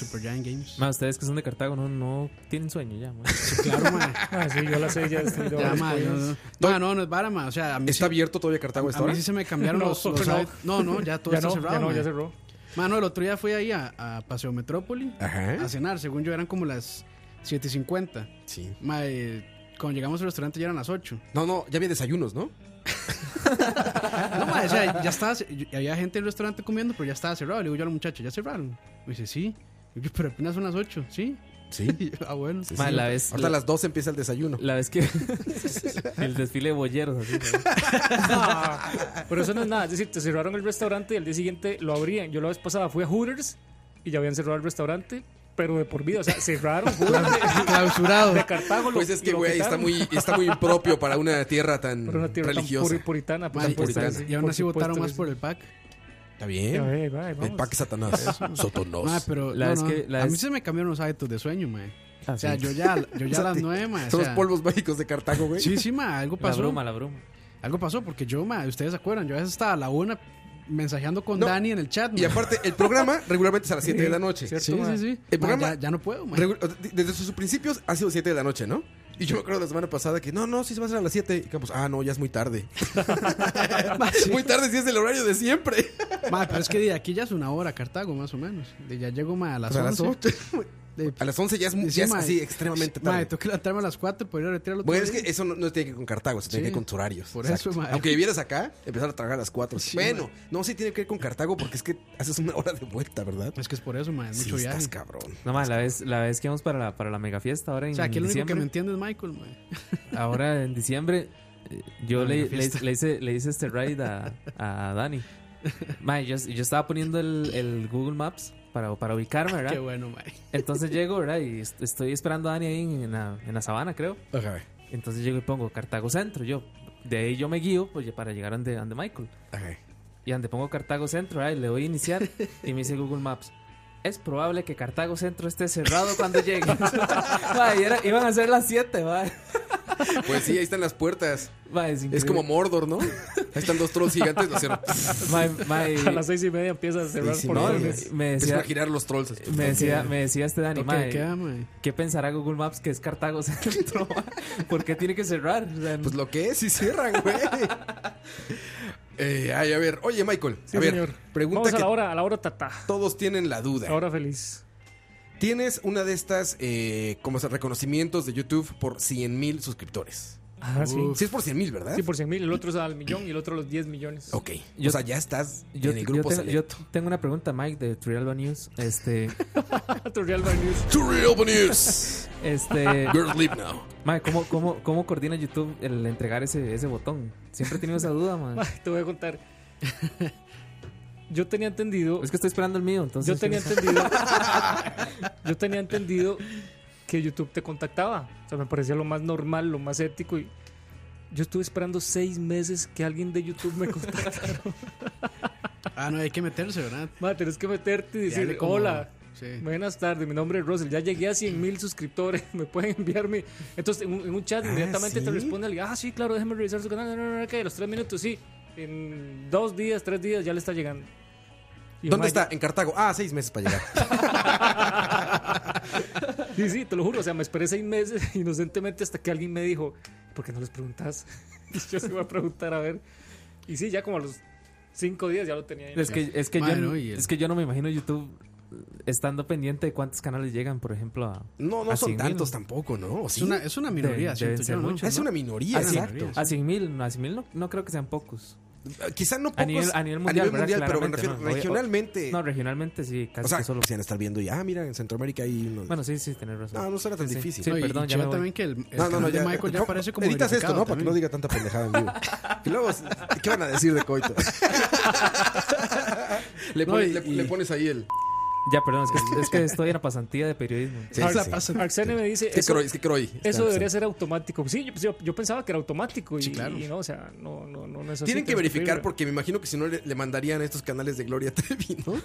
D: Supergiant Games.
C: Ma, ustedes que son de Cartago no, no tienen sueño ya, ma.
D: Sí,
A: [laughs]
D: claro, ma.
E: Ah, sí, yo la sé, ya estoy de
D: Ya,
E: varios
D: ma, no,
E: pollos.
D: no. Ma, no, no es vara, ma. O sea, a mí,
A: ¿Está pues,
D: sí,
A: abierto todavía Cartago a esta
D: a mí
A: hora?
D: sí se me cambiaron
E: No,
D: los, los
E: no.
D: out- no. no, ya todo
E: Ya
D: está
E: no,
D: cerrado.
E: ya no,
D: ma.
E: ya cerró.
D: Mano, el otro día fui ahí a, a Paseo Metrópoli
A: Ajá.
D: a cenar. Según yo, eran como las 7.50.
A: Sí.
D: Ma, eh, cuando llegamos al restaurante ya eran las 8.
A: No, no, ya había desayunos, ¿no?
D: No, ma, o
A: [laughs]
D: sea, ya estaba. y Había gente en el restaurante comiendo, pero ya estaba cerrado. Le digo yo al muchacho, ¿ya cerraron? Me dice, sí. Y yo, pero apenas son las 8,
A: [laughs]
D: ¿sí?
A: Sí.
D: Y yo, ah, bueno.
A: Sí,
C: Ma,
A: sí.
C: la vez-
A: Ahorita a las 12 empieza el desayuno.
C: La vez que. el desfile de boyeros,
D: [laughs]
C: así, ma.
E: Ah, Pero eso no es nada, es decir, te cerraron el restaurante y al día siguiente lo abrían. Yo la vez pasada fui a Hooters y ya habían cerrado el restaurante, pero de por vida, o sea, cerraron Hooters de-
D: Clausurado.
E: de Cartago. lo-
A: Pues es que,
E: lo
A: güey, está
E: quitaron.
A: muy, está muy impropio para una tierra tan
E: Por una tierra tan
A: religiosa.
E: puri- puritana, por
D: Ma, y-
E: supuesto,
A: puritana.
E: sí,
D: y aún
E: por
D: así votaron
E: supuesto
D: más
E: que
D: por
E: sí.
D: el pack.
A: Está
E: Ya
A: bien.
E: ve, va,
A: El
E: vamos.
A: pack Satanás. Sotonos.
D: Ma, pero
C: La
D: no,
C: es
D: no,
C: que- la
D: a mí
C: es-
D: se me cambiaron los hábitos de sueño, mae.
C: Ah,
D: O sea,
C: sí.
D: yo ya,
A: [laughs]
D: yo ya a las nueve, mae. o
A: Son los
D: sea,
A: polvos mágicos de Cartago, güey.
D: Sí, sí, mae, algo
C: La
D: pasó.
C: broma, la broma.
D: Algo pasó porque yo, mae, ustedes se acuerdan, yo a veces estaba a la una mensajeando con
A: No.
D: Dani en el chat,
A: Y
D: mae.
A: aparte, el programa regularmente es a las 7 de la noche.
E: Cierto,
D: Sí, sí,
E: mae.
D: sí.
A: El
D: Mae,
A: programa-
D: ya, ya no puedo, mae.
A: Regu- Desde sus principios ha sido 7 de la noche, ¿no? Y yo me acuerdo la semana pasada que no, no, sí se va a hacer a las 7. Y Campos, ah, no, ya es muy [laughs] tarde.
D: [laughs]
A: muy tarde si es el horario de siempre.
D: Mae, pero es que de aquí ya es una hora, Cartago, más o menos. De ya llego, mae, a
A: O
D: las
A: sea, a las
D: once.
A: 8.
D: De-
A: A las 11 ya es, mu-
D: [laughs] Sí,
A: ya es
D: mae.
A: así, extremadamente
D: Mae,
A: tarde.
D: tengo que levantarme a las cuatro para ir a retirarlo
A: Bueno, es que eso no, no tiene que ver con Cartago, se tiene que
D: Pues, Sí.
A: ver con tus horarios.
D: Por
A: Exacto.
D: eso, mae.
A: Aunque vivieras acá, empezar a trabajar a las 4.
D: Sí,
A: bueno, no, sí tiene que ver con Cartago porque es que haces una hora de vuelta, ¿verdad?
D: Es que es por eso, mae, es
A: Sí,
D: Pues, mucho viaje.
A: estás cabrón.
C: No, ma, la vez, la vez que vamos para la, para la mega fiesta ahora en
D: O sea, aquí el único que
C: diciembre.
D: me entiende es Michael, mae.
C: Ahora en diciembre, eh, yo
D: Ah,
C: le,
D: la fiesta.
C: le- le hice, le hice este raid a, a
D: [laughs]
C: Dani. Ma, yo, yo estaba poniendo el, el Google Maps para, para ubicarme,
D: Qué
C: ¿verdad?
D: bueno, mae.
C: Entonces llego, ¿verdad? Y est- estoy esperando a Dani ahí en, en la, en la sabana, creo.
A: Ajá,
C: Entonces llego y pongo Cartago Centro. Yo, de ahí yo me guío pues, para llegar donde, donde Michael.
A: ajá.
C: Y donde pongo Cartago Centro, ¿verdad? Y le doy a iniciar y me dice Google Maps. Es probable que Cartago Centro esté cerrado cuando llegue. [laughs] Ma, y era- iban a ser las 7, va.
A: Pues sí, ahí están las puertas.
C: Ma, es
A: Es
C: increíble.
A: como Mordor, ¿no? Ahí están dos trolls gigantes, lo hicieron.
C: Ma- ma-
A: [laughs]
C: y-
E: A las seis y media empieza a cerrar
A: Sí, sí,
E: por
A: no,
E: orden.
A: es-
C: me
A: Empiezan
C: decía,
A: a girar los [laughs] trolls. así.
C: me decía, me decía este Dani,
D: Toque de
C: mae,
A: ah".
D: queda, mae.
C: ¿qué pensará Google Maps que es Cartago Centro? [laughs] mae? ¿Por qué tiene que cerrar? O sea,
A: Pues lo que es, y cierran, güey. [laughs] Eh, ay, a ver, oye, Michael.
E: Sí,
A: a ver,
E: señor.
A: pregunta
E: Vamos a
A: que
E: la hora, a la hora tata.
A: todos tienen la duda.
E: Ahora feliz.
A: Tienes una de estas, eh, como se- reconocimientos de YouTube por 100 mil suscriptores.
E: Ah, sí.
A: Sí, es por 100 mil, ¿verdad?
E: Sí, por 100 mil, el otro es al millón y el otro a los 10 millones. [laughs]
A: Ok. o
C: Yo-
A: sea, ya estás
C: yo,
A: en el
C: yo
A: grupo
C: tengo, yo
A: selecto.
C: tengo una pregunta, Mike, de Trialba News.
A: [laughs]
C: Este,
E: Tutorial by News.
A: True Open [laughs] News.
C: este,
A: Girls Live Now.
C: mae, ¿cómo, cómo, ¿cómo coordina YouTube el entregar ese, ese botón? Siempre he tenido esa duda, mae.
E: Ay, Ah, Te voy a contar. Yo tenía entendido.
C: Es que estoy esperando el mío, entonces.
E: Yo tenía entendido.
C: [laughs]
E: yo tenía entendido que YouTube te contactaba. O sea, me parecía lo más normal, lo más ético. Y yo estuve esperando seis meses que alguien de YouTube me contactara. [laughs]
D: Ah, no, hay que meterse, ¿verdad?
E: Madre, tenés que meterte y
D: Y
E: decir:
D: darle como-
E: Hola.
D: Sí.
E: Buenas tardes, mi nombre es Russell. Ya llegué a 100 mil suscriptores. [laughs] Me pueden enviarme. Entonces, en un, en un
A: Ah,
E: chat inmediatamente te responde alguien. Ah, sí, claro, déjeme revisar su canal. No, no, no, que a los tres minutos, sí. En dos días, tres días ya le está llegando. Y yo,
A: ¿Dónde
E: "Mae,
A: está? En Cartago. Ah, seis meses para llegar. [laughs]
E: Sí, sí, te lo juro. O sea, me esperé seis meses [laughs] inocentemente hasta que alguien me dijo, ¿por qué no les preguntas? [laughs] Y yo se iba a preguntar a ver. Y sí, ya como a los cinco días ya lo tenía. ahí.
C: Es que, es, que
D: Mae,
C: yo,
D: no, y el-
C: es que yo no me imagino YouTube eh, estando pendiente de cuántos canales llegan, por ejemplo, a.
A: No, no
C: a
A: son
C: 100.000.
A: tantos tampoco, ¿no? ¿O sí?
D: Es una, es una minoría,
C: Deben-
D: siento
C: deben ser
D: yo, ¿no?
C: muchos.
A: Es una minoría,
C: A cien-
A: exacto.
C: A 100 mil, a 100 mil no, no creo que sean pocos.
A: Eh, Quizá no pocos.
C: A nivel, a nivel mundial, ¿verdad?
A: pero me
C: Claramente,
A: refiero
C: ¿no? Oye, o-
A: regionalmente.
C: No, regionalmente sí, casi
A: Eh, o sea,
C: que solo.
A: se van a estar viendo y, ah, mira, en Centroamérica hay uno.
C: Bueno, sí, sí, tenés razón.
A: no, no será tan
C: Sí, sí.
A: difícil.
C: Sí,
D: No, y-
C: perdón,
D: y
C: ya
D: chiva
C: me voy.
D: también que el, el
A: No, no, no,
D: canal de Michael ya
A: ¿cómo-
D: parece como
A: Editas esto, ¿no?
D: verificado
A: Para que no diga
D: también.
A: tanta pendejada en vivo. Y luego, ¿qué van a decir de coito? le,
D: No,
A: pones-
D: y-
A: le-
D: y-
A: le pones ahí el.
C: Ya, perdón, es que, es que estoy en la pasantía de periodismo.
A: Sí,
E: Ar-
A: sí,
E: la
A: sí.
E: pasa- Arsenio me dice,
A: ah, Es que
E: eso,
A: Croy, es que Croy.
E: eso debería ser automático. Sí, yo, yo- yo pensaba que era automático y,
D: Sí, claro.
E: y no, o sea, no, no, no, no es así,
A: Tienen que
E: tengo
A: verificar
E: abrirlo.
A: porque me imagino que si no le, le mandarían a estos canales de Gloria [laughs] Trevi, ¿no?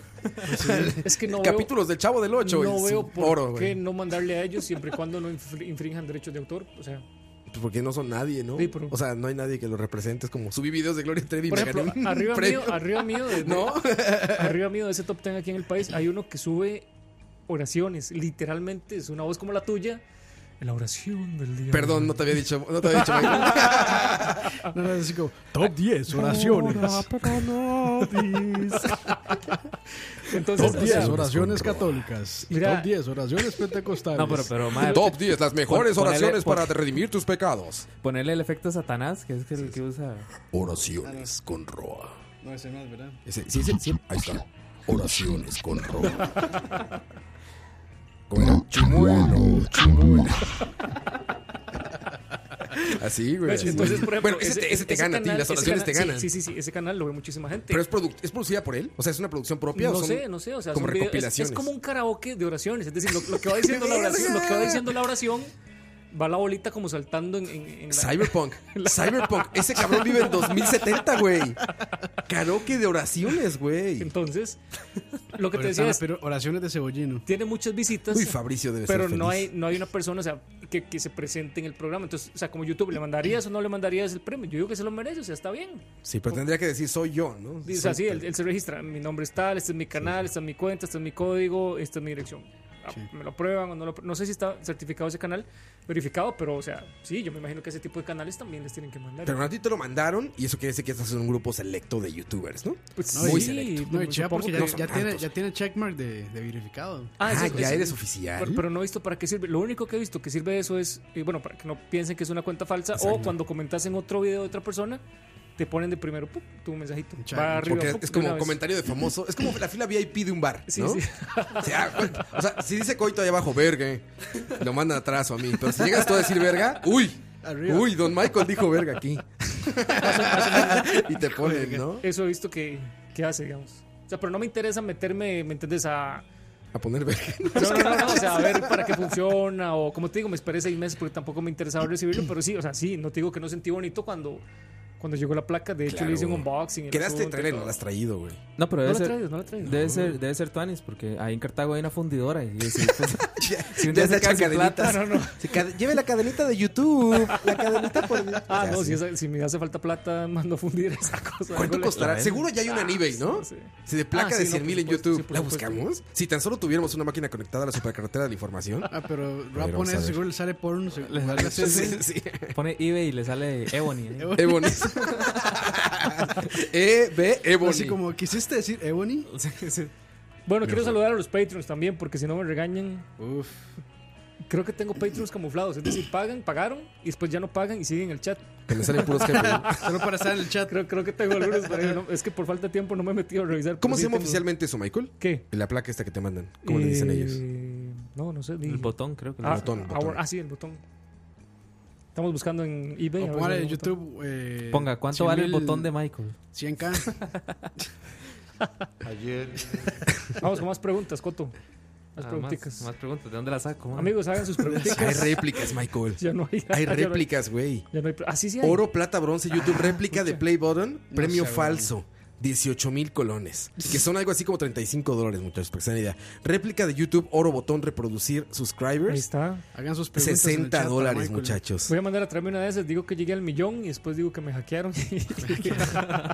E: es que no veo-
A: Capítulos del Chavo del Ocho.
E: No
A: y sin
E: veo por
A: oro,
E: qué
A: güey.
E: no mandarle a ellos siempre y cuando no infri- infrinjan derechos de autor. O sea,
A: Pues porque no son nadie, ¿no?
E: Sí, pero-
A: O sea, no hay nadie que lo represente. Es como subí videos de Gloria Trevi y
E: por
A: me
E: ejemplo,
A: gané un
E: arriba mío,
A: premio.
E: arriba mío, de,
A: ¿No?
E: [laughs] arriba mío de ese top 10 aquí en el país, hay uno que sube oraciones. Literalmente es una voz como la tuya. La oración del día.
A: Perdón, no te había dicho. No te había dicho. [laughs] Michael.
D: No, no, es así como, top 10 oraciones.
E: Entonces,
D: Top
E: o sea,
D: 10 oraciones católicas. Y
E: Mira.
D: top 10 oraciones pentecostales.
C: No, pero, pero, madre,
A: Top 10, las mejores
C: Pon- ponele-
A: oraciones
C: pon-
A: para redimir tus pecados.
C: ponerle el efecto Satanás, que es que el que usa.
A: Oraciones con Roa.
D: No, ese no es verdad.
A: Ese- sí, sí, sí, ahí está. Oraciones con Roa. Con chimuelo, chimuelo. [laughs] Así, güey. así.
E: Pues, Entonces, por ejemplo,
A: bueno, ese, te- ese te gana a ti,
E: canal-
A: las
E: ese
A: oraciones
E: canal-
A: te ganan.
E: Sí, sí, sí, sí, ese canal lo ve muchísima gente.
A: Pero es, produc- es producida por él. O sea, es una producción propia.
E: no
A: o son
E: sé, no sé, o sea,
A: como
E: son videos- es-
A: recopilaciones.
E: es, como un karaoke de oraciones, es decir, lo, lo que
A: [laughs]
E: va diciendo la oración, lo que va diciendo la oración va la bolita como saltando en, en- en [laughs] la-
A: Cyberpunk. Cyberpunk. Ese cabrón vive en 2070, güey. Karaoke de oraciones, güey.
E: Entonces, lo que te
D: Pero
E: decía
D: están
E: es,
D: las oraciones de cebollino.
E: tiene muchas visitas,
A: Uy, Fabricio debe ser
E: pero no
A: feliz.
E: hay no hay una persona, o sea, que, que se presente en el programa. Entonces, o sea, como YouTube le mandarías o no le mandarías el premio. Yo digo que se lo merece, o sea, está bien.
A: Sí, pero tendría que decir soy yo, ¿no?
E: Dice,
A: Soy
E: o sea, sí,
A: tal.
E: él, él se registra, mi nombre es tal, este es mi canal, esta es mi cuenta, este es mi código, esta es mi dirección. Ah, Me lo prueban o no lo pr- No sé si está certificado ese canal, verificado, pero o sea, sí, yo me imagino que ese tipo de canales también les tienen que mandar.
A: Pero a ti te lo mandaron y eso quiere decir que estás en un grupo selecto de youtubers, ¿no?
E: Pues
D: No,
A: muy
E: sí,
A: selecto.
E: pues,
D: No, y chea,
E: supongo
D: porque
E: que-
D: ya,
A: no son
D: ya tiene,
C: Ah,
A: tantos.
C: pues.
D: ya tiene checkmark de, de verificado.
E: Ah, eso-
A: Ah, ya
E: eso-
A: eres
E: Pero,
A: oficial.
E: pero no he visto para qué sirve. Lo único que he visto que sirve de eso es, eh, bueno, para que no piensen que es una cuenta falsa o
A: Exacto.
E: cuando comentas en otro video de otra persona, te ponen de primero ¡pup! tu mensajito.
D: Chale,
E: Va arriba,
A: Porque
E: ¡pup!
A: es
E: de una
A: como
E: vez.
A: comentario de famoso. Es como la fila VIP de un bar,
E: Sí,
A: ¿no?
E: sí.
A: O, sea, bueno, o sea, si dice coito ahí abajo, verga, eh, lo mandan atrás o a mí. Pero si llegas tú a decir verga, uy,
D: Arriba.
A: uy, don Michael dijo verga
E: [laughs]
A: aquí. y te ponen, ¿no?
E: Eso he visto que, que hace, digamos. O sea, pero no me interesa meterme, ¿me entiendes? A,
A: A poner verga.
E: No, no, no, no, o sea, a ver para qué funciona o como te digo, me esperé seis meses porque tampoco me interesaba recibirlo, pero sí, o sea, sí, no te digo que no sentí bonito cuando, cuando llegó la placa, de hecho
A: Claro,
E: le hice un
A: güey.
E: unboxing. y lo
A: Quedaste
E: sube entre
A: traer, no
E: todo.
A: la has traído, güey.
C: No, pero debe
E: No lo
C: ser.
E: he traído, no lo he traído.
C: Debe ser, debe ser Tuanis, porque ahí en Cartago hay una fundidora. Y si, si un
A: Ya se
C: día se queda
A: echan
C: sin plata,
A: cadenitas. Se cade- Lleve la cadenita de YouTube. La cadenita por.
E: Ah,
A: Ya
E: no,
A: sé.
E: si, esa- si me hace falta plata, [laughs] mando a fundir esa cosa.
A: ¿Cuánto
E: Híjole.
A: costará? Seguro ya hay una en eBay, ¿no?
E: Sí, sí.
A: Si de placa
E: Ah, sí,
A: de
E: no,
A: 100 mil
E: por
A: en
E: supuesto,
A: YouTube.
E: sí, por
A: ¿La [laughs]
E: supuesto.
A: buscamos? Si tan solo tuviéramos una máquina conectada a la supercarretera de la información.
D: Ah, pero va a
A: vamos a
D: poner
A: ver.
D: seguro le sale porno. se-
C: Le
D: [laughs]
C: sale-
D: Sí, sí.
A: sí.
C: [laughs] pone eBay y le sale Ebony. ¿eh?
A: Ebony. e B Ebony.
D: Así como, ¿quisiste decir Ebony?
E: Bueno, quiero saludar a los Patreons también, porque si no me regañan.
D: Uf.
E: Creo que tengo Patreons camuflados, es decir, pagan, pagaron y después ya no pagan y siguen en el chat.
A: Que le salen puros jefes.
D: Solo para estar en el chat.
E: Creo, creo que tengo algunos, pero no, es que por falta de tiempo no me he metido a revisar. pero
A: ¿Cómo
E: sí
A: se llama
E: tengo-
A: oficialmente eso, Michael?
E: ¿Qué?
A: La placa esta que te mandan. ¿Cómo le dicen
E: Eh,
A: ellos?
E: No, no sé.
C: El botón, creo que lo
E: ah,
A: botón,
E: ah,
A: botón.
E: ah, sí, el botón. Estamos buscando en eBay. a
D: O
E: ver
D: ponga
E: si hay
D: en
E: un
D: pues,
E: botón.
D: YouTube. eh,
C: Ponga, ¿cuánto
D: 100
C: vale el
D: mil-
C: botón de Michael?
D: 100k.
L: Ayer
E: Vamos con más preguntas, Coto. Más
C: Ah,
E: preguntitas.
C: más, más preguntas, ¿de dónde las saco? man?
E: Amigos, hagan sus
A: Hay
D: [laughs]
E: preguntitas.
A: réplicas, Michael.
E: [laughs] ya no hay.
A: Hay
E: ya no
A: réplicas, güey.
E: Ya no hay. pre- Ah, sí, sí. Hay.
A: Oro, plata, bronce, YouTube, réplica de Play Button, premio
D: sé,
A: falso. 18 mil colones, que son algo así como 35 dólares, muchachos, para que se den idea. Réplica de YouTube, oro, botón, reproducir,
E: Ahí
A: subscribers,
E: está.
D: Hagan sus preguntas. en el
A: 60
D: chat para
A: dólares,
D: Michael.
A: muchachos.
E: Voy a mandar a traerme una de esas. Digo que llegué al millón y después digo que me hackearon. [laughs]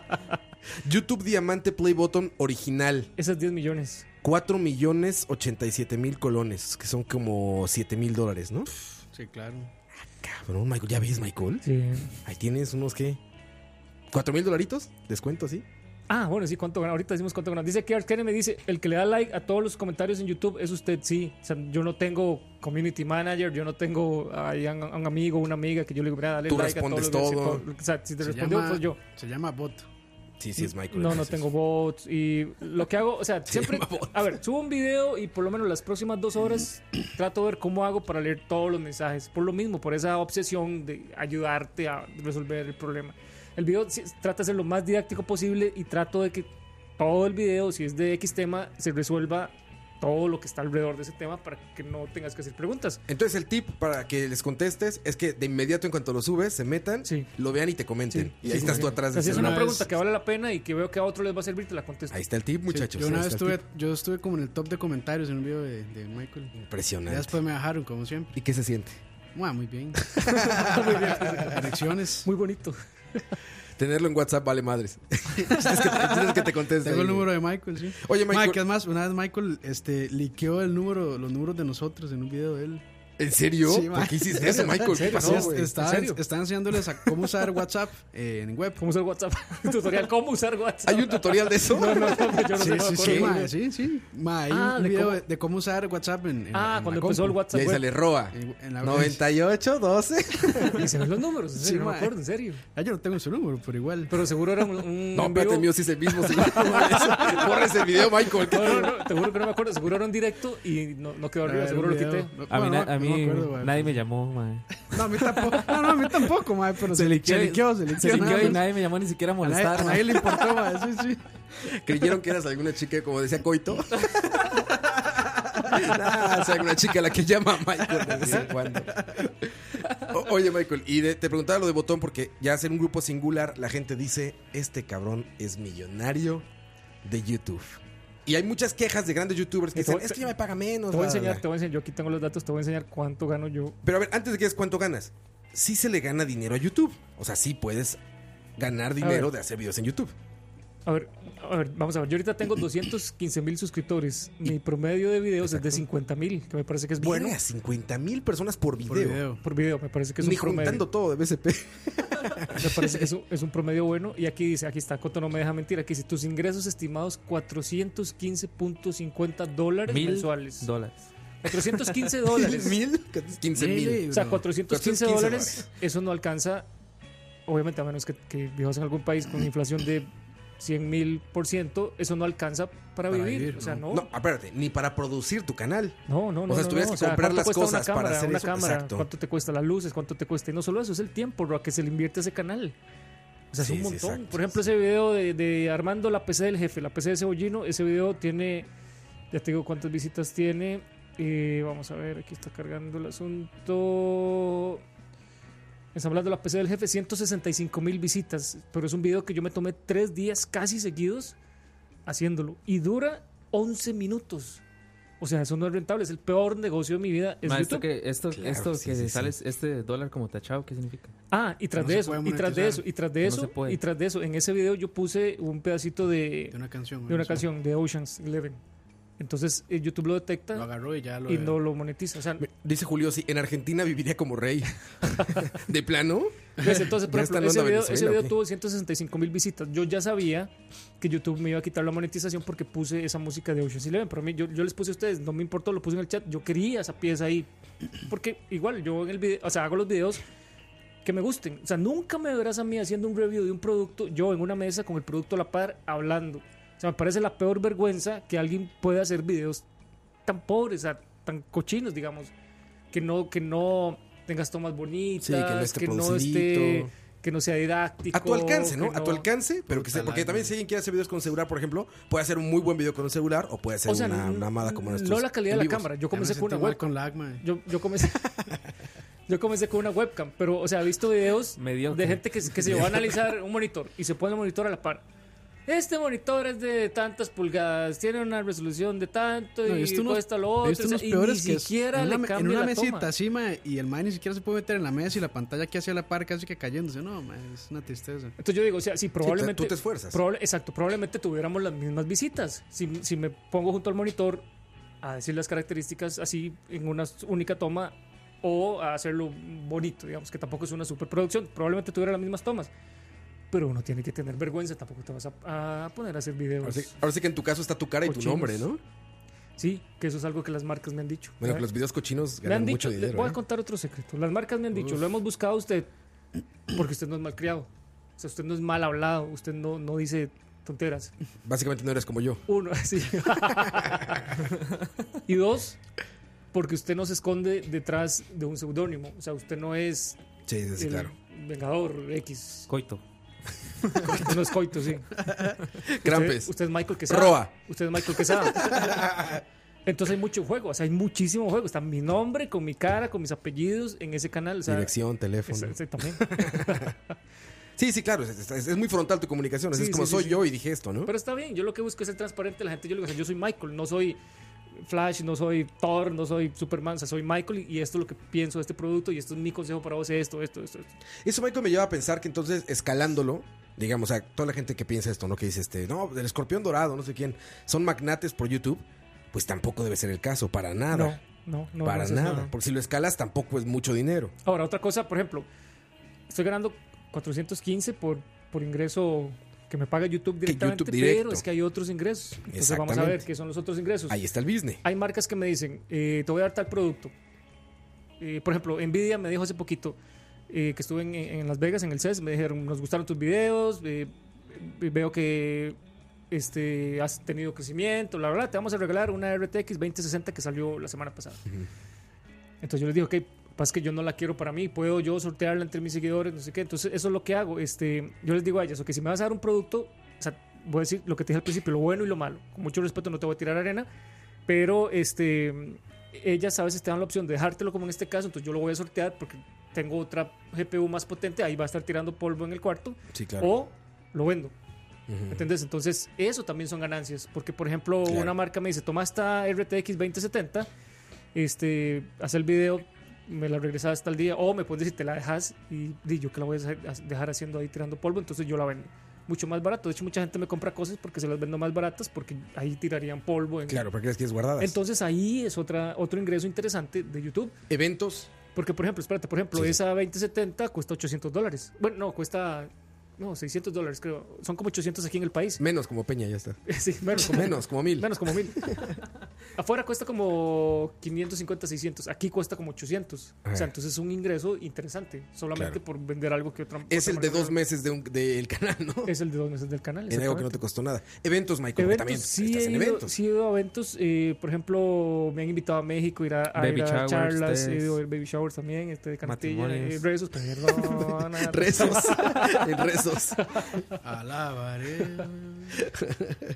A: YouTube Diamante Play Button original,
E: Esas 10 millones.
A: 4 millones 87 mil colones, que son como 7 mil dólares, ¿no?
D: Sí, claro.
A: Cabrón, Michael, ¿ya ves, Michael?
E: Sí.
A: Ahí tienes unos, ¿qué? ¿4 mil dolaritos? ¿Descuento así?
E: Ah, bueno, sí, cuánto ganan. Ahorita decimos cuánto ganan. Dice que Arcane me dice: el que le da like a todos los comentarios en YouTube es usted, sí. O sea, yo no tengo community manager, yo no tengo ahí a un, a un amigo, una amiga que yo le digo, mira, dale
A: Tú
E: like a todos
A: respondes
E: los videos". Sí,
A: todo.
E: todo- O sea, si te
D: Se
E: respondió,
D: llama-
E: pues yo.
D: Se llama bot.
A: Sí, sí, es Michael.
E: No, no
A: entonces.
E: tengo bots. Y lo que hago, o sea, siempre.
A: llama bots.
E: A ver, subo un video y por lo menos las próximas dos horas trato de ver cómo hago para leer todos los mensajes. Por lo mismo, por esa obsesión de ayudarte a resolver el problema. El video sí- trata de ser lo más didáctico posible y trato de que todo el video, si es de X tema, se resuelva todo lo que está alrededor de ese tema para que no tengas que hacer preguntas.
F: Entonces el tip para que les contestes es que de inmediato en cuanto lo subes, se metan,
E: Sí.
F: lo vean y te comenten.
E: Sí.
F: Y ahí estás tú atrás
E: Así
F: del
E: es una
F: celular.
E: pregunta que vale la pena y que veo que a otro les va a servir, te la contesto.
F: pues, Ahí está el tip, muchachos.
D: yo una
F: Ahí
D: vez
F: está el
D: estuve,
F: tip.
D: yo estuve como en el top de comentarios en un video de, de Michael. Ya
F: Impresionante.
D: después me bajaron, como siempre.
F: ¿Y qué se siente?
D: Mua, muy bien. [laughs] muy bien. Elecciones.
E: Muy bonito.
F: Tenerlo en WhatsApp vale
D: [laughs]
F: madres. tienes, que, tienes que te conteste.
D: Tengo el
F: ahí.
D: número de Michael, sí.
F: Oye,
D: Ma,
F: Michael.
D: que es más, una vez Michael este, liqueó el número, los números de nosotros en un video de él.
F: ¿En serio?
D: Sí,
F: ¿Por
D: ma.
F: qué
D: [laughs]
F: hiciste eso, Michael? ¿Qué pasó,
D: Sí, es-
F: güey?
D: estaba-
E: ¿En serio?
D: Están enseñándoles a cómo usar WhatsApp eh, en web.
E: ¿Cómo usar WhatsApp? [laughs] Tutorial, ¿cómo usar WhatsApp?
F: ¿Hay un tutorial de
D: [laughs]
F: eso?
E: [laughs] No, no, no, pues yo no sé,
D: Sí,
E: no
D: sí,
E: me
D: sí,
E: acuerdo.
D: ma, sí, sí. Ma, hay
E: Ah,
D: un
E: de
D: video
E: cómo-
D: de, de cómo usar WhatsApp en, en-
E: Ah,
D: en
E: cuando
D: la
E: empezó el
D: compu.
F: y
E: WhatsApp.
F: ahí
E: web.
F: sale Roa.
D: En la-
F: 98,
E: [laughs]
F: 12.
E: Y se ven los números, en
D: Sí,
E: serio, no me
D: ma.
E: acuerdo, en serio.
D: Ah, yo no tengo su número, pero igual.
E: Pero seguro era un. un
F: No,
E: en vivo.
F: espérate, mío sí es el mismo. seguro.
E: [laughs]
F: Borra ese video, Michael.
E: No, no, no, te juro que no me acuerdo. Seguro era un directo y no, no quedó
D: Ah,
E: arriba,
D: era
E: seguro
D: un
E: lo quité.
D: video. No,
C: A mí,
D: bueno,
C: na- a
D: no me
C: mí
D: acuerdo, ma,
C: nadie
D: pero-
C: me llamó, mae.
D: No, a mí tampoco. No, no, a mí tampoco, ma, pero se, liqueó, se liqueó, se liqueó.
C: Se liqueó
D: nada
C: y
D: más.
C: nadie me llamó ni siquiera a
D: A nadie,
C: molestar,
D: a
C: mae.
D: nadie le importó, ma, sí, sí.
F: Creyeron que eras alguna chica, como decía Coito. nah, es alguna chica a la que llama Michael de vez en cuando. O- oye, Michael, y de- te preguntaba lo de botón porque ya hacer un grupo singular, la gente dice: Este cabrón es millonario de YouTube. Y hay muchas quejas de grandes youtubers que
E: Te
F: dicen:
E: voy-
F: Es que ya me paga menos.
E: Te
F: bla, bla,
E: voy a enseñar,
F: bla".
E: te voy a enseñar. Yo aquí tengo los datos, te voy a enseñar cuánto gano yo.
F: Pero a ver, antes de que digas cuánto ganas, sí se le gana dinero a YouTube. O sea, sí puedes ganar dinero
E: ver.
F: de hacer videos en YouTube.
E: A ver, a ver, vamos a ver. Yo ahorita
F: [clears throat]
E: tengo 215 mil suscriptores. Mi promedio de videos es de 50 mil, que me parece que es
F: Bueno,
E: bueno.
F: a 50 mil personas por video.
D: Por video.
E: Por video, me parece que es
F: Ni
E: un promedio.
F: juntando todo de BSP.
E: Me parece [laughs] que es un, es un promedio bueno. Y aquí dice, aquí está, Coto, no me deja mentir. Aquí dice, tus ingresos estimados 415.50 dólares
C: Mil
E: mensuales.
C: dólares.
E: 415 [laughs] dólares.
F: [laughs] ¿Mil? 15 mil.
E: O sea, 415
F: 415
E: dólares, eso no alcanza, obviamente a menos que, que vivas en algún país [clears throat] con inflación de 100 mil por ciento, eso no alcanza
D: Para
E: para, vivir.
D: vivir,
E: O sea, no.
F: No, espérate, ni para producir tu canal.
E: No, no, no.
F: O sea,
E: no,
F: tuvieras
E: no.
F: que comprar
E: ¿cuánto
F: las
E: cuesta una
F: cosas para
E: cámara,
F: hacer
E: una
F: eso?
E: cámara?
F: Exacto.
E: ¿Cuánto te cuesta las luces? ¿Cuánto te cuesta? Y no solo eso, es el tiempo, lo que se le invierte a ese canal. O sea,
F: Sí,
E: es un
F: sí,
E: montón.
F: exacto,
E: Por ejemplo, ese video de, de armando la PC del jefe, la PC de Cebollino, ese video tiene, ya te digo cuántas visitas tiene. Eh, vamos a ver, aquí está cargando el asunto. Ensamblando la PC del jefe, 165 mil visitas. Pero es un video que yo me tomé tres días casi seguidos haciéndolo. Y dura 11 minutos. O sea, eso no es rentable. Es el peor negocio de mi vida. Es
C: Mae, esto
E: YouTube.
C: que, esto,
F: Claro,
C: esto
F: sí,
C: que
F: sí, sí.
C: sale, este dólar como tachado, ¿qué significa?
E: Ah, y tras
D: no
E: de
D: se
E: eso,
D: puede
E: y tras de eso,
D: monetizar.
E: y tras de
C: Que no
E: eso,
C: se puede.
E: y tras de eso. En ese video yo puse un pedacito de,
D: De una canción.
E: de una
D: sí.
E: canción, de Ocean's Eleven. Entonces eh, YouTube lo detecta
D: Lo agarró y ya lo.
E: y no lo monetiza. O sea,
F: Dice Julio, sí, en Argentina viviría como [laughs] rey. ¿De plano?
D: [laughs]
E: ¿Ves? Entonces, por
F: Ya están
E: ejemplo, ese
F: dando a
E: video,
F: Venezuela,
E: ese video
F: ¿o qué?
E: tuvo 165 mil visitas. Yo ya sabía que YouTube me iba a quitar la monetización porque puse esa música de Ocean's Eleven. Pero a mí, yo, yo les puse a ustedes, no me importó, lo puse en el chat. Yo quería esa pieza ahí. Porque igual, yo en el video, o sea, hago los videos que me gusten. O sea, nunca me verás a mí haciendo un review de un producto, yo en una mesa con el producto a la par, hablando. O sea, me parece la peor vergüenza que alguien pueda hacer videos tan pobres, o sea, tan cochinos, digamos. Que no, que no tengas tomas bonitas,
F: Sí, que no esté
E: que no
F: producidito.
E: esté que no sea didáctico.
F: A tu alcance, ¿no?
E: que
F: A tu alcance, pero que
D: Puta
F: sea, porque
D: la
F: también
D: madre.
F: si alguien quiere hacer videos con celular, por ejemplo, puede hacer un muy buen video con un celular o puede hacer
E: O sea,
F: una mamada como nuestros
E: no la calidad de la
F: en vivos.
E: cámara.
D: Ya
E: Yo
D: me
E: comencé con
D: sentí
E: una
D: mal
E: webcam.
D: con lag, ma.
E: Yo, yo comencé. [laughs] Yo comencé con una webcam, pero, o sea, he
D: [laughs]
E: visto videos
C: Mediocre.
E: de gente que, que se llevó a analizar un monitor y se pone el monitor a la par. Este monitor es de tantas pulgadas, tiene una resolución de tanto
D: No, he
E: y
D: visto unos-
E: cuesta lo
D: he
E: otro.
D: visto
E: o sea,
D: unos
E: y ni
D: peores que es
E: siquiera
D: en
E: le
D: una, en
E: cambia
D: una
E: la
D: mesita
E: toma.
D: así, ma, y el man ni siquiera se puede meter en la mesa y la pantalla que hace a la par casi que cayéndose. No, ma, es una tristeza.
E: Entonces yo digo, o sea, sí, probablemente.
F: tú te esfuerzas.
E: probable- exacto, probablemente tuviéramos las mismas visitas. Si, si me pongo junto al monitor a decir las características así en una única toma o a hacerlo bonito, digamos, que tampoco es una superproducción, probablemente tuviera las mismas tomas. Pero uno tiene que tener vergüenza, tampoco te vas a, a poner a hacer videos.
F: Ahora sí, ahora sí que en tu caso está tu cara y tu
E: Cochinos.
F: nombre, ¿no?
E: Sí, que eso es algo que las marcas me han dicho.
F: Bueno,
E: Me-
F: que los videos cochinos
E: me han
F: ganan
E: dicho,
F: mucho
E: les voy
F: dinero.
E: a
F: ¿eh?
E: contar otro secreto. Las marcas me han dicho, lo hemos buscado a usted porque usted no es malcriado. O sea, usted no es mal hablado, usted no, no dice tonteras.
F: Básicamente no eres como yo.
E: Uno, [laughs]
F: [laughs]
E: sí. y dos, porque usted no se esconde detrás de un seudónimo. O sea, usted no es
F: Sí, sí, sí,
E: el
F: claro.
E: Vengador X.
C: Coito.
E: Usted no es
F: [laughs]
E: coito, sí.
F: Crampes.
E: Usted, usted es Michael Quesada.
F: Roa. [laughs]
E: Usted es Michael Quesada. Entonces hay mucho juego, o sea, hay muchísimo juego. Está mi nombre, con mi cara, con mis apellidos en ese canal. o sea,
F: Dirección, teléfono.
E: es- Exactamente.
F: Sí, sí, claro. Es, es- es muy frontal tu comunicación. así
E: Sí,
F: es como
E: sí, sí,
F: soy
E: sí.
F: yo y dije esto, ¿no?
E: Pero está bien, yo lo que busco es ser transparente. La gente, yo le digo, o sea, yo soy Michael, no soy Flash, no soy Thor, no soy Superman, o sea, soy Michael y, y esto es lo que pienso de este producto y esto es mi consejo para vos, esto, esto, esto. esto.
F: Eso, Michael, me lleva a pensar que entonces, escalándolo, digamos, a toda la gente que piensa esto, ¿no? Que dice, este, no, del escorpión dorado, no sé quién, son magnates por YouTube. Pues tampoco debe ser el caso, para nada.
E: No, no, no.
F: para
E: no es eso,
F: nada.
E: no.
F: Porque si lo escalas, tampoco es mucho dinero.
E: Ahora, otra cosa, por ejemplo, estoy ganando 415 por, por ingreso que me paga YouTube directamente,
F: YouTube directo.
E: pero es que hay otros ingresos. Entonces vamos a ver
F: Exactamente.
E: qué son los otros ingresos.
F: Ahí está el business.
E: Hay marcas que me dicen, eh, te voy a dar tal producto. Eh, por ejemplo, Nvidia me dijo hace poquito eh, que estuve en, en Las Vegas, en el CES, me dijeron, nos gustaron tus videos, eh, eh, veo que este, has tenido crecimiento, la verdad, te vamos a regalar una RTX 2060 que salió la semana pasada. Entonces yo les digo, ok, pasa que yo no la quiero para mí, puedo yo sortearla entre mis seguidores, no sé qué. Entonces eso es lo que hago. Este, yo les digo a ellas, ok, si me vas a dar un producto, o sea, voy a decir lo que te dije al principio, lo bueno y lo malo. Con mucho respeto no te voy a tirar arena, pero este, ellas a veces te dan la opción de dejártelo como en este caso, entonces yo lo voy a sortear porque tengo otra GPU más potente, ahí va a estar tirando polvo en el cuarto,
F: Sí, claro.
E: o lo vendo.
F: Ujú.
E: ¿Entendés? Entonces, eso también son ganancias. Porque, por ejemplo,
F: Claro.
E: una marca me dice: Toma esta RTX 2070, este, haz el video, me la regresas hasta el día, o me puedes decir, te la dejas y, di, yo que la voy a dejar- dejar haciendo ahí tirando polvo, entonces yo la vendo mucho más barato. De hecho, mucha gente me compra cosas porque se las vendo más baratas, porque ahí tirarían polvo. en-
F: Claro, porque las quieres guardadas.
E: Entonces, ahí es otra, otro ingreso interesante de YouTube.
F: Eventos.
E: Porque, por ejemplo, espérate, por ejemplo,
F: Sí, sí.
E: esa 2070 cuesta 800 dólares. Bueno, no, cuesta. No, 600 dólares, creo. Son como 800 aquí en el país.
F: Menos como Peña, ya está.
E: [laughs] Sí, menos como
F: Mm. Menos, como mil.
E: Menos como mil. [laughs] Afuera cuesta como 550, 600. Aquí cuesta como 800. O
F: Ajá.
E: sea, entonces es un ingreso interesante solamente
F: Claro.
E: por vender algo que otra.
F: Es
E: otra
F: el de
E: marca
F: dos
E: no-
F: meses del de del canal, ¿no?
E: Es el de dos meses del canal.
F: En algo que no
E: exactamente.
F: te costó nada. Eventos, Michael, que
E: Eventos,
F: también
E: sí,
F: estás
E: he
F: en
E: ido,
F: eventos.
E: sí he ido a eventos. eh, por ejemplo, me han invitado a México a ir a, a
C: Baby
E: ir a
C: showers,
E: charlas. He
C: ustedes.
E: ido a ver baby showers también. Este de Canatilla.
C: Matrimonios.
E: eh, rezos, perdón.
F: [laughs] Rezos.
E: [laughs]
F: en rezos.
D: Alabaré.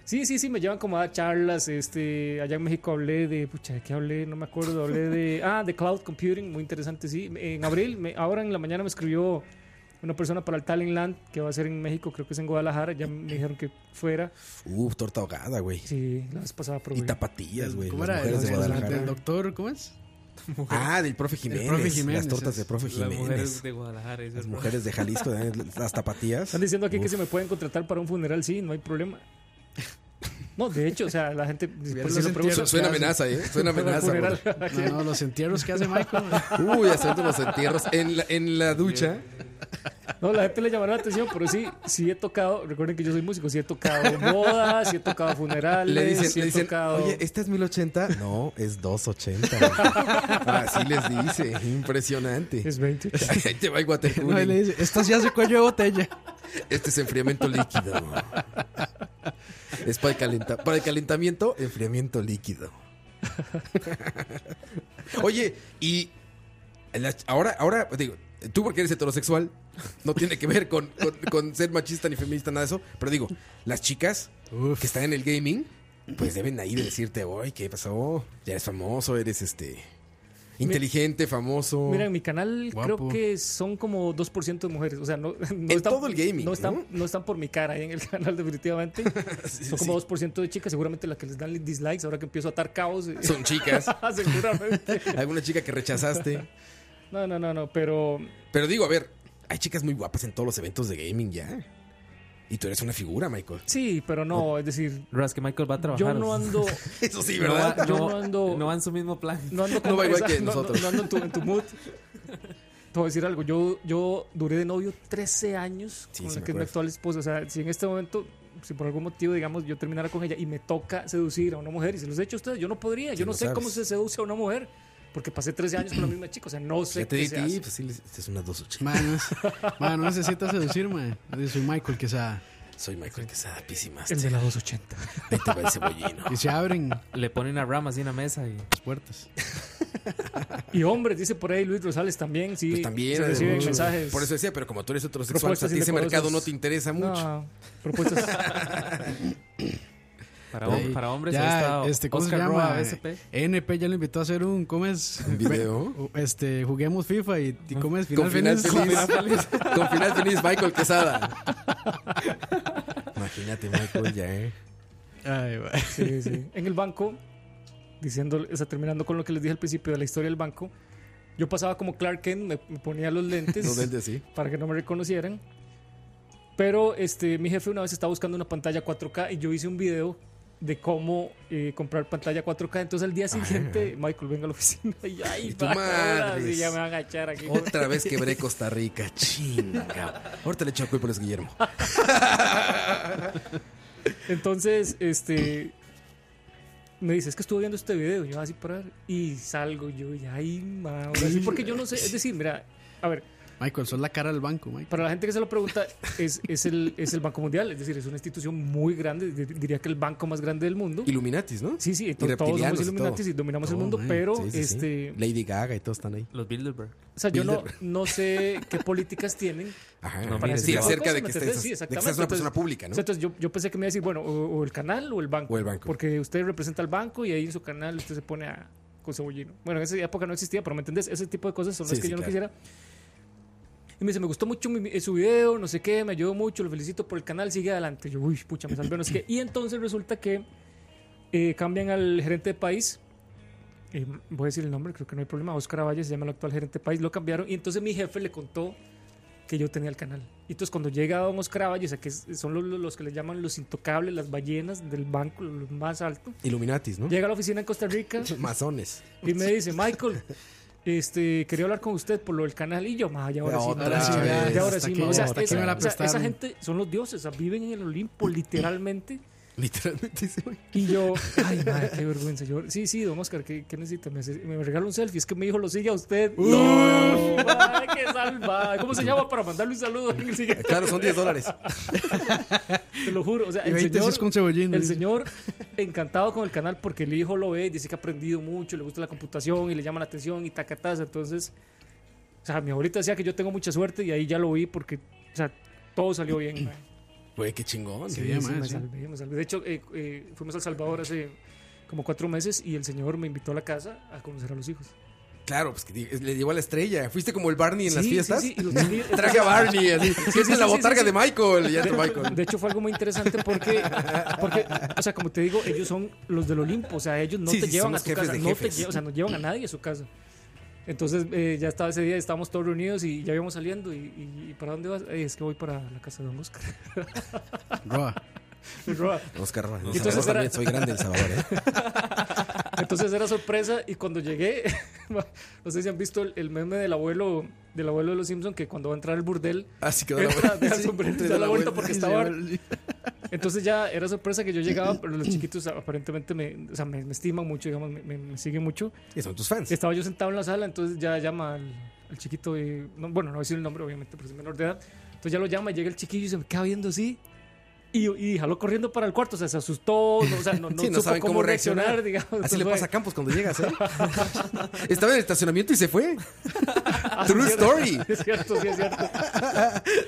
E: Sí, sí, sí, me llevan como a dar charlas. Este, allá en México hablé de, pucha, ¿de qué hablé? No me acuerdo. Hablé de, ah, de cloud computing, muy interesante, sí. En abril, me- ahora en la mañana me escribió una persona para el Talentland que va a ser en México, creo que es en Guadalajara. Ya me dijeron que fuera.
F: Uf, torta ahogada, güey.
E: Sí, la vez pasada probé.
F: Y tapatías, güey.
D: ¿Cómo
F: Las
D: era?
F: mujeres de
D: El- Del
F: Guadalajara.
D: doctor, ¿cómo es?
F: Ah, del profe Jiménez.
D: profe Jiménez,
F: Las tortas de profe
C: Las
F: Jiménez.
C: mujeres de Guadalajara. eso
F: Las
C: es
F: mujeres de [laughs] Jalisco, ¿eh? las tapatías.
E: Están diciendo aquí que
F: Uf.
E: se me pueden contratar para un funeral, sí, no hay problema. No, de hecho, o sea, la
F: [laughs]
E: gente
D: los
E: después se lo pregunta.
D: entierros.
F: Suena amenaza, ¿eh?
E: [laughs]
F: Suena
E: para un
F: amenaza.
E: funeral.
D: No, no, los entierros que hace Michael.
F: [laughs] güey. Uy, haciendo los entierros en la, en la ducha.
E: No, la gente le llamará la atención, pero sí, sí he tocado, recuerden que yo soy músico, sí he tocado bodas, sí he tocado funerales,
F: Le dicen,
E: sí he
F: le dicen
E: tocado...
F: oye, ¿esta es 1080? No, es 280. [laughs] güey. Así les dice. Impresionante. [laughs]
E: es 20.
F: Ahí te va el
D: No, y
F: Guatecunen.
D: le dice, estas ya se cuello de botella.
F: Este es enfriamiento líquido. Es para el, calenta- para el calentamiento, enfriamiento líquido. Oye, y la- ahora, ahora, digo, tú porque eres heterosexual, no tiene que ver con, con- con ser machista ni feminista, nada de eso, pero digo, las chicas que están en el gaming, pues deben ahí de decirte, oye, ¿qué pasó? Ya eres famoso, eres este... Inteligente, famoso.
E: Mira, en mi canal
D: Guapo.
E: creo que son como 2% de mujeres, o sea, no, [laughs] no
F: En todo el gaming,
E: no están,
F: ¿no?
E: ¿no? están por mi cara ahí en el [laughs]
F: [laughs]
E: canal definitivamente, son como 2% de chicas, seguramente las que les dan dislikes ahora que empiezo a atar caos. eh, [laughs]
F: Son chicas.
E: seguramente.
F: [laughs] Alguna chica que rechazaste.
E: No, no, no, no, pero
F: Pero digo, a ver, hay chicas muy guapas en todos los eventos de gaming ya. Y tú eres una figura, Michael.
E: sí, pero no, es decir,
C: Ras que Michael va a trabajar.
E: yo no ando...
F: Eso sí,
C: No
F: ¿verdad?
C: va-
E: Yo
C: no-
E: no ando-
C: no va en su mismo plan.
E: No ando,
F: [laughs] No
E: como
F: va igual
E: esa-
F: que
E: [laughs] no- no-
F: nosotros.
E: no ando en tu, en tu mood. Te voy a decir algo. Yo, yo duré de novio 13 años
F: Sí,
E: con
F: sí
E: la
F: me
E: que es mi
F: acuerdo.
E: actual esposa. O sea, si en este momento, si por algún motivo, digamos, yo terminara con ella y me toca seducir a una mujer y se los he hecho a ustedes, yo no podría. Yo
F: Sí,
E: no
F: lo
E: sé
F: sabes.
E: cómo se seduce a una mujer porque pasé 13 años con la misma chica. O sea, no sé
F: ya te
E: qué
F: di
E: se hace.
F: tips. Sí, este es una 280.
D: Man, no necesita seducir, man. Soy Michael que se,
F: Soy Michael Quesada, este, PC Master.
E: El de la 280.
F: Ahí te va el cebollino.
E: [laughs]
D: que se abren
C: Le pone una rama así en la mesa y
D: las puertas.
E: Y hombres, dice por ahí Luis Rosales también. Sí,
F: Pues también.
E: se reciben
F: mucho.
E: mensajes.
F: Por eso decía, pero como tú eres heterosexual,
E: Propuestas
F: a ti ese
E: indecorosas.
F: mercado no te interesa mucho.
E: No, propuestas.
C: Para,
D: Ahí.
C: para hombres, ahí
D: ya,
C: está
D: este, ¿cómo se
C: Oscar
D: llama?
C: Roa, BSP.
D: NP ya lo invitó a hacer un, ¿cómo es?
F: ¿Un video?
D: Este, juguemos FIFA y, y ¿cómo es?
F: Con final
D: feliz.
F: feliz. [laughs] Con final feliz, Michael Quesada.
E: [laughs]
F: Imagínate, Michael, ya, ¿eh?
D: Ay, va.
E: Sí, sí. [laughs] En el banco, diciendo, o sea, terminando con lo que les dije al principio de la historia del banco, yo pasaba como Clark Kent, me, me ponía los lentes,
F: Los lentes, sí.
E: para que no me reconocieran. Pero este, mi jefe una vez estaba buscando una pantalla 4K y yo hice un video de cómo eh, comprar pantalla 4K. Entonces al día siguiente, Michael, venga a la oficina Ah, [laughs] y ay,
F: Y tú,
E: para, ahora sí,
F: madres.
E: ya me van a echar aquí.
F: Otra vez quebré Costa Rica, chinga. Ahorita le echo la culpa a los Guillermo.
E: Entonces, este. Me dice, es que estuve viendo este video. Yo así para ver. Y salgo yo y ay, ma, ahora sí", Porque yo no sé. Es decir, mira, a ver,
D: Michael, sos la cara del banco, Michael.
E: para la gente que se lo pregunta, es, es, el, es el Banco Mundial. Es decir, es una institución muy grande. di- Diría que el banco más grande del mundo.
F: Illuminatis, ¿no?
E: Sí, sí, to-
F: Y
E: todos somos
F: reptilianos y todo.
E: iluminatis y dominamos el
F: Todo,
E: mundo,
F: man.
E: pero
F: Sí, sí, sí.
E: este,
F: Lady Gaga y todos están ahí.
C: Los Bilderberg.
E: o sea, yo no,
F: Bilderberg.
E: no sé qué políticas tienen
F: Ajá.
C: No,
F: Para
C: mira,
F: sí,
C: ese tipo de
F: acerca
E: cosas,
F: de
E: Pues ¿me
F: que, estés,
E: entendés? Sí,
F: de que seas
E: exactamente.
F: una persona
E: Entonces-
F: pública,
E: O
F: ¿no?
E: sea, entonces yo, yo pensé que me iba a decir, bueno, o, o el canal o el banco.
F: O el banco.
E: Porque usted representa al banco y ahí en su canal usted se pone a con cebollino. Bueno, en esa época no existía, pero ¿me entendés? Ese tipo de cosas son las
F: Sí,
E: que
F: sí,
E: yo no
F: claro.
E: quisiera. Y me dice, me gustó mucho mi- su video, no sé qué, me ayudó mucho, lo felicito por el canal, sigue adelante. Yo, uy, pucha, me salvé, no sé qué. Y entonces resulta que eh, cambian al gerente de país. Eh, voy a decir el nombre, creo que no hay problema. Oscar Valle se llama el actual gerente de país. Lo cambiaron y entonces mi jefe le contó que yo tenía el canal. Y entonces cuando llega Don Oscar Valle, o sea, que es- son los, los- los que les llaman los intocables, las ballenas del banco, los más altos,
F: Illuminatis, ¿no?
E: llega a la oficina en
F: [laughs]
E: Costa Rica
F: Masones.
E: y me dice, Michael. Este, quería hablar con usted por lo del canal y yo, más ya ahora sí,
F: Otra
E: ahora sí,
F: vez.
E: ya ahora
D: Hasta
E: sí,
D: aquí,
E: ma". o sea,
D: hasta aquí
E: esa,
D: me la
E: o sea, esa
D: prestaron.
E: gente son los dioses, o sea, viven en el Olimpo literalmente
F: Literalmente ese güey.
E: y yo, ay, madre, qué vergüenza. Yo, sí, sí, don Oscar, ¿qué, qué necesita? Me, hace- me regala un selfie. Es que mi hijo lo sigue a usted. ¡No! madre, ¡Qué salva! ¿Cómo se llama para mandarle un saludo? [laughs] en el siguiente?
F: Claro, son 10 dólares.
E: Te lo juro. O sea,
D: Y
E: el
D: 20
E: señor,
D: es con cebollino.
E: el
D: dice.
E: señor encantado con el canal porque el hijo lo ve, dice que ha aprendido mucho, le gusta la computación y le llama la atención y tacatas. Entonces, o sea, mi abuelita decía que yo tengo mucha suerte y ahí ya lo vi porque, o sea, todo salió bien. madre.
F: Güey, qué chingón.
D: Sí,
E: Sí,
D: ya,
E: sí,
D: madre,
E: me
D: sí.
E: salvé, me salvé. De hecho, eh, eh, fuimos a El Salvador hace como cuatro meses y el señor me invitó a la casa a conocer a los hijos.
F: Claro, pues que di- le llevó a la estrella. Fuiste como el Barney en las
E: Sí,
F: fiestas.
E: sí, sí, y [laughs] los tenía-
F: Traje a Barney, así. Esta es
E: sí,
F: la
E: sí,
F: botarga
E: sí,
F: de
E: sí.
F: Michael. Y ya tu
E: [laughs]
F: Michael.
E: De hecho, fue algo muy interesante porque, porque, o sea, como te digo, ellos son los del Olimpo. O sea, ellos no
F: Sí,
E: te
F: sí, son
E: llevan a
F: los
E: tu
F: jefes
E: casa.
F: de
E: No te
F: jefes.
E: lle- o sea, no llevan a nadie a su casa. Entonces, eh, ya estaba ese día, estábamos todos reunidos y ya íbamos saliendo. ¿Y, y- y para dónde vas? "Ey, es que voy para la casa de Don Oscar. [laughs] Pues,
D: Roa.
E: Roa.
F: Oscar Roa.
E: Entonces
F: Oscar Roa
E: era-
F: también, soy grande en Salvador, [laughs] ¿eh?
E: Entonces era sorpresa y cuando llegué, [laughs] no sé si han visto el, el meme del abuelo del abuelo de los Simpson que cuando va a entrar al burdel
F: Así quedó la
E: entra, [laughs] deja el
F: Ah, Sí,
E: sombrero y
F: entra
E: da la vuelta
F: vuelta.
E: porque está ahora.
F: [laughs]
E: Entonces ya era sorpresa que yo llegaba, pero
F: [clears throat]
E: los chiquitos aparentemente me, o sea, me, me estiman mucho, digamos, me, me- me siguen mucho.
F: Y son tus fans.
E: Estaba yo sentado en la sala, entonces ya llama al, al chiquito, y, no, bueno, no voy a decir el nombre obviamente, porque es menor de edad. Entonces ya lo llama, llega el chiquillo y se me queda viendo así. Y, y jaló corriendo para el cuarto, o sea, se asustó, no, o sea,
F: [laughs]
E: no, no
F: Sí, no
E: supo
F: saben
E: cómo,
F: cómo
E: reaccionar,
F: reaccionar.
E: digamos.
F: Así
E: Entonces,
F: le
E: fue-
F: pasa a Campos cuando llegas, ¿eh? Estaba en el estacionamiento y se fue. True story.
E: [laughs] Es cierto, sí,
F: [laughs]
E: es cierto.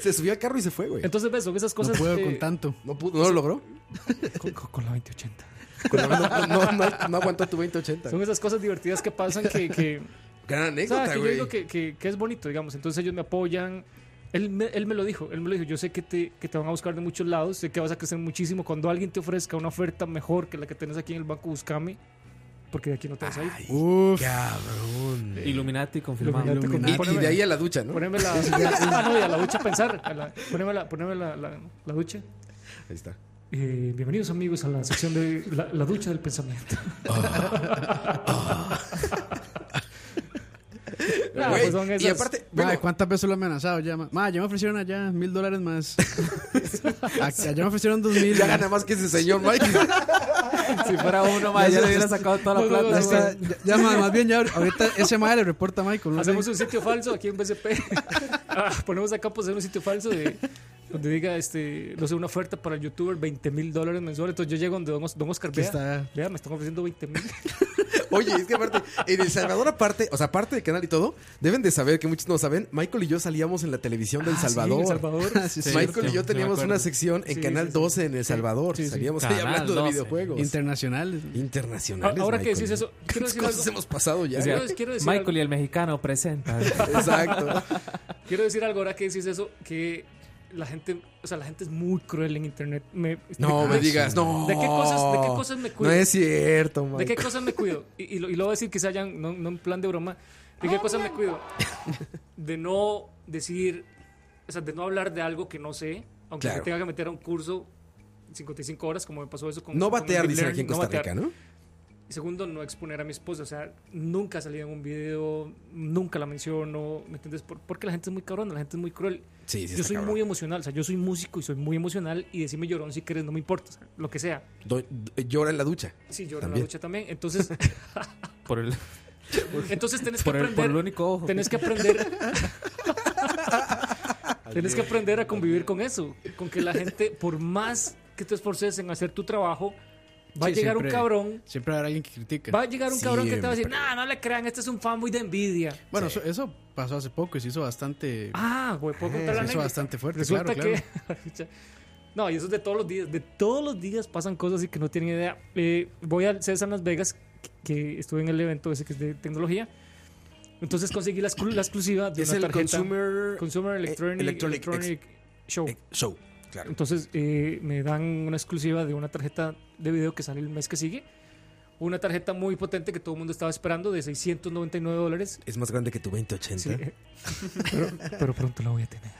F: Se subió al carro y se fue, güey.
E: Entonces, ves, son esas
D: No
E: cosas.
D: puedo
E: eh,
D: con tanto.
F: No pudo, no lo logró.
E: [laughs] con, con- con la 2080.
F: [laughs] Con la- No, no,
E: [laughs]
F: no- no aguantó tu 2080.
E: Son esas cosas divertidas que pasan que. que
F: Gran
E: o sea,
F: anécdota,
E: que yo
F: güey.
E: digo que, que- que es bonito, digamos. Entonces, ellos me apoyan. Él me, él me lo dijo, él me lo dijo. Yo sé que te, que te van a buscar de muchos lados, sé que vas a crecer muchísimo. Cuando alguien te ofrezca una oferta mejor que la que tenés aquí en el banco, búscame, porque de aquí no te vas a ir. Pues,
D: Uf.
F: Cabrón.
C: Illuminati confirmado.
E: Illuminati
F: Y,
E: confirmado.
F: y
E: Poneme-
F: de ahí a la ducha, ¿no?
E: Poneme la, [laughs] la- no, y a la ducha a pensar. a la- poneme la, poneme la, la- la ducha.
F: Ahí está.
E: Eh, bienvenidos amigos a la sección de la, la ducha del pensamiento. [laughs] Ah,
F: Güey,
E: pues son
F: y
E: esas-
F: aparte, bueno, [laughs]
D: Madre, ¿cuántas veces lo he amenazado ya? ma? Madre, ya me ofrecieron allá mil dólares más.
E: [laughs]
D: Acá ya me ofrecieron dos mil.
F: ya gana más que ese señor Mike.
C: [laughs]
F: [laughs]
C: Si fuera uno, más, ya le hubiera sacado toda la
E: No, no,
C: plata.
E: no,
D: Ya,
C: güey.
D: está, ya, ya, ma, más bien, ya ahorita ese madre le reporta a Michael. no
F: [laughs]
D: sé.
E: pues, hacemos un sitio falso aquí en BCP. Ah, ponemos a Campos en un sitio falso de donde diga, este, no sé, una oferta para el youtuber, 20 mil dólares mensuales. Entonces yo llego donde don, Os- don Oscar,
D: Que
E: vea,
D: está-
E: vea, me están ofreciendo 20 mil.
F: Oye, es que aparte, en El Salvador, aparte, o sea, aparte del canal y todo, deben de saber que muchos no saben, Michael y yo salíamos en la televisión del Salvador.
E: Ah, El Salvador.
D: Sí, sí.
F: Michael
C: cierto,
F: y yo
C: me
F: teníamos
C: acuerdo.
F: una sección en
E: Sí,
F: Canal
E: sí, sí.
F: 12 en El Salvador.
E: sí, sí.
F: Salíamos ahí
C: Canal
F: hablando
C: 12.
F: de videojuegos.
D: Internacionales.
F: Internacionales.
E: Ahora que
F: Michael.
E: decís eso,
F: ¿Qué
E: quiero decir
F: cosas
E: algo.
F: hemos pasado
E: [laughs]
F: ya?
E: O sea, Quiero- quiero decir
C: Michael
E: algo.
C: y el mexicano presenta. eh,
F: Exacto.
E: Quiero decir algo ahora que dices eso, que la gente, o sea, la gente es muy cruel en internet. Me-
F: No
E: de-
F: me digas, no.
E: ¿De qué cosas, de qué cosas me
F: No
E: cuido?
F: es cierto,
E: ¿De qué
F: Michael.
E: cosas
F: [laughs]
E: me cuido? Y, y lo, y lo voy a decir que se hayan, no, no en plan de broma. ¿De qué cosas me cuido? De no decir, o sea, de no hablar de algo que no sé, aunque
F: Claro.
E: me tenga que meter a un curso 55 horas, como me pasó eso con.
F: No
E: con
F: batear,
E: Deep
F: dicen aquí
E: Learning,
F: en Costa Rica,
E: batear.
F: ¿no?
E: Y Segundo, no exponer a mi esposa. O sea, nunca ha salido en un video, nunca la menciono. ¿Me entiendes? Por- porque la gente es muy cabrona, la gente es muy cruel.
F: Sí, sí,
E: yo
F: está
E: soy
F: cabrón.
E: muy emocional. O sea, yo soy músico y soy muy emocional. Y decime llorón si quieres, no me importa. o sea, lo que sea.
F: Do- do- llora en la ducha.
E: Sí, lloro en
F: También.
E: la ducha también. Entonces,
F: [laughs]
C: Por
E: [laughs]
C: el,
E: entonces tenés que
C: Pues, por, el, por el
E: aprender.
C: único ojo.
E: Tenés que aprender.
C: [laughs]
E: tenés que aprender a convivir con eso. Con que la gente, por más que te esforces en hacer tu trabajo, va a
D: Sí,
E: llegar
D: siempre-
E: un cabrón.
D: Siempre habrá alguien que critica.
E: Va a llegar un cabrón que te va a decir,
F: Siempre.
E: nah, no le crean, este es un fanboy de envidia.
D: Bueno, eso, eso pasó hace poco y se hizo bastante.
E: Ah, güey, puedo contar
D: se hizo
E: la anécdota.
D: bastante fuerte,
E: Pues Resulta
D: claro,
E: [laughs] que. no, y eso es de todos los días. De todos los días pasan cosas y que no tienen idea. Eh, voy al CESA en Las Vegas, que estuve en el evento ese que es de tecnología. Entonces conseguí la, exclu- la exclusiva de
F: Es
E: una
F: el
E: tarjeta.
F: Consumer, eh,
E: Consumer Electronic,
F: Electronic
E: Electronic Show.
F: eh, Show. Claro.
E: Entonces eh, me dan una exclusiva de una tarjeta de video que sale el mes que sigue. Una tarjeta muy potente que todo el mundo estaba esperando de 699 dólares.
F: Es más grande que tu 2080.
E: Sí, eh, pero, pero pronto la voy a tener.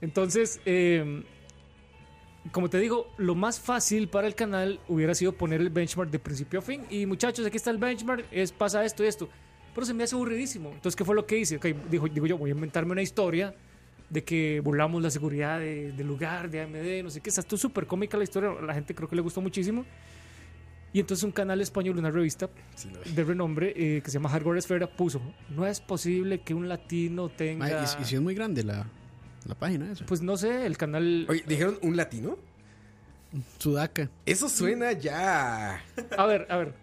E: Entonces, eh, como te digo, lo más fácil para el canal hubiera sido poner el benchmark de principio a fin. Y muchachos, aquí está el benchmark, es, pasa esto y esto. Pero se me hace aburridísimo. Entonces, ¿qué fue lo que hice? Ok, dijo, digo yo, voy a inventarme una historia de que volamos la seguridad de- del lugar, de AMD, no sé qué. Está esto súper cómica la historia, a la gente creo que le gustó muchísimo. Y entonces un canal español, una revista de renombre eh, que se llama Hardware Esfera puso, no es posible que un latino
D: Ma,
E: tenga...
D: y, y si es muy grande la, la página, eso.
E: Pues no sé, el canal...
F: Oye, ¿dijeron un latino?
D: Sudaca.
F: Eso suena ya.
E: A ver, a ver,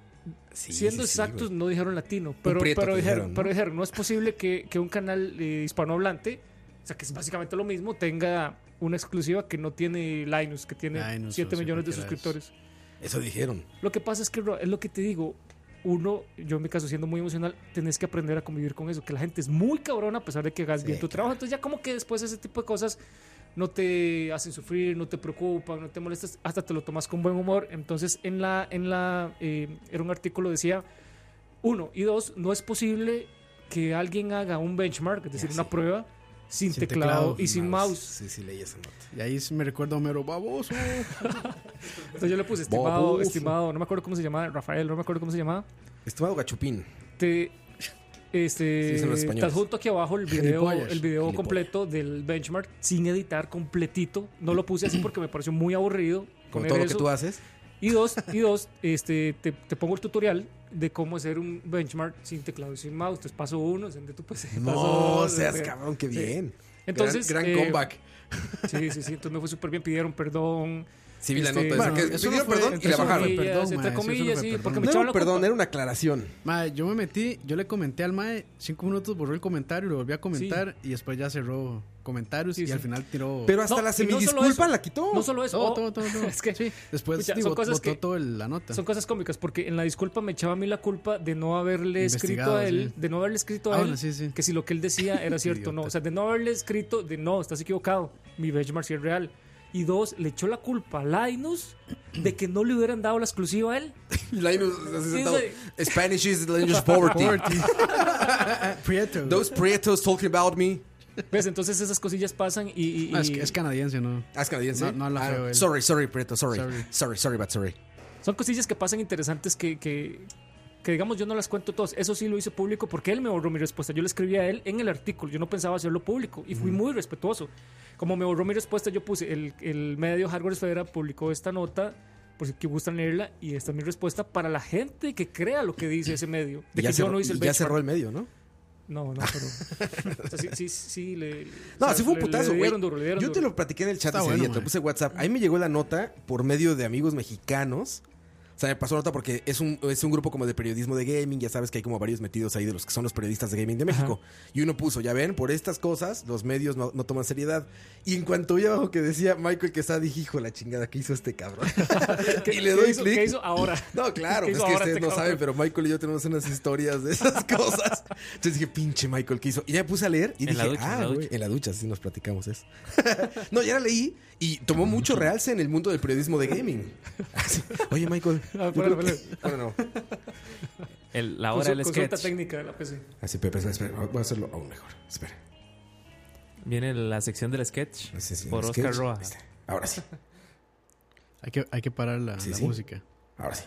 F: Sí,
E: siendo
F: sí, sí,
E: exactos
F: güey.
E: no dijeron latino, pero,
F: prieto
E: pero,
F: que
E: dijeron,
F: dijeron, ¿no?
E: pero dijeron, no es posible que, que un canal eh, hispanohablante, o sea, que es básicamente lo mismo, tenga una exclusiva que no tiene Linus, que tiene
D: Linus,
E: 7
D: o sea,
E: millones de
D: cualquiera de
E: suscriptores.
F: Eso dijeron.
E: Lo que pasa es que Ro, es lo que te digo. Uno, yo en mi caso siendo muy emocional, tenés que aprender a convivir con eso, que la gente es muy cabrona a pesar de que hagas bien tu trabajo. Entonces ya como que después ese tipo de cosas no te hacen sufrir, no te preocupan, no te molestas, hasta te lo tomas con buen humor. Entonces en la, en la, eh, era un artículo decía, uno, y dos, no es posible que alguien haga un benchmark, es decir,
F: Ya,
E: una
F: sí.
E: prueba, sin,
D: Sin
E: teclado,
D: teclado,
E: y sin mouse.
F: Sí, sí, leí esa nota.
D: Y ahí sí me recuerda a Homero Baboso.
E: Entonces yo le puse estimado,
F: Baboso.
E: estimado, no me acuerdo cómo se llamaba, Rafael, no me acuerdo cómo se llamaba.
F: Estimado Gachupín.
E: te este
F: Sí, son los españoles.
E: te adjunto aquí abajo el video
D: Gilipollas.
E: el video
F: Gilipollas.
E: completo del benchmark sin editar completito no lo puse así porque me pareció muy aburrido
F: Como
E: poner
F: todo lo que
E: eso.
F: tú haces.
E: y dos y dos este te, te pongo el tutorial de cómo hacer un benchmark sin teclado y sin mouse entonces paso uno encende tu PC paso
F: No,
E: dos,
F: seas
E: este,
F: cabrón, qué
E: sí.
F: bien.
E: entonces
F: gran,
E: eh,
F: gran comeback.
E: sí sí sí entonces me fue súper bien pidieron perdón
F: Sí, vi la
E: este,
F: nota.
E: bueno,
F: esa, que
D: eso no
F: pidieron
D: fue-
F: perdón y
D: entre
F: la
E: entre
F: bajaron.
D: comillas, Perdón,
E: comillas, entre
D: maestro, eso no
E: comillas
D: fue
E: sí
D: perdón.
E: porque
F: No
E: me
F: era
E: echaron
F: un
E: la
F: perdón,
E: culpa.
F: era una aclaración.
D: Ma, yo me metí, yo le comenté al Mae, cinco minutos borró el comentario, lo volví a comentar y después ya cerró comentarios
E: Sí,
D: y
E: sí.
D: al final tiró.
F: Pero hasta
E: No,
F: la
E: y no solo
F: semidisculpa
E: eso.
F: la quitó.
E: no solo eso
D: todo,
E: oh,
D: todo, todo, todo.
E: [laughs] es que
D: Sí, después
E: Escucha,
D: digo,
E: son cosas
D: botó
E: que-
D: todo el- la nota.
E: Son cosas cómicas, porque en la disculpa me echaba a mí la culpa de no haberle escrito
D: Investigado,
E: a él,
D: sí.
E: de no haberle escrito a
D: Ah,
E: él,
D: bueno, sí, sí.
E: que si lo que él
D: [laughs]
E: decía era cierto, no.
D: Idiota.
E: O sea, de no haberle escrito, de no, estás equivocado, mi benchmark sí es real. Y dos, le echó la culpa a Linus de que no le hubieran dado la exclusiva a él.
F: Linus así
E: Sí,
F: sentado.
E: güey.
F: Spanish is the language of
E: [laughs]
F: poverty.
D: Ah, Prieto.
F: Those prietos talking about me.
E: ¿Ves? Entonces esas cosillas pasan y. y- y-
D: Ma, es, es canadiense, ¿no?
F: Ah, es canadiense.
D: No, no habla
F: Ah,
D: feo él.
F: Sorry, sorry, prieto, sorry.
D: Sorry.
F: Sorry, sorry, but sorry.
E: son cosillas que pasan interesantes que. que que digamos yo no las cuento todas, eso sí lo hice público porque él me borró mi respuesta, yo le escribí a él en el artículo, yo no pensaba hacerlo público y fui muy respetuoso. Como me borró mi respuesta, yo puse el, el medio Hardware Federa publicó esta nota, por si que gustan leerla, y esta es mi respuesta para la gente que crea lo que dice ese medio,
F: Y
E: de
F: ya
E: que yo
F: cerró-
E: no
F: y
E: hice
F: ya
E: el benchmark.
F: cerró el medio, ¿no?
E: No, no, pero. o sea, sí, sí, sí, le.
F: [laughs] No,
E: o sea,
F: así fue un
E: le- le
F: putazo, güey.
E: dieron duro, le dieron
F: Yo te
E: duro.
F: lo platiqué en el chat
D: Está
F: ese
D: bueno,
F: día, te
D: man.
F: puse WhatsApp. Ahí me llegó la nota por medio de amigos mexicanos. O sea, me pasó nota porque es un, es un grupo como de periodismo de gaming. Ya sabes que hay como varios metidos ahí de los que son los periodistas de gaming de México. Y uno puso, ya ven, por estas cosas los medios no, no toman seriedad. Y en cuanto vi abajo que decía Michael Quesada, dije, hijo, la chingada que hizo este
E: [laughs]
F: cabrón.
E: ¿Qué-
F: y le
E: qué
F: doy
E: hizo-
F: clic.
E: ¿Qué hizo [laughs] ahora?
F: No, claro,
E: ¿Qué
F: pues
E: hizo
F: es que
E: ahora
F: ustedes no
E: este
F: saben,
E: cabrón?
F: pero Michael y yo tenemos unas historias de esas cosas. Entonces dije, pinche Michael, ¿qué hizo? Y ya me puse a leer y
M: En la
F: dije,
M: ducha, en
F: ah,
M: la
F: güey,
M: ducha.
F: en la ducha, sí nos platicamos eso. [laughs] no, ya la leí y tomó mucho realce en el mundo del periodismo de gaming. Así, Oye, Michael.
E: Ah,
F: yo
E: párale,
F: creo que- Bueno, no.
M: El- la hora
E: Consu-
M: del
E: Pues Consulta
M: sketch.
E: técnica de la PC.
F: Así, Pepe, espera, espera, voy a hacerlo aún mejor. Espera.
M: Viene la sección del sketch
F: Sí, sí,
M: por
F: el
M: Oscar
F: sketch. Este.
M: Roa.
F: Ahí está. Ahora sí,
D: Hay que, hay que parar la,
F: Sí,
D: la
F: sí.
D: música.
F: ahora sí.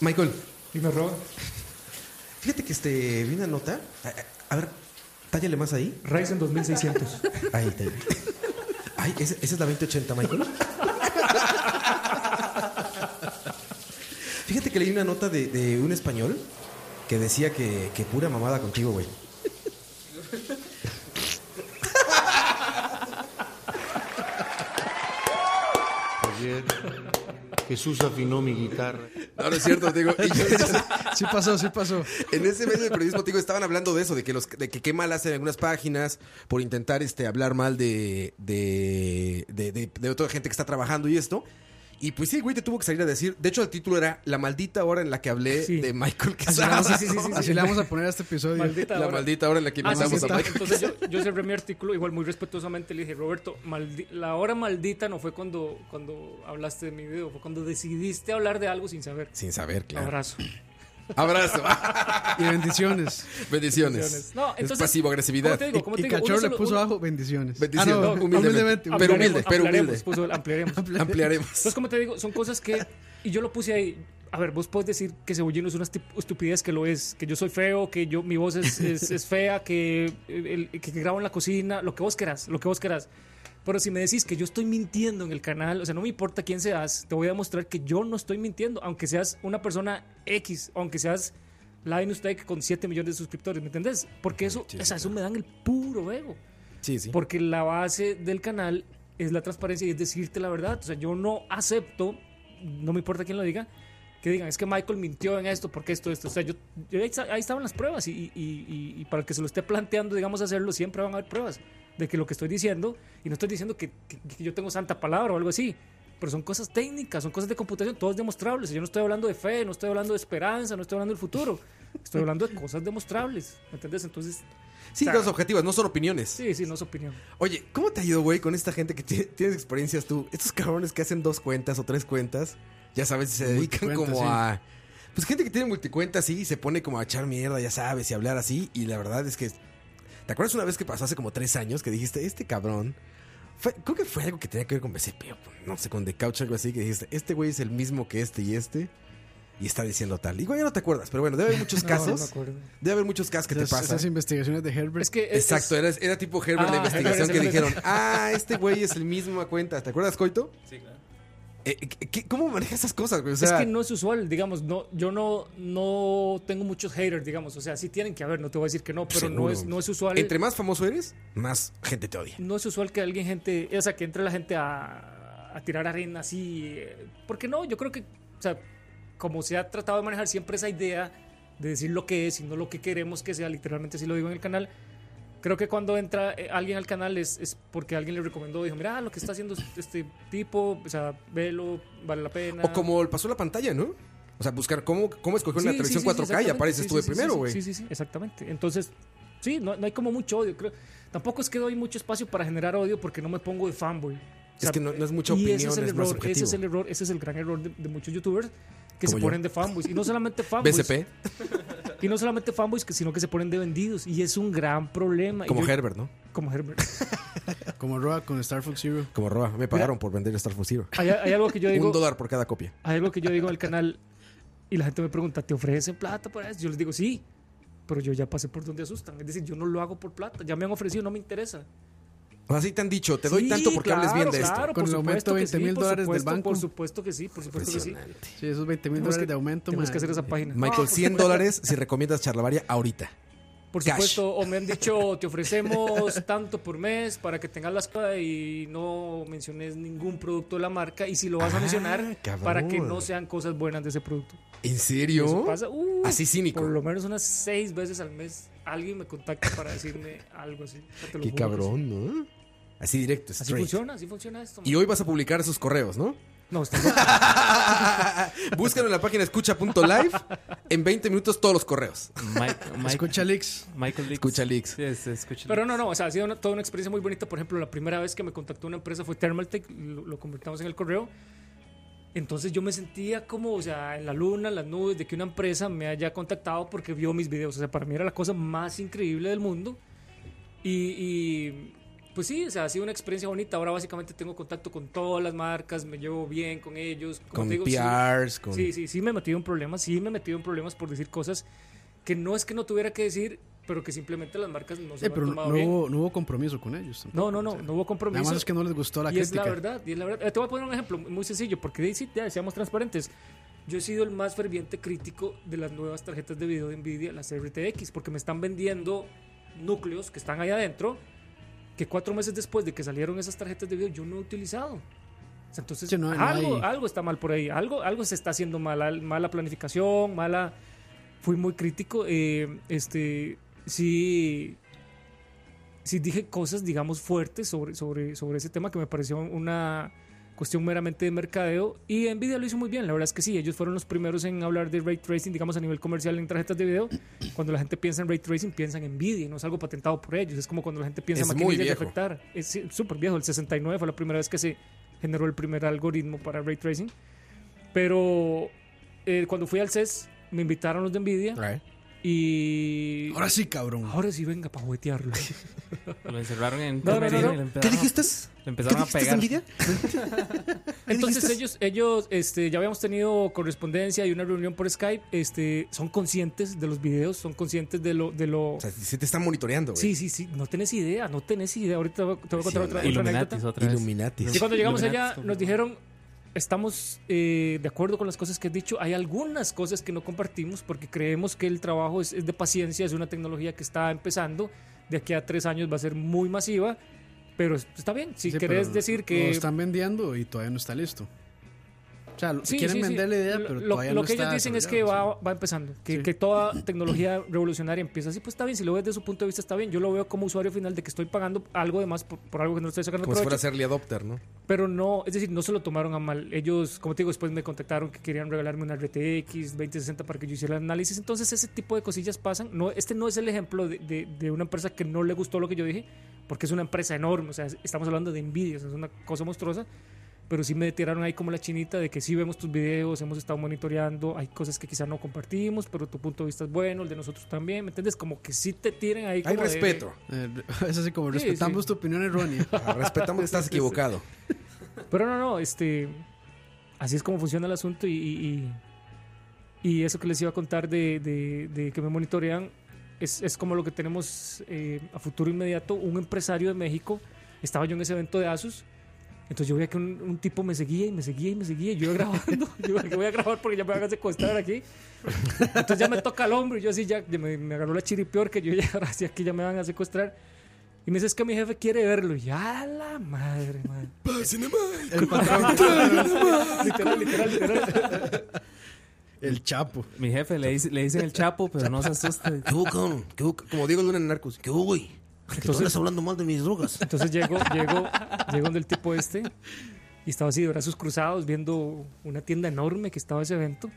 F: Michael,
E: Y me roba.
F: fíjate que este, vi una nota. A, a- a ver, tállale más ahí.
E: Ryzen 2600.
F: Ahí está. Ay, ¿esa, esa es la 2080, Michael. Fíjate que leí una nota de, de un español que decía que, que pura mamada contigo, güey.
H: Ayer Jesús afinó mi guitarra.
F: No, no es cierto, te digo. Y yo-
H: [laughs]
D: Sí pasó, sí pasó.
F: en ese medio del periodismo, te digo, estaban hablando de eso, de que los, de que qué mal hacen algunas páginas por intentar este hablar mal de de, de, de- de otra gente que está trabajando y esto. Y pues sí, el güey, te tuvo que salir a decir. De hecho, el título era La maldita hora en la que hablé
E: Sí.
F: de Michael Quesada.
E: Ah, [laughs] sí, sí, sí, sí,
D: Así
E: sí.
D: le vamos a poner a este episodio.
E: Maldita
F: La
E: hora.
F: maldita hora en la que
E: Ah, sí,
F: invitamos
E: sí,
F: a
E: está.
F: Michael.
E: Entonces yo, yo cerré mi artículo, igual muy respetuosamente le dije, Roberto, maldi- la hora maldita no fue cuando, cuando hablaste de mi video, fue cuando decidiste hablar de algo sin saber.
F: Sin saber, claro.
E: Abrazo.
F: Abrazo.
D: Y
E: [laughs]
D: bendiciones.
F: Bendiciones.
E: No,
F: es
E: entonces,
F: pasivo-agresividad.
E: ¿cómo te digo? ¿Cómo te
D: Y
E: digo? Uno
D: Cachorro le
E: solo-
D: puso
E: uno-
D: abajo bendiciones.
F: Bendiciones.
D: Ah, no,
F: humildemente.
D: humildemente.
F: Pero
E: Ampliaremos,
F: humilde, pero
E: ampliaremos,
F: humilde.
E: puso el ampliaremos.
F: Ampliaremos.
E: Entonces, como te digo, son cosas que. Y yo lo puse ahí. A ver, vos podés decir que Cebollino es una esti- estupidez, que lo es, que yo soy feo, que yo mi voz es, es- es fea, que, eh, el- que grabo en la cocina, lo que vos querás, lo que vos querás. Pero si me decís que yo estoy mintiendo en el canal, o sea, no me importa quién seas, te voy a demostrar que yo no estoy mintiendo, aunque seas una persona X, aunque seas Line Steak con 7 millones de suscriptores, ¿me entendés? Porque eso,
F: Sí, sí,
E: o sea, eso me dan el puro ego.
F: Sí, sí.
E: Porque la base del canal es la transparencia y es decirte la verdad. O sea, yo no acepto, no me importa quién lo diga, que digan, es que Michael mintió en esto, porque esto, esto. O sea, yo, yo ahí, esta- ahí estaban las pruebas y, y- y- y para el que se lo esté planteando, digamos, hacerlo, siempre van a haber pruebas de que lo que estoy diciendo, y no estoy diciendo que, que- que yo tengo santa palabra o algo así. Pero son cosas técnicas, son cosas de computación, todo es demostrable. O sea, Yo no estoy hablando de fe, no estoy hablando de esperanza, no estoy hablando del futuro. Estoy hablando de cosas demostrables. ¿Me entiendes? Entonces,
F: Sí,
E: Claro.
F: cosas objetivas, no son opiniones.
E: sí, sí, no es opinión.
F: Oye, ¿cómo te ha ido, güey, con esta gente que ti- tienes experiencias tú? Estos cabrones que hacen dos cuentas o tres cuentas, ya sabes, se dedican
D: Multicuentas,
F: como
D: sí.
F: a. Pues gente que tiene multicuentas, sí, y se pone como a echar mierda, ya sabes, y hablar así. Y la verdad es que. ¿Te acuerdas una vez que pasó hace como tres años que dijiste, este cabrón. Fue- creo que fue algo que tenía que ver con BCP, o con- no sé, con The Couch, algo así, que dijiste, este güey es el mismo que este y este. Y está diciendo tal. Igual ya no te acuerdas, pero bueno, debe haber muchos
E: [laughs] No, no me
F: casos.
E: acuerdo.
F: debe haber muchos casos que te
D: Esas-
F: pasan.
D: Esas investigaciones de Herbert.
E: Es que es- es-
F: Exacto, era, era tipo Herbert
E: [laughs] Ah,
F: la investigación
E: Herbert,
F: que
E: Herbert.
F: dijeron, ah, este güey es el mismo a cuenta. ¿Te acuerdas, Coito? Eh, Sí, claro. ¿Cómo manejas esas cosas, güey? O sea,
E: es que no es usual, digamos, no, yo no, no tengo muchos haters, digamos, o sea, sí tienen que haber, no te voy a decir que no, pero no
F: seguro.
E: es, no es usual.
F: Entre más famoso eres, más gente te odia.
E: No es usual que alguien gente, o sea, que entre la gente a, a tirar arena así, eh, porque no, yo creo que, o sea, como se ha tratado de manejar siempre esa idea de decir lo que es y no lo que queremos que sea, literalmente así lo digo en el canal. Creo que cuando entra eh, alguien al canal es, es porque alguien le recomendó, dijo, mira lo que está haciendo este tipo, o sea, velo, vale la pena.
F: O como pasó la pantalla, ¿no? O sea, buscar cómo, cómo escoger una
E: Sí,
F: televisión
E: sí, sí,
F: 4K y
E: exactamente.
F: apareces
E: Sí,
F: tú
E: sí,
F: de
E: sí,
F: primero,
E: sí,
F: güey.
E: Sí, sí, sí, exactamente. Entonces, sí, no, no hay como mucho odio. Creo. Tampoco es que doy mucho espacio para generar odio porque no me pongo de fanboy. O sea,
F: que no- no es mucha
E: y
F: opinión,
E: ese es el
F: es más
E: error, ese es
F: subjetivo.
E: el error, ese es el gran error de, de muchos youtubers que
F: Como
E: se
F: yo.
E: ponen de fanboys. Y
F: [laughs]
E: no solamente fanboys.
F: BCP,
E: Y no solamente fanboys, que- sino que se ponen de vendidos. Y es un gran problema. Y
F: como
E: yo-
F: Herbert, ¿no?
E: Como Herbert. [laughs]
D: Como Roa con Star Fox Zero.
F: Como Roa. Me pagaron por vender Star Fox Zero.
E: Hay, hay algo que yo
F: [laughs]
E: digo.
F: Un dólar por cada copia.
E: Hay algo que yo digo en el canal y la gente me pregunta, ¿te ofrecen plata por eso? Yo les digo, sí, pero yo ya pasé por donde asustan. Es decir, yo no lo hago por plata. Ya me han ofrecido, no me interesa.
F: O sea, sí te han dicho, te doy tanto porque hables bien de
E: claro,
F: esto.
E: por
D: Con el
E: supuesto
D: aumento
E: que
D: de
E: sí,
D: 20.000
E: por
D: dólares del
E: supuesto,
D: banco.
E: Por supuesto que sí, por supuesto que sí.
F: Impresionante.
D: Sí, esos 20 mil
E: Tenemos
D: dólares
E: que-
D: de aumento,
E: Tenemos
D: mae.
E: que hacer esa página.
F: Michael,
E: No,
F: 100 dólares si recomiendas Charlavaria ahorita.
E: Por
F: Cash.
E: supuesto, o me
F: [laughs]
E: han dicho, te ofrecemos tanto por mes para que tengas las cosas y no menciones ningún producto de la marca. Y si lo vas
F: Ah,
E: a mencionar,
F: cabrón.
E: para que no sean cosas buenas de ese producto.
F: ¿En
E: Y eso
F: serio?
E: pasa, uh,
F: Así cínico.
E: Por lo menos unas seis veces al mes alguien me contacta para decirme [laughs] algo así. O sea, te lo
F: Qué
E: juro que sí.
F: cabrón, ¿no? Así directo,
E: Así
F: straight.
E: funciona, así funciona esto.
F: y hoy vas a publicar esos correos, ¿no?
E: No, está
F: Búscalo en la página escucha.live. En 20 minutos todos los correos.
M: Mike- Mike-
D: Escucha, Lix.
M: Michael Leaks.
F: Escucha leaks.
M: Sí, es- escucha
E: Pero
M: leaks.
E: no, no, o sea, ha sido una- toda una experiencia muy bonita. Por ejemplo, la primera vez que me contactó una empresa fue Thermaltake, lo, lo convertamos en el correo. Entonces yo me sentía como, o sea, en la luna, en las nubes, de que una empresa me haya contactado porque vio mis videos. O sea, para mí era la cosa más increíble del mundo. Y, y, pues sí, o sea, ha sido una experiencia bonita. Ahora básicamente tengo contacto con todas las marcas, me llevo bien con ellos. Como
F: Con
E: te digo, sí-
F: PRs, con...
E: Sí, sí, sí me he metido en problemas, sí me he metido en problemas por decir cosas que no es que no tuviera que decir, pero que simplemente las marcas no se
D: Eh,
E: lo han
D: pero
E: tomado
D: no
E: bien.
D: hubo, no hubo compromiso con ellos. tampoco.
E: No, no, no, no hubo
D: Nada
E: compromiso.
D: más es que no les gustó la
E: y es
D: crítica.
E: la verdad, y es la verdad. Eh, Te voy a poner un ejemplo muy sencillo, porque de- sí, ya, seamos transparentes. Yo he sido el más ferviente crítico de las nuevas tarjetas de video de Nvidia, las RTX, porque me están vendiendo núcleos que están ahí adentro, que cuatro meses después de que salieron esas tarjetas de video yo no he utilizado. O sea, entonces,
D: Sí, no, no
E: algo,
D: hay-
E: algo está mal por ahí, algo, algo se está haciendo mal, al- mala planificación, mala... Fui muy crítico, eh, este, sí, sí dije cosas, digamos, fuertes sobre, sobre, sobre ese tema que me pareció una cuestión meramente de mercadeo y Nvidia lo hizo muy bien, la verdad es que sí, ellos fueron los primeros en hablar de ray tracing, digamos, a nivel comercial en tarjetas de video. Cuando la gente piensa en ray tracing, piensa en Nvidia, no es algo patentado por ellos, es como cuando la gente piensa
F: Es
E: en
F: muy
E: maquinillas de
F: viejo.
E: afectar, es sí, súper viejo, el 69 fue la primera vez que se generó el primer algoritmo para ray tracing, pero eh, cuando fui al CES me invitaron los de Nvidia
F: Right.
E: y...
D: Ahora sí, cabrón.
E: Ahora sí, venga
F: [laughs]
E: para juguetearlo.
M: Lo encerraron en
E: No, no, no,
M: camerino
E: no.
M: y le empezaron
F: ¿Qué
M: a-
F: dijiste?
M: Le
F: ¿Qué
M: empezaron a
F: dijiste,
M: pegar.
E: [laughs]
F: envidia?
E: Entonces ellos, ellos este, ya habíamos tenido correspondencia y una reunión por Skype. Este, son conscientes de los videos, son conscientes de lo... De lo
F: O sea, sí te están monitoreando, güey.
E: sí, sí, sí, no tenés idea, no tenés idea. Ahorita te voy a- te voy a contar otra, otra anécdota.
M: Illuminatis otra vez.
F: Illuminatis.
E: Y cuando llegamos allá
M: Illuminatis,
E: nos dijeron, estamos eh, de acuerdo con las cosas que has dicho, hay algunas cosas que no compartimos porque creemos que el trabajo es, es de paciencia, es una tecnología que está empezando, de aquí a tres años va a ser muy masiva, pero está bien, si
D: Sí,
E: querés
D: pero
E: decir
D: Lo
E: que...
D: están vendiendo y todavía no está listo. O sea, lo-
E: Sí,
D: quieren
E: sí, sí.
D: vender la idea,
E: Lo-
D: pero
E: lo,
D: todavía
E: lo
D: no
E: que
D: está
E: ellos dicen es que
D: desarrollado,
E: va, va empezando, que,
D: Sí.
E: que toda [clears throat] tecnología revolucionaria empieza así, pues está bien, si lo ves desde su punto de vista está bien, yo lo veo como usuario final de que estoy pagando algo de más por, por algo que no estoy sacando
F: Como si fuera
E: provecho,
F: Early Adopter, ¿no?
E: pero no, es decir, no se lo tomaron a mal, ellos, como te digo, después me contactaron que querían regalarme una RTX 2060 para que yo hiciera el análisis, entonces ese tipo de cosillas pasan, no, este no es el ejemplo de, de- de una empresa que no le gustó lo que yo dije, porque es una empresa enorme, o sea, es- estamos hablando de envidia, o sea, es una cosa monstruosa, pero sí me tiraron ahí como la chinita de que sí vemos tus videos, hemos estado monitoreando, hay cosas que quizá no compartimos, pero tu punto de vista es bueno, el de nosotros también, ¿me entiendes? Como que sí te tiran ahí
F: Hay
E: como de- [laughs]
F: respeto.
D: ¿verdad? Eh, [laughs] es así como
E: Sí,
D: respetamos
E: sí.
D: tu opinión
E: [laughs]
D: errónea.
F: Ah, Respetamos que estás equivocado.
E: Pero no, no, este. Así es como funciona el asunto y. y- y- y eso que les iba a contar de, de- de que me monitorean es, es como lo que tenemos eh, a futuro inmediato. Un empresario de México, estaba yo en ese evento de Asus, entonces yo veía que un, un tipo me seguía y me seguía y me seguía. y Yo iba [laughs] grabando, yo iba, que voy a grabar porque ya me van a secuestrar aquí. Entonces ya me toca el hombro y yo así ya, ya me, me agarró la chiripior que yo ya [laughs] ahora sí aquí ya me van a secuestrar. Y me dice, es que mi jefe quiere verlo. Y ya la madre, madre.
F: [laughs]
D: El patrón.
E: literal, literal, literal.
D: el chapo.
M: Mi jefe le, dice, le dicen el chapo, pero no se asuste.
A: ¿Qué hubo, cabrón? ¿Qué hubo? Como Diego Luna en Narcos. ¿Qué hubo, güey? Que tú
E: Entonces-
A: andas hablando mal de mis drogas.
E: Entonces llego, llego, llego donde el tipo este y estaba así de brazos cruzados viendo una tienda enorme que estaba ese evento.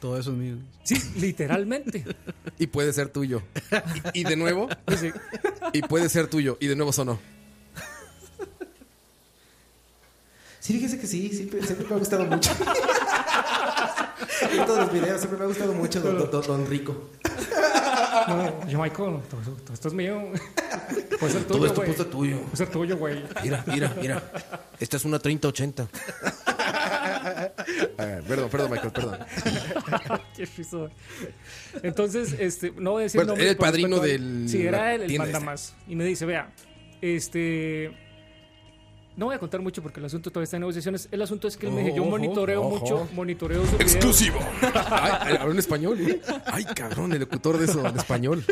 D: Todo eso es mío.
E: Sí, literalmente.
F: Y puede ser [laughs] tuyo. Y, y de nuevo.
E: Dice,
F: Y puede ser tuyo. Y de nuevo sonó.
N: Sí, fíjese que sí, siempre, siempre me ha gustado mucho. [laughs] en todos los videos siempre me ha gustado mucho Don, don- don- don Rico.
E: no, yo, Michael, todo, eso- todo esto es mío. Puede ser
A: Todo
E: tuyo,
A: esto
E: güey.
A: puesto
E: Puede
A: tuyo.
E: ser tuyo, güey.
A: Mira, mira, mira. Esta es una 3080.
F: Ah, perdón, perdón, Michael, perdón.
E: [laughs] Qué risa. Entonces, este, no voy a decir
F: Bueno,
E: nombres
F: era el
E: por
F: padrino este.
E: respeto a-
F: del-
E: Sí,
F: la
E: era el, el
F: tienda esta.
E: mandamás. Y me dice, vea, este, No voy a contar mucho porque el asunto todavía está en negociaciones. El asunto es que él me
F: Ojo,
E: dice, yo
F: ojo,
E: monitoreo
F: ojo.
E: mucho, monitoreo su
F: Exclusivo. Ay, habla en español. ¿eh? Ay, cabrón, el locutor de eso en español.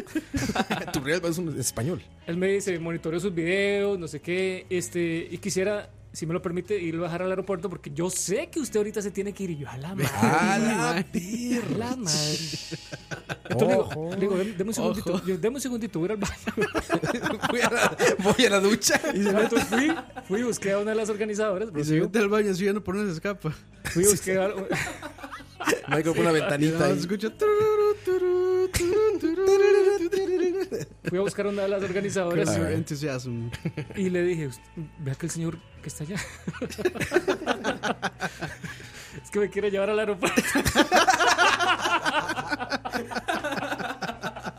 F: tu real es un español.
E: Él me dice, monitoreo sus videos, no sé qué, este, y quisiera, si me lo permite, ir a bajar al aeropuerto porque yo sé que usted ahorita se tiene que ir. Y yo, a la madre.
D: [laughs]
F: A la [laughs]
E: [laughs] A la madre. Entonces le digo, le digo, "Deme- deme un segundito, yo, deme un segundito, voy a ir al baño.
F: [laughs] voy, a la, ducha.
E: Y se meto, fui, fui, busqué a una de las organizadoras.
D: Y se mete al baño así, ya no por dónde se escapa.
E: Fui a buscar.
F: Michael pone una ventanita ahí.
D: Escucha.
E: Fui a buscar a una de las organizadoras.
D: Con su entusiasmo.
E: Y le dije, "Ust- vea que el señor que está allá. [laughs] es que me quiere llevar al aeropuerto. [laughs]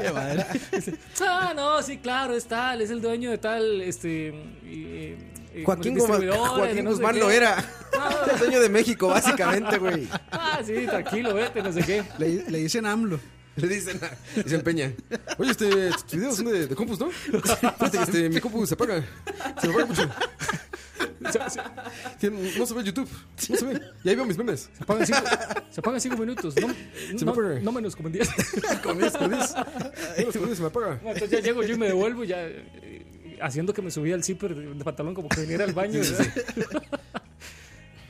G: Qué madre.
E: Dice, Ah, no, sí, claro, es tal, es el dueño de tal, este... y- y- y-
A: Joaquín
E: como
A: Guzmán,
E: distribuidores, de
A: Joaquín
E: no sé
A: Guzmán
E: qué".
A: lo era.
F: [laughs]
E: Ah.
A: El dueño de México, básicamente, güey.
E: Ah, sí, tranquilo, vete, no sé qué.
D: Le, le dicen AMLO.
F: Le dicen, y se empeña. Oye, este, tus videos son de, de compus, ¿no? Fíjate que este, mi compu se apaga. Se me apaga mucho.
E: Se- se-
F: Que no se ve YouTube. No se ve. Y ahí veo mis memes.
E: Se apagan cinco, se apagan cinco minutos, no,
F: Se me
E: no,
F: apaga.
E: no menos como en diez.
F: Con diez, con diez. No, se me- se me apaga.
E: No, Entonces ya llego yo y me devuelvo ya eh, haciendo que me subía el zipper de de pantalón como que viniera al baño. ¿verdad? [laughs]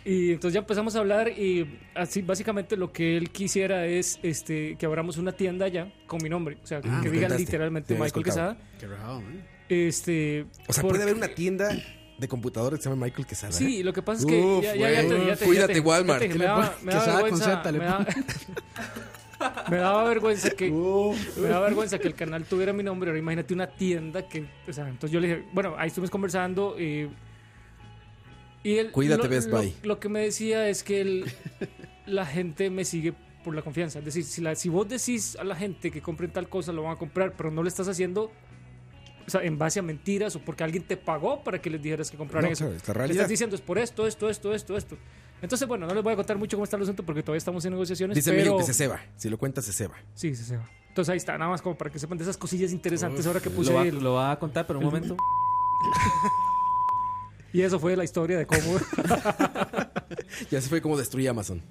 E: y entonces ya empezamos a hablar y así básicamente lo que él quisiera es este que abramos una tienda allá con mi nombre, o sea,
A: Ah,
E: que
A: me
E: digan
A: contaste.
E: literalmente
A: Me habías
E: Michael
A: contado.
E: Quesada. Este,
F: O sea,
E: porque-
F: puede haber una tienda de computadores que se llama Michael Quesada.
E: Sí, lo que pasa es que
F: Uf,
E: ya, ya, ya te-
F: güey.
E: ya te-
F: Cuídate,
E: ya te-
F: Walmart.
E: ya te-
F: ¿Qué
E: me
F: le
E: daba,
F: pones?
E: me
F: Que
E: daba
F: sabe
E: vergüenza,
F: concepta, le
E: me daba- [laughs] me daba vergüenza que me daba vergüenza que el canal tuviera mi nombre. Ahora imagínate una tienda que, o sea, entonces yo le dije, bueno, ahí estuvimos conversando eh, y él,
F: Cuídate,
E: lo,
F: Best
E: lo-
F: Buy.
E: Lo que me decía es que él- la gente me sigue por la confianza. Es decir, si, la, si vos decís a la gente que compren tal cosa, lo van a comprar, pero no le estás haciendo o sea, en base a mentiras o porque alguien te pagó para que les dijeras que compraran
F: No,
E: eso.
F: o sea, es la
E: Le
F: realidad.
E: estás diciendo es por esto, esto, esto, esto, esto. Entonces, bueno, no les voy a contar mucho cómo está el asunto porque todavía estamos en negociaciones.
F: Dice
E: pero...
F: Emilio que se ceba. Si lo cuentas, se ceba.
E: Sí, sí, sí. Entonces ahí está, nada más como para que sepan de esas cosillas interesantes ahora que puse.
C: Lo va,
E: el-
C: lo va a contar, pero un
E: el-
C: momento.
E: Y eso fue la historia
F: [laughs]
E: de cómo. [laughs]
F: Ya se fue como destruye Amazon.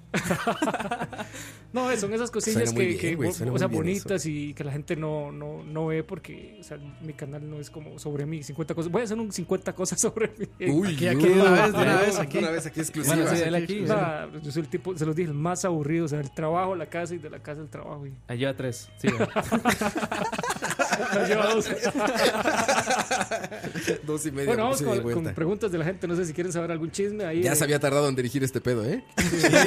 E: no, son esas cosillas
F: Suena muy
E: que,
F: bien,
E: que
F: güey,
E: bo-
F: suena
E: o sea,
F: muy bien
E: bonitas y que la gente no, no, no ve porque, o sea, mi canal no es como sobre mí, 50 cosas. Voy a hacer un 50 cosas [laughs] sobre mí.
F: Uy,
D: Aquí, aquí, de una vez, de una vez, aquí.
F: Una vez aquí
A: Pues
F: exclusiva.
C: Bueno, sí, él aquí.
E: Nah, yo soy el tipo, se los dije, el más aburrido, o sea, el trabajo, la casa y de la casa el trabajo. Y... [laughs]
C: Ahí lleva tres. Sí,
E: Lleva dos.
F: Dos y media.
E: bueno, vamos
F: sí, de
E: con, con
F: vuelta.
E: preguntas de la gente, no sé si quieren saber algún chisme ahí.
F: ¿eh? Ya
E: de-
F: se había tardado en dirigir este pedo, ¿eh?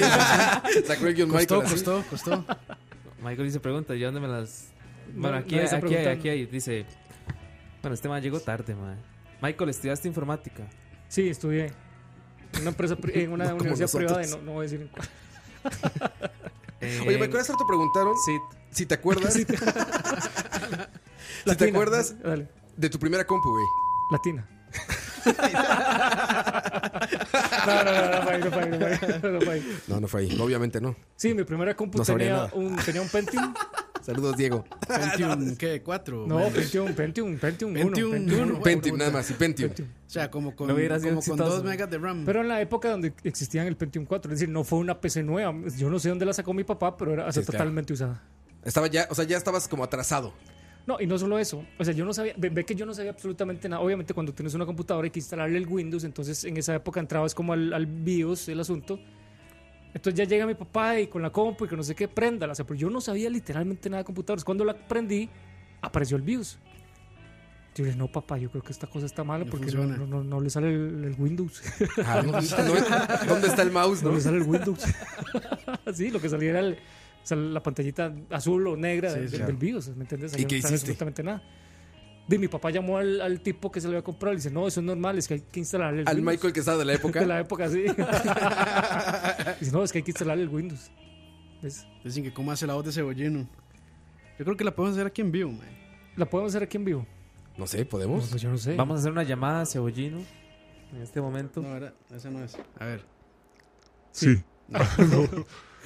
F: [laughs] Sacó el guión
D: Costó,
F: Michael así.
D: costó, costó.
C: Michael dice pregunta, ¿y dónde me las.? Bueno, aquí,
E: nadie
C: hay,
E: está
C: aquí, hay,
E: preguntando.
C: aquí hay. Dice. Bueno, este man llegó tarde, man. Michael, estudiaste informática.
E: Sí, estudié. En una empresa, pri- en una
F: [laughs] No como
E: universidad
F: nosotros.
E: privada, y no, no voy a decir en cuál.
F: Oye,
C: Eh,
F: me acuerdas te preguntaron
C: Sí.
F: si te acuerdas. [laughs] si te
E: Latina.
F: acuerdas
E: Dale.
F: de tu primera compu, güey.
E: Latina.
F: [laughs]
E: no, no, no, no, fue ahí, no, fue ahí, no, fue ahí, no fue ahí.
F: No, no fue ahí. Obviamente no.
E: Sí, mi primera compu
F: No sabría
E: tenía,
F: nada.
E: un, tenía
F: [laughs]
E: un Pentium.
F: Saludos, Diego.
D: Pentium, ¿qué? ¿Cuatro?
E: No,
D: menos.
E: Pentium, Pentium, Pentium, uno,
D: Pentium uno.
E: uno.
F: Pentium, nada más. Y Pentium.
D: O sea, como con,
C: No hubiera sido
D: como con
C: exitoso.
D: dos megas de RAM.
E: Pero en la época donde existían el Pentium 4, es decir, no fue una PC nueva. Yo no sé dónde la sacó mi papá, pero era o sea,
F: Sí, claro.
E: totalmente usada.
F: Estaba ya, o sea, ya estabas como atrasado.
E: No, y no solo eso. O sea, yo no sabía, ve, ve que yo no sabía absolutamente nada. Obviamente, cuando tienes una computadora hay que instalarle el Windows, entonces en esa época entrabas como al, al BIOS el asunto. Entonces ya llega mi papá y con la compu y que no sé qué, préndala. O sea, pero yo no sabía literalmente nada de computadores. Cuando la prendí, apareció el BIOS. Yo dije, no, papá, yo creo que esta cosa está mala
D: No
E: porque no,
D: funciona.
E: no- no- no le sale el, el Windows.
F: Ah, ¿No? ¿Dónde está el
E: [laughs]
F: mouse,
E: No
F: no?
E: le sale el Windows. sí, lo que salía era el- o sea, la pantallita azul o negra
D: Sí,
E: del,
D: claro.
E: del BIOS, ¿me entiendes? Ahí
F: ¿Y qué
E: no sale
F: hiciste?
E: absolutamente nada. De mi papá llamó al, al tipo que se lo había comprado y dice, no, eso es normal, es que hay que instalar el
F: Al
E: Windows.
F: Michael que estaba de la época.
E: De la época,
F: [laughs]
E: sí. [laughs] dice, no, es que hay que instalar el Windows. ¿Ves?
D: Dicen que cómo hace la voz de cebollino. Yo creo que la podemos hacer aquí en vivo, man.
E: ¿La podemos hacer aquí en vivo?
F: No sé,
E: No,
F: ¿podemos?
E: pues yo no sé.
C: Vamos a hacer una llamada a Cebollino. En este momento.
D: No, era, esa no es. A ver.
O: Sí.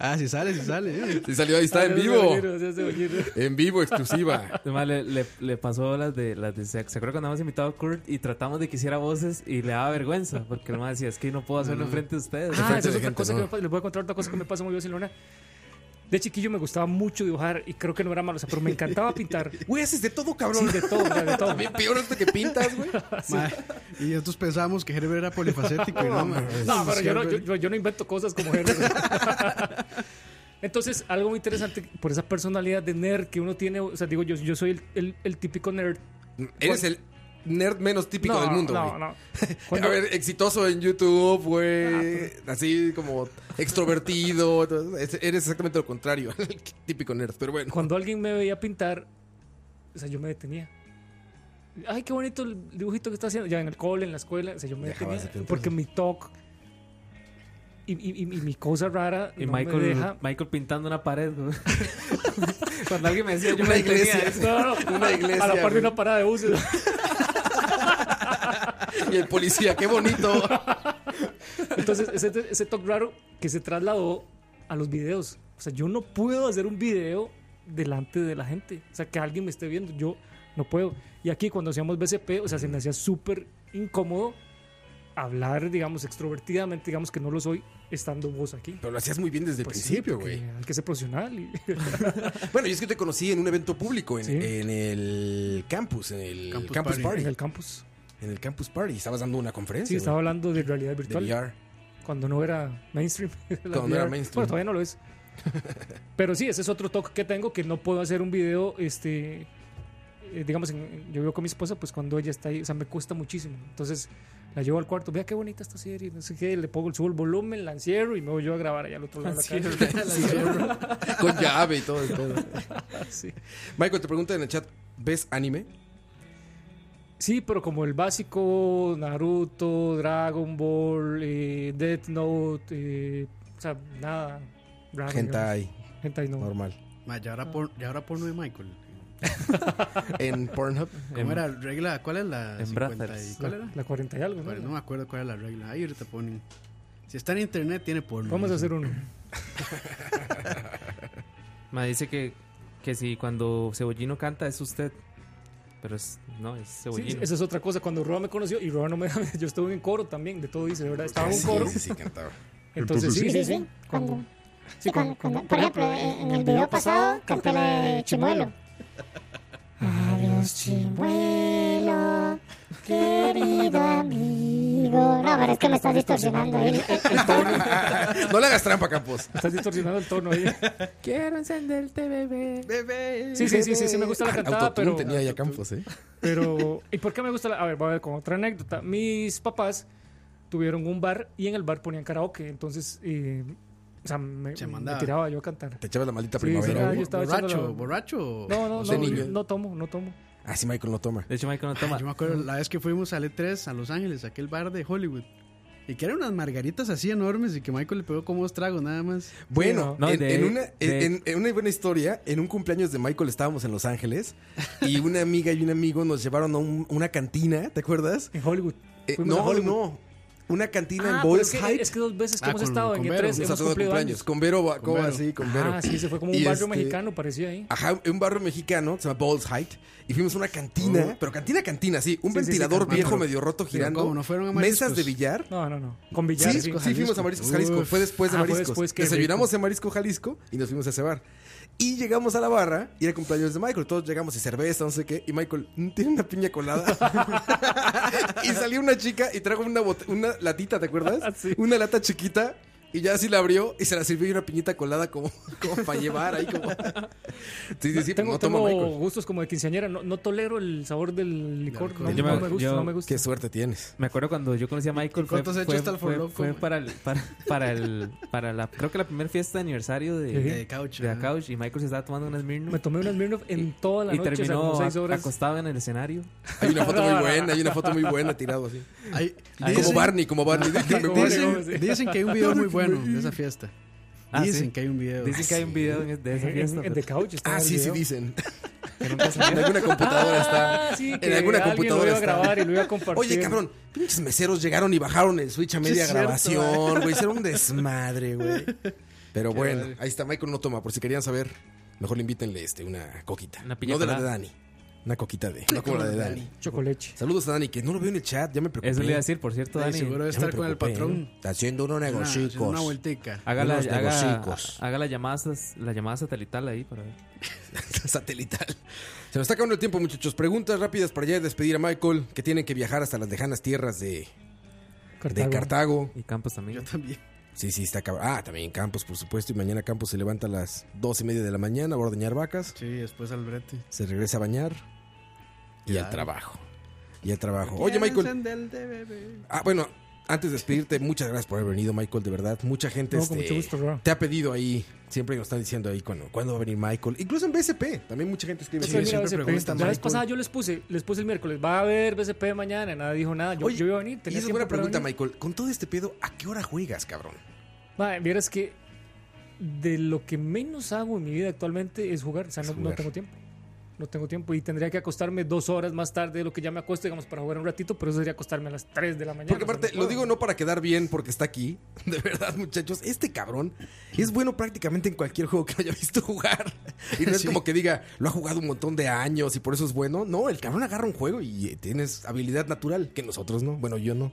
D: Ah, si sale, eh. si sale.
F: Si salió, ahí está, en vivo. [laughs] En vivo, exclusiva.
C: Además, Este le, le- le pasó las de, las de Sex. ¿Se acuerda cuando habíamos invitado a Kurt y tratamos de que hiciera voces y le daba vergüenza? Porque el más decía, es que no puedo hacerlo enfrente de ustedes.
E: Ah, esa es otra cosa que me pasa. Les voy a contar otra cosa que me pasa muy bien en Barcelona. De chiquillo me gustaba mucho dibujar y creo que no era malo, o sea, pero me encantaba
F: [laughs]
E: pintar.
F: Güey, haces de todo, cabrón.
E: Sí, de todo, o sea, de todo.
F: También peor hasta que pintas, güey.
D: Ma, y nosotros pensábamos que Herbert era polifacético. y no, ma,
F: Pues,
E: No, pero
D: sí,
E: yo no,
D: Herbert.
E: yo- yo- yo no invento cosas
F: [laughs]
E: como Herbert. Entonces, algo muy interesante por esa personalidad de nerd que uno tiene. O sea, digo, yo, yo soy el, el- el típico nerd.
F: Eres el nerd menos típico
E: No,
F: del mundo,
E: no,
F: güey. [laughs]
E: no.
F: A ver, exitoso en YouTube, güey. Así como extrovertido. Es- Eres exactamente lo contrario [laughs] al típico nerd, pero bueno.
E: Cuando alguien me veía pintar, o sea, yo me detenía. Ay, qué bonito el dibujito que está haciendo. Ya en el cole, en la escuela, o sea, yo me
F: Dejabas de
E: detenía.
F: pintar.
E: Porque mi talk y, y- y- y mi cosa rara
C: Y
E: no
C: Michael,
E: me
F: [laughs]
E: deja.
C: Michael pintando una pared.
E: [laughs]
C: güey. Cuando alguien me decía, yo
F: Una
C: me detenía,
F: iglesia.
C: eso.
E: No, no,
F: Una iglesia,
E: A la par
F: güey.
E: de una parada de buses.
F: Y el policía, qué bonito.
E: Entonces, ese, ese talk raro que se trasladó a los videos. O sea, yo no puedo hacer un video delante de la gente. O sea, que alguien me esté viendo. Yo no puedo. Y aquí, cuando hacíamos BCP, o sea, se me hacía súper incómodo hablar, digamos, extrovertidamente, digamos que no lo soy, estando vos aquí.
F: Pero lo hacías muy bien desde el
E: Pues sí,
F: principio,
E: porque
F: güey.
E: Hay que ser profesional. y-
F: Bueno, y es que te conocí en un evento público en,
E: Sí.
F: en el campus, en el
D: Campus
F: campus,
D: party.
F: party.
E: En el campus.
F: En el campus party. Estabas dando una conferencia.
E: Sí,
F: güey,
E: estaba hablando de realidad
F: de
E: virtual.
F: VR.
E: cuando no era mainstream. [laughs]
F: Cuando
E: La
F: no era
E: VR.
F: mainstream.
E: Bueno, todavía no
F: [laughs]
E: lo es. Pero sí, ese es otro toque que tengo que no puedo hacer un video, este, eh, digamos, en- en- yo vivo con mi esposa, pues cuando ella está ahí, o sea, me cuesta muchísimo. Entonces la llevo al cuarto, vea qué bonita esta serie, no sé qué, le pongo, subo el volumen, la encierro y me voy yo a grabar allá al otro lado. de [laughs] la calle.
F: [laughs] Con llave y todo. y todo.
E: Sí.
F: Michael, te pregunta en el chat, ¿ves anime?
E: Sí, pero como el básico, Naruto, Dragon Ball, eh, Death Note, eh, o sea, nada. raro,
F: Hentai,
E: digamos. Hentai no.
F: normal.
D: Ma, ya
E: Ah.
D: ahora por, ya ahora porno de Michael.
F: En
E: [laughs]
F: Pornhub.
D: ¿Cómo era la regla? ¿Cuál es la
C: En
D: 50 y,
C: Brazzers.
D: ¿Cuál era?
E: La 40 y algo, ¿no?
D: Cuál- No me acuerdo cuál era la regla. Ahí ahorita ponen. Si está en internet, tiene porno.
E: Vamos a hacer uno.
C: Ma, dice que, que si cuando Cebollino canta es usted. Pero es, no, es
E: Sí,
C: Cebollino.
E: esa es otra cosa. Cuando Roa me conoció y Roa no me [laughs] yo estuve en coro también, de todo dice, de ¿verdad? Estaba en un
F: Sí,
E: coro.
F: sí, sí, cantaba.
E: Entonces, sí, sí, sí.
O: Cuando,
E: Cuando, sí, cuando, cuando-
O: por ejemplo, en el video pasado canté la de Chimuelo. Adiós, Chimuelo, querido amigo. No, pero es que me estás distorsionando ¿eh?
E: [laughs]
O: ahí.
A: [laughs]
F: No le hagas trampa, Campos.
E: Estás distorsionando el tono ahí.
C: Quiero encenderte, bebé.
F: Bebé.
E: Sí, sí, sí, sí, sí, me gusta la cantada,
F: Autotune
E: pero.
F: tenía ya Campos, ¿eh?
E: Pero. [laughs] ¿Y por qué me gusta la.? A ver, voy a ver con otra anécdota. Mis papás tuvieron un bar y en el bar ponían karaoke. Entonces, eh, o sea, me,
D: Se
E: me
D: mandaba.
E: tiraba yo a cantar.
F: Te echabas la maldita
E: Sí,
F: primavera.
E: sí,
F: güey.
E: yo estaba
D: borracho,
E: echando la-
D: borracho.
E: No, no,
F: No sé
E: no,
F: ni
E: yo
F: yo.
E: no tomo, no tomo.
F: Ah, sí, Michael no toma.
C: De hecho, Michael no
D: Ah,
C: toma.
D: yo me acuerdo la vez que fuimos a E3 a Los Ángeles, a aquel bar de Hollywood. Y que eran unas margaritas así enormes y que Michael le pegó como dos tragos nada más.
F: Bueno,
C: no. No,
F: en,
C: de-
F: en una,
C: de-
F: en- en una buena historia, en un cumpleaños de Michael estábamos en Los Ángeles y una amiga y un amigo nos llevaron a un- una cantina, ¿te acuerdas?
E: En Hollywood.
F: Eh,
E: Fuimos a
F: no,
E: Hollywood.
F: no. Una cantina
E: Ah,
F: en
E: pero
F: Boys
E: es, que,
F: Hyde.
E: es que dos veces que
D: Ah,
E: hemos
D: con-
E: estado en
D: con
E: E3
D: Vero,
E: hemos
F: Un saludo de
E: cumplido
F: cumpleaños.
E: años.
F: Con Vero Bacoa,
D: Vero.
F: sí, con Vero.
E: Ah, sí, se fue como un
F: Y
E: barrio
F: este-
E: mexicano, parecía ahí.
F: Ajá, un barrio mexicano, se llama Balls Height, y fuimos a una cantina,
D: Oh.
F: pero cantina, cantina, sí, un
E: Sí, sí, sí,
F: ventilador
E: calma,
F: viejo
D: pero-
F: medio roto
D: pero
F: girando,
D: ¿cómo? ¿No fueron a
F: mesas
D: Mariscos?
F: de billar.
E: No, no, no. Con
F: Sí,
E: Villar.
F: sí,
E: sí.
F: fuimos a Mariscos
D: Uf.
F: Jalisco, fue después de
E: Ah, fue
F: Mariscos.
E: después, qué
F: Desayunamos en Marisco Jalisco y nos fuimos a ese bar. Y llegamos a la barra y era cumpleaños de Michael. Todos llegamos y cerveza, no sé qué. Y Michael, "Mm, ¿tiene una piña
E: [laughs]
F: colada? y salió una chica y trajo una, bot- una latita, ¿te acuerdas?
E: Ah, Sí.
F: Una lata chiquita. Y ya así la abrió y se la sirvió y una piñita colada como, como para llevar ahí como... Sí, sí, sí,
E: tengo
F: no toma
E: tengo
F: Michael.
E: gustos como de quinceañera. No, no tolero el sabor del licor.
D: Del
E: No,
D: alcohol.
C: Yo
E: no me
C: me-
E: gusta,
C: yo-
E: no me gusta.
F: Qué suerte tienes.
C: Me acuerdo cuando yo conocí a Michael. Fue,
D: ¿Cuánto has hecho
C: fue-
D: hasta el
C: fue-
D: forloco,
C: fue
D: man?
C: para, el, para, para el. Para la. Creo que la primera fiesta de aniversario de,
E: Sí.
D: De couch.
C: de la
D: ajá.
C: couch. Y Michael se estaba tomando unas
E: Me
C: Smirnoff.
E: tomé una Smirnoff en toda la
C: Y
E: noche, o sea,
C: terminó
E: como seis
C: a-
E: horas.
C: acostado en el escenario.
F: Hay una
E: [laughs]
F: foto muy buena, hay una foto muy buena tirado así.
D: Ay,
F: Como
D: dicen-
F: Barney, como Barney. déjame,
E: Como
F: Barney.
E: Barney.
D: Dicen, dicen que hay un video muy bueno de esa fiesta.
C: Ah,
D: Dicen
C: sí.
D: que hay un video.
C: Dicen que hay un video en- de esa
E: En- [laughs]
C: fiesta.
E: en- en
C: pero-
E: The Couch. está
F: Ah,
A: [laughs]
E: el
F: sí, sí
E: video.
F: dicen.
E: [laughs]
P: que nunca salió.
A: En alguna computadora está.
E: Ah, sí, que
A: en alguna
E: alguien
A: computadora
E: lo iba a
A: está.
E: grabar y lo iba a compartir.
A: Oye, cabrón, pinches meseros llegaron y bajaron el switch a
E: Ah, Sí,
A: media
E: es cierto,
A: grabación,
E: ¿eh?
A: güey. Hicieron un desmadre, güey. Pero
E: [laughs] Qué
A: bueno,
E: madre.
A: ahí está. Michael no toma, por si querían saber, mejor le invítenle este, una coquita.
C: Una piña
A: no de la de
C: colada.
A: Dani. Una coquita de. No como la de Dani.
E: Chocoleche.
A: Saludos a Dani, que no lo veo en el chat, ya me
E: Eh.
A: preocupé.
C: Eso le iba a decir, por cierto, Dani.
A: Ya me preocupé, ¿eh? Está haciendo unos negocios.
C: Haga, la,
A: unos
C: haga,
A: negocicos.
C: haga la, llamada, sas- la llamada satelital ahí para ver.
A: [laughs] satelital. Se nos está acabando el tiempo, muchachos. Preguntas rápidas para ya despedir a Michael, que tienen que viajar hasta las lejanas tierras de Cartago.
C: Cartago.
A: De Cartago.
C: Y Campos también. Yo
D: también.
A: Sí, sí, está cabrón. Ah, también Campos, por supuesto. Y mañana Campos se levanta a las dos y media de la mañana, va a ordeñar vacas.
D: Sí, después al brete.
A: Se regresa a bañar. Y al trabajo. Y al trabajo. Oye,
D: Piensen
A: Michael.
D: del DBB.
A: Ah, bueno, antes de despedirte, muchas gracias por haber venido, Michael, de verdad. Mucha gente
E: No, con
A: este,
E: mucho gusto, bro.
A: te ha pedido ahí. Siempre nos están diciendo ahí cuando, cuándo va a venir Michael. Incluso en BSP. También mucha gente escribe.
E: Sí, mira, BCP. la vez pasada yo les puse, les puse el miércoles, va a haber BCP mañana, nada dijo nada, yo, yo iba a venir,
A: Y
E: tenía
A: esa es
E: tiempo
A: buena
E: para
A: pregunta,
E: venir.
A: Michael. Con todo este pedo, ¿a qué hora juegas, cabrón?
E: Mae, vieras que de lo que menos hago en mi vida actualmente es jugar. O sea, no, no
A: jugar.
E: tengo tiempo. No tengo tiempo y tendría que acostarme dos horas más tarde de lo que ya me acuesto, digamos, para jugar un ratito, pero eso sería acostarme a las 3 de la mañana.
A: Porque
E: o sea,
A: aparte,
E: no
A: lo
E: puedo.
A: digo no para quedar bien porque está aquí. [laughs] De verdad, muchachos, este cabrón es bueno prácticamente en cualquier juego que lo haya visto jugar. Y no es como que diga, lo ha jugado un montón de años y por eso es bueno. No, el cabrón agarra un juego y eh, tienes habilidad natural, que nosotros no. Bueno, yo no.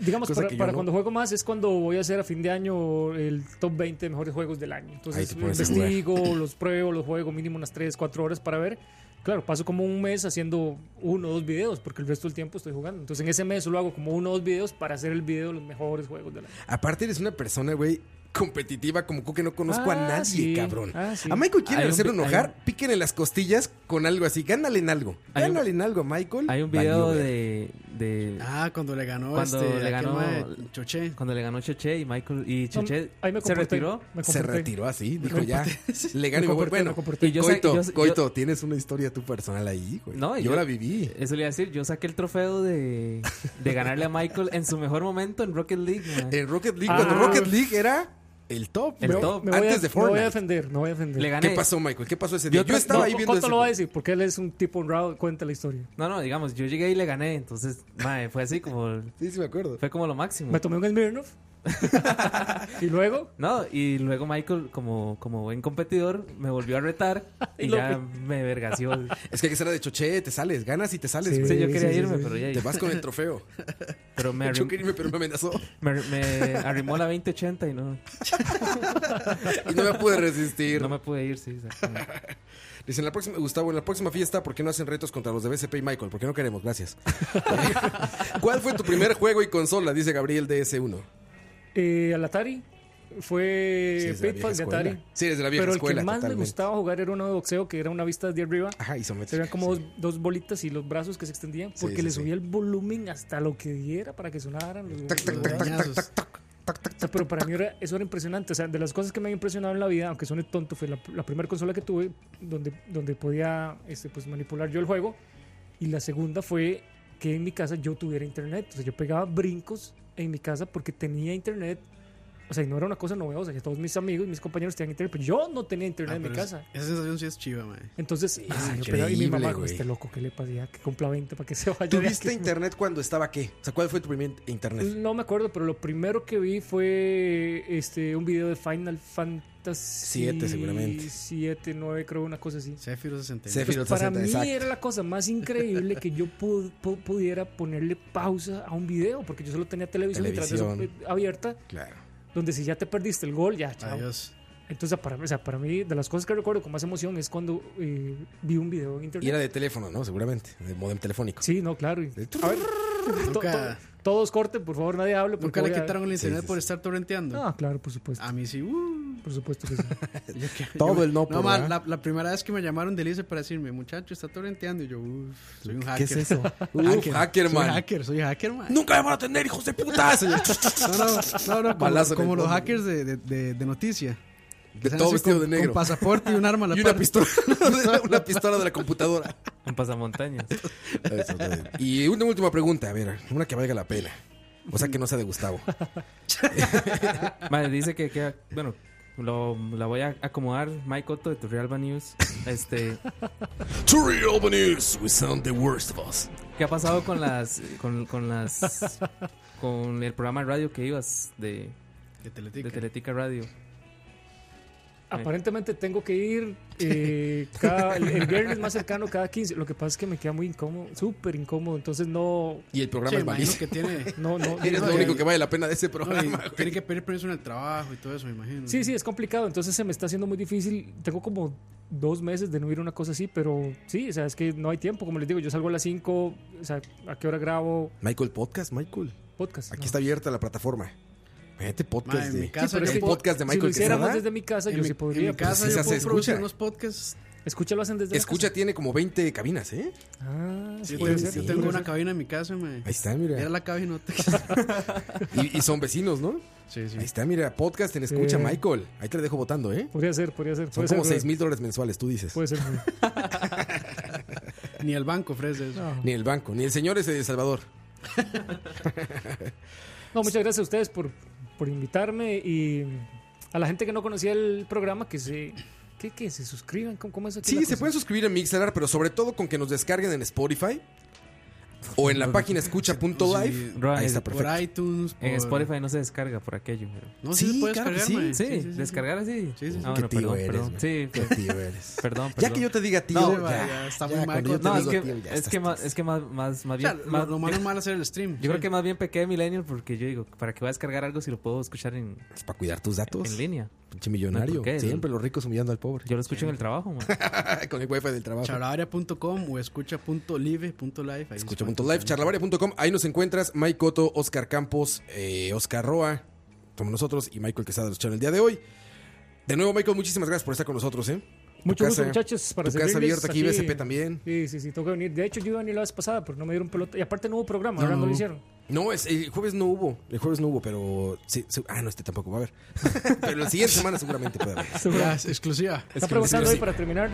E: Digamos,
A: cosa
E: para,
A: que yo
E: para
A: no.
E: cuando juego más es cuando voy a hacer a fin de año el top 20 de mejores juegos del año.
A: Ahí
E: Entonces
A: te pones a jugar.
E: investigo, [coughs] los pruebo, los juego mínimo unas 3, 4 horas para ver. Claro, paso como un mes haciendo uno o dos videos porque el resto del tiempo estoy jugando. Entonces en ese mes solo hago como uno o dos videos para hacer el video de los mejores juegos del año.
A: Aparte, eres una persona, güey, competitiva, como que no conozco a
E: Ah,
A: nadie,
E: sí.
A: cabrón.
E: Ah, sí.
A: A Michael quieren
C: Hay un
A: hacerlo
C: vi- hay
A: enojar, piquen en las costillas con algo así. Gánale en algo.
C: Hay un-
A: Gánale en algo, Michael.
C: Hay un video de, de
D: Ah, cuando le ganó
C: cuando
D: este,
C: le
D: aquel
C: ganó
D: mae, Choché.
C: cuando le ganó Cheche y Michael y
E: No,
C: Cheche
E: ahí me
C: se
E: comporté,
C: retiró.
E: me
A: Se
E: comporté.
A: retiró así,
E: Me
A: dijo ya. [laughs]
E: comporté.
A: Le gano y me voy.
E: Me comporté, me
A: Bueno,
E: comporté.
C: Y yo sé-
A: Coito,
C: yo sé- yo-
A: Coito, tienes una historia tu personal ahí, güey.
C: No, y
A: yo,
C: yo-
A: la viví.
C: Eso le iba a decir, yo saqué el trofeo de, de ganarle a Michael en su mejor momento en Rocket League. man.
A: En Rocket League,
E: Ah.
A: cuando Rocket League era el top,
C: El
A: bro.
C: top.
E: Me voy,
A: Antes
E: a,
A: de
E: me voy a
A: Fortnite.
E: defender, no voy a defender.
C: Le gané.
A: ¿Qué pasó, Michael? ¿Qué pasó ese día? Yo, estaba ahí viendo
E: Coto
A: ese-
E: lo va a decir porque él es un tipo honrado, cuenta la historia.
C: No, no, digamos, yo llegué y le gané, entonces, mae, fue así como
A: Sí, sí me acuerdo.
C: fue como lo
A: Mm.
C: máximo.
E: Me tomé un Smirnoff.
A: [laughs]
E: [laughs] y luego
C: No, y luego Michael, como, como buen competidor, me volvió a retar y,
E: [laughs] Y lo
C: ya
E: vi.
C: me vergació.
A: Es que hay que ser de choche, te sales, ganas y te sales,
E: Sí,
A: güey.
C: Sí, yo quería
E: sí, sí,
C: irme,
E: sí.
C: pero ya
A: Te vas [laughs] con el trofeo.
C: Pero me,
A: Yo
C: arrim-
A: quería irme, pero me amenazó.
C: me, me arrimó la 2080 y no,
A: Y no me pude resistir.
C: no me pude ir, sí. exactamente.
A: Dicen, la próxima, Gustavo, en la próxima fiesta, ¿por qué no hacen retos contra los de BCP y Michael? Porque no queremos, [laughs] gracias. ¿Cuál fue tu primer juego y consola? Dice Gabriel DS1.
E: eh, al Atari
A: Sí,
E: fue
A: es de la vieja
E: Pitfall de
A: escuela.
E: Atari.
A: Sí, es de la vieja
E: Pero el
A: escuela,
E: que más
A: totalmente.
E: me gustaba jugar era uno de boxeo que era una vista desde arriba.
A: Ajá, isométrica.
E: Serían como
A: sí.
E: dos, dos bolitas y los brazos que se extendían
A: Sí,
E: porque
A: sí,
E: le
A: sí.
E: subía el volumen hasta lo que diera para que sonaran los, los dañazos. O sea, pero para mí era- eso era impresionante. O sea, de las cosas que me han impresionado en la vida, aunque suene tonto, fue la, primera consola que tuve donde, donde podía este, pues, manipular yo el juego. Y la segunda fue que en mi casa yo tuviera internet. O sea, yo pegaba brincos en mi casa porque tenía internet. O sea, y no era una cosa novedosa, que todos mis amigos, mis compañeros tenían internet, pero yo no tenía internet
D: Ah,
E: en mi
D: pero es-
E: casa.
D: Esa sensación sí es chiva, mae.
E: Entonces, y sí, yo
A: increíble,
E: pegaba- y mi mamá,
A: güey.
E: este loco, ¿qué le pasa? Ya que compra 20 para que Mm. se vaya. de
A: ¿Tuviste
E: aquí".
A: internet cuando estaba qué? O sea, ¿cuál fue tu primer internet?
E: No me acuerdo, pero lo primero que vi fue este un video de Final Fantasy
A: Siete, seguramente.
E: 7, 9, creo, una cosa así.
D: Zephyro 69.
A: Zephyro
E: Pues para
A: 60,
E: mí
A: exacto.
E: era la cosa más increíble que yo pu- pu- pudiera ponerle pausa a un video, porque yo solo tenía televisión, detrás de eso,
A: Televisión.
E: eh, abierta,
A: Claro.
E: donde si ya te perdiste el gol, ya, chao.
D: Adiós.
E: Entonces, para, mí- o sea, para mí, de las cosas que recuerdo con más emoción es cuando eh, vi un video en
A: Y
E: internet.
A: era de teléfono, ¿no? Seguramente. De modem telefónico.
E: Sí, no, claro. y-
A: De-
E: A ver, to-
D: Nunca-
E: to- todos corten, por favor, nadie hable. Porque
D: Nunca le
E: voy a-
D: quitaron el
A: Sí,
D: internet
A: sí,
D: por
A: sí.
D: estar torrenteando.
E: Ah, claro, por supuesto.
D: A mí sí, uh.
E: Por supuesto que sí.
D: Yo que-
A: Todo
D: yo-
A: el no por,
D: ma,
A: ¿verdad?
D: la, la primera vez que me llamaron del ICE para decirme, muchacho, está torrenteando. Y yo, uff, soy un hacker.
C: ¿Qué es eso?
D: [laughs]
A: Uf, hacker,
D: soy
A: man.
D: hacker, soy hacker, man.
A: ¡Nunca me van a tener, hijos de
F: [laughs]
A: putas!
D: No, no, no, no, como,
A: Balazo en
D: como
A: el
D: los
A: fondo.
D: hackers de, de, de, de noticia.
A: De todo vestido de negro.
D: Un pasaporte y un arma a la
A: Y una
F: [laughs]
D: par.
A: pistola.
E: [laughs]
A: una pistola de la computadora.
C: Un pasamontañas.
A: Eso, güey. y una última pregunta, a ver, una que valga la pena. O sea, que no sea de Gustavo.
C: Mae, dice que, que- bueno, Lo, la voy a acomodar, Mike Otto de Turrialba News. Este,
A: Turrialba News, we sound the worst of us.
C: ¿Qué ha pasado con las con, con las con el programa de radio que ibas de
D: de Teletica,
C: Radio?
E: Aparentemente tengo que ir
F: [laughs]
E: eh, cada- el, el viernes más cercano cada 15. Lo que pasa es que me queda muy incómodo, súper incómodo. Entonces no.
F: Y el programa Sí, es malísimo.
D: que tiene.
F: [laughs]
E: No, no.
F: Eres
E: no,
F: lo
E: no.
F: único que vale la pena de ese programa.
D: No, y tiene que pedir permiso en el trabajo y todo eso, me imagino.
E: Sí, sí, es complicado. Entonces se me está haciendo muy difícil. Tengo como dos meses de no ir a una cosa así, pero sí, o sea, es que no hay tiempo. Como les digo, yo salgo a las 5. O sea, ¿a qué hora grabo?
F: Michael Podcast, Michael.
E: Podcast.
F: Aquí está abierta la plataforma. Mete podcast
D: Ma, en
F: de
D: mi casa
F: Sí, pero
D: yo
F: el
D: puedo-
F: podcast de
D: si
F: Michael
D: lo
F: que se
D: hiciéramos
F: da.
E: desde mi casa, yo
F: mi-
E: sí podría,
D: En mi casa
F: Pues,
D: yo
F: se
D: puedo producir
F: escucha.
D: unos podcasts.
E: Escucha, lo hacen desde
F: Escucha tiene como 20 cabinas, ¿eh?
E: Ah,
D: Sí,
F: puede
D: yo tengo-
F: ser,
D: yo tengo
F: puede
D: una
F: ser.
D: cabina en mi casa, mae.
F: Ahí está, mira.
D: Era la cabina.
F: Y, y son vecinos, ¿no?
D: Sí, sí.
F: Ahí está, mira, podcast en escucha, Michael. Ahí te la dejo votando, ¿eh?
E: Podría ser, podría ser.
F: Son
E: puede
F: como
E: ser,
F: 6 mil dólares mensuales, tú dices.
E: Puede ser.
F: [laughs]
D: Ni el banco ofrece eso.
F: Ni el banco, ni el señor ese de Salvador.
E: No, muchas gracias a ustedes por, por invitarme y a la gente que no conocía el programa que se que, que se suscriban. ¿Cómo, cómo es aquí la
F: Sí, se
E: cosa?
F: pueden suscribir en Mixlr, pero sobre todo con que nos descarguen en Spotify o en la página escucha.live. Ahí está perfecto.
D: Por iTunes.
C: En
D: por-
C: Spotify no se descarga por aquello. pero-
D: No, sí, se puede
C: claro que
D: descargar, mae.
C: sí, sí, descargar así.
D: sí, sí.
C: Ah,
F: Qué
C: bueno,
F: tío
C: perdón,
F: eres,
C: perdón.
F: man.
C: Sí,
F: Qué
C: pues,
F: tío eres. [laughs]
C: Perdón,
F: Ya
C: perdón.
F: que yo te diga tío,
D: No,
F: ya,
D: ya, ya está muy
F: ya,
D: mal
F: cuando yo te
C: No, es
F: digo
C: que,
F: tío, ya
C: es
F: estás
C: que, más, es que más, más, más
D: O sea,
C: bien. más-
D: lo, lo malo es mal hacer el stream.
C: yo creo que más bien pequé Millennial porque yo digo, ¿para qué voy a descargar algo si lo puedo escuchar en,
F: para cuidar tus datos.
C: en línea?
F: Pinche millonario.
C: No, ¿por qué?
F: Siempre los ricos humillando al
C: [laughs]
F: pobre.
C: Yo lo escucho en el trabajo, man.
F: Con el wifi del trabajo.
D: Charlavaria.com o escucha.live.live. ahí
F: Escucha.live, charlavaria.com. Ahí nos encuentras. Mike Cotto, Oscar Campos, eh, Oscar Roa, como nosotros, y Michael Quesada los echaron el día de hoy. De nuevo, Michael, muchísimas gracias por estar con nosotros. ¿eh?
E: Mucho
F: Tu
E: gusto,
F: casa-
E: muchachos. Para
F: tu casa
E: servirles
F: abierta aquí, BSP también.
E: Sí, sí, sí, tengo que venir. De hecho, yo iba a venir la vez pasada, pero no me dieron pelota. Y aparte no hubo programa,
F: No,
E: ahora
F: no
E: no lo
F: hubo.
E: hicieron.
F: No, es, el jueves no hubo. El jueves no hubo, pero. sí, sí- ah, no, este tampoco va a haber. [laughs] pero la siguiente semana seguramente puede haber.
D: Ya, es exclusiva.
E: Está preguntando hoy
F: exclusiva.
E: para terminar.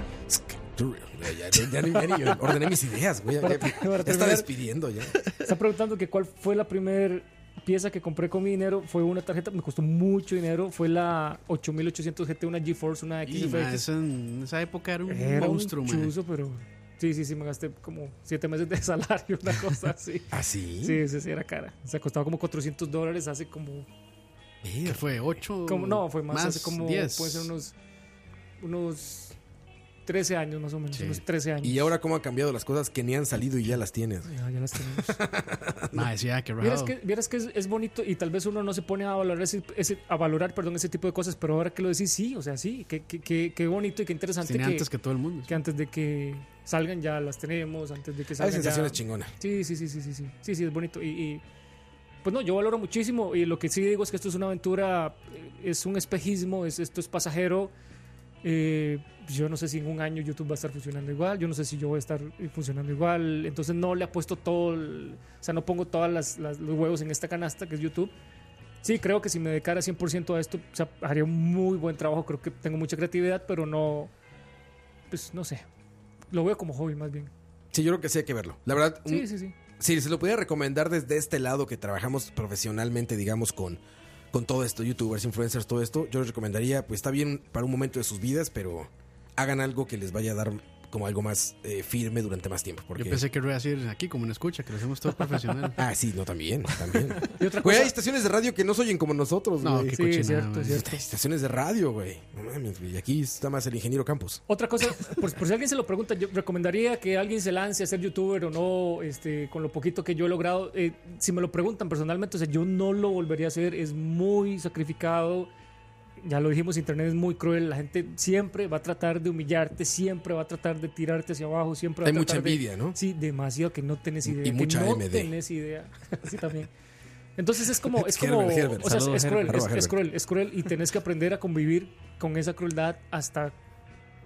F: Ya, ya, ya, ya ni- ya ni- ordené mis ideas, güey. Ya,
E: Para-
F: ya- ya
E: para
F: está
E: terminar.
F: despidiendo ya.
E: Está preguntando que cuál fue la primera pieza que compré con mi dinero. Fue una tarjeta, me costó mucho dinero. Fue la 8800 GT, una GeForce, una
D: Y, mae,
E: XFX.
D: eso en esa época era un
E: Era un
D: monstruo, mae.
E: chuzo, pero sí, sí, sí, me gasté como siete meses de [laughs] salario, una cosa así.
F: ¿Ah, sí?
E: Sí, sí, sí, era cara. O sea, costaba como 400 dólares hace como,
D: ¿Qué fue? ¿Ocho?
E: como no, fue más, hace como,
D: diez.
E: puede ser unos, unos 13 años más o menos,
F: Sí.
E: unos 13 años.
F: Y ahora, cómo han cambiado las cosas que ni han salido y ya las tienes.
E: Ya, ya las tenemos.
D: Mae, sí, ah, qué
E: Vieras
D: rajado.
E: que, vieras que es, es bonito y tal vez uno no se pone a valorar ese, ese- a valorar, perdón, ese tipo de cosas, pero ahora que lo decís, sí, o sea, sí, qué, qué, qué, qué bonito y qué interesante
D: Tenía
E: que,
D: antes que todo el mundo.
E: que antes de que salgan ya las tenemos, antes de que
F: Hay
E: salgan
F: sensaciones
E: ya-
F: chingonas.
E: Sí, sí, sí, sí, sí, sí, sí, sí, es bonito. Y, y, pues no, yo valoro muchísimo y lo que sí digo es que esto es una aventura, eh, es un espejismo, es, esto es pasajero. Eh, yo no sé si en un año YouTube va a estar funcionando igual, yo no sé si yo voy a estar eh, funcionando igual, entonces no le apuesto todo, el- o sea, no pongo todas las, las- los huevos en esta canasta que es YouTube. Sí, creo que si me dedicara 100% a esto, o sea, haría un muy buen trabajo, creo que tengo mucha creatividad, pero no, pues no sé, lo veo como hobby más bien.
F: Sí, yo creo que sí hay que verlo. La verdad, un-
E: Sí, sí, sí.
F: si se lo pudiera recomendar desde este lado que trabajamos profesionalmente, digamos, con, con todo esto, youtubers, influencers, todo esto, yo les recomendaría, pues está bien para un momento de sus vidas, pero hagan algo que les vaya a dar como algo más eh, firme durante más tiempo. Porque...
D: Yo pensé que lo iba a decir aquí, como en escucha, que lo hacemos
E: [laughs]
D: todo profesional.
F: Ah, sí, no, también, también.
E: Y
F: [laughs]
E: otra
F: Güey,
E: cosa-
F: hay estaciones de radio que no se oyen como nosotros,
D: No,
F: güey.
D: qué
E: Sí,
D: cochinada,
E: cierto,
D: mae.
E: cierto.
F: Hay estaciones de radio, güey. No mames, güey. Aquí está más el ingeniero Campos.
E: Otra cosa, por, por si alguien se lo pregunta, yo recomendaría que alguien se lance a ser youtuber o no, este, con lo poquito que yo he logrado. Eh, si me lo preguntan personalmente, o sea, yo no lo volvería a hacer, es muy sacrificado. Ya lo dijimos, internet es muy cruel, la gente siempre va a tratar de humillarte, siempre va a tratar de tirarte hacia abajo, siempre va
F: Hay
E: a
F: mucha
E: tratar de-
F: envidia, ¿no?
E: Sí, demasiado que no tenés
F: Y-
E: idea.
F: y
E: que
F: mucha
E: no
F: MD.
E: tenés idea. [laughs] Sí, también. Entonces es como, es como,
F: [laughs] Herbert,
E: o
F: Herbert.
E: sea, es-
F: Saludos,
E: es cruel,
F: Herbert.
E: es,
F: Arroba
E: es
F: Herbert.
E: cruel, es cruel y tenés que aprender a convivir con esa crueldad hasta,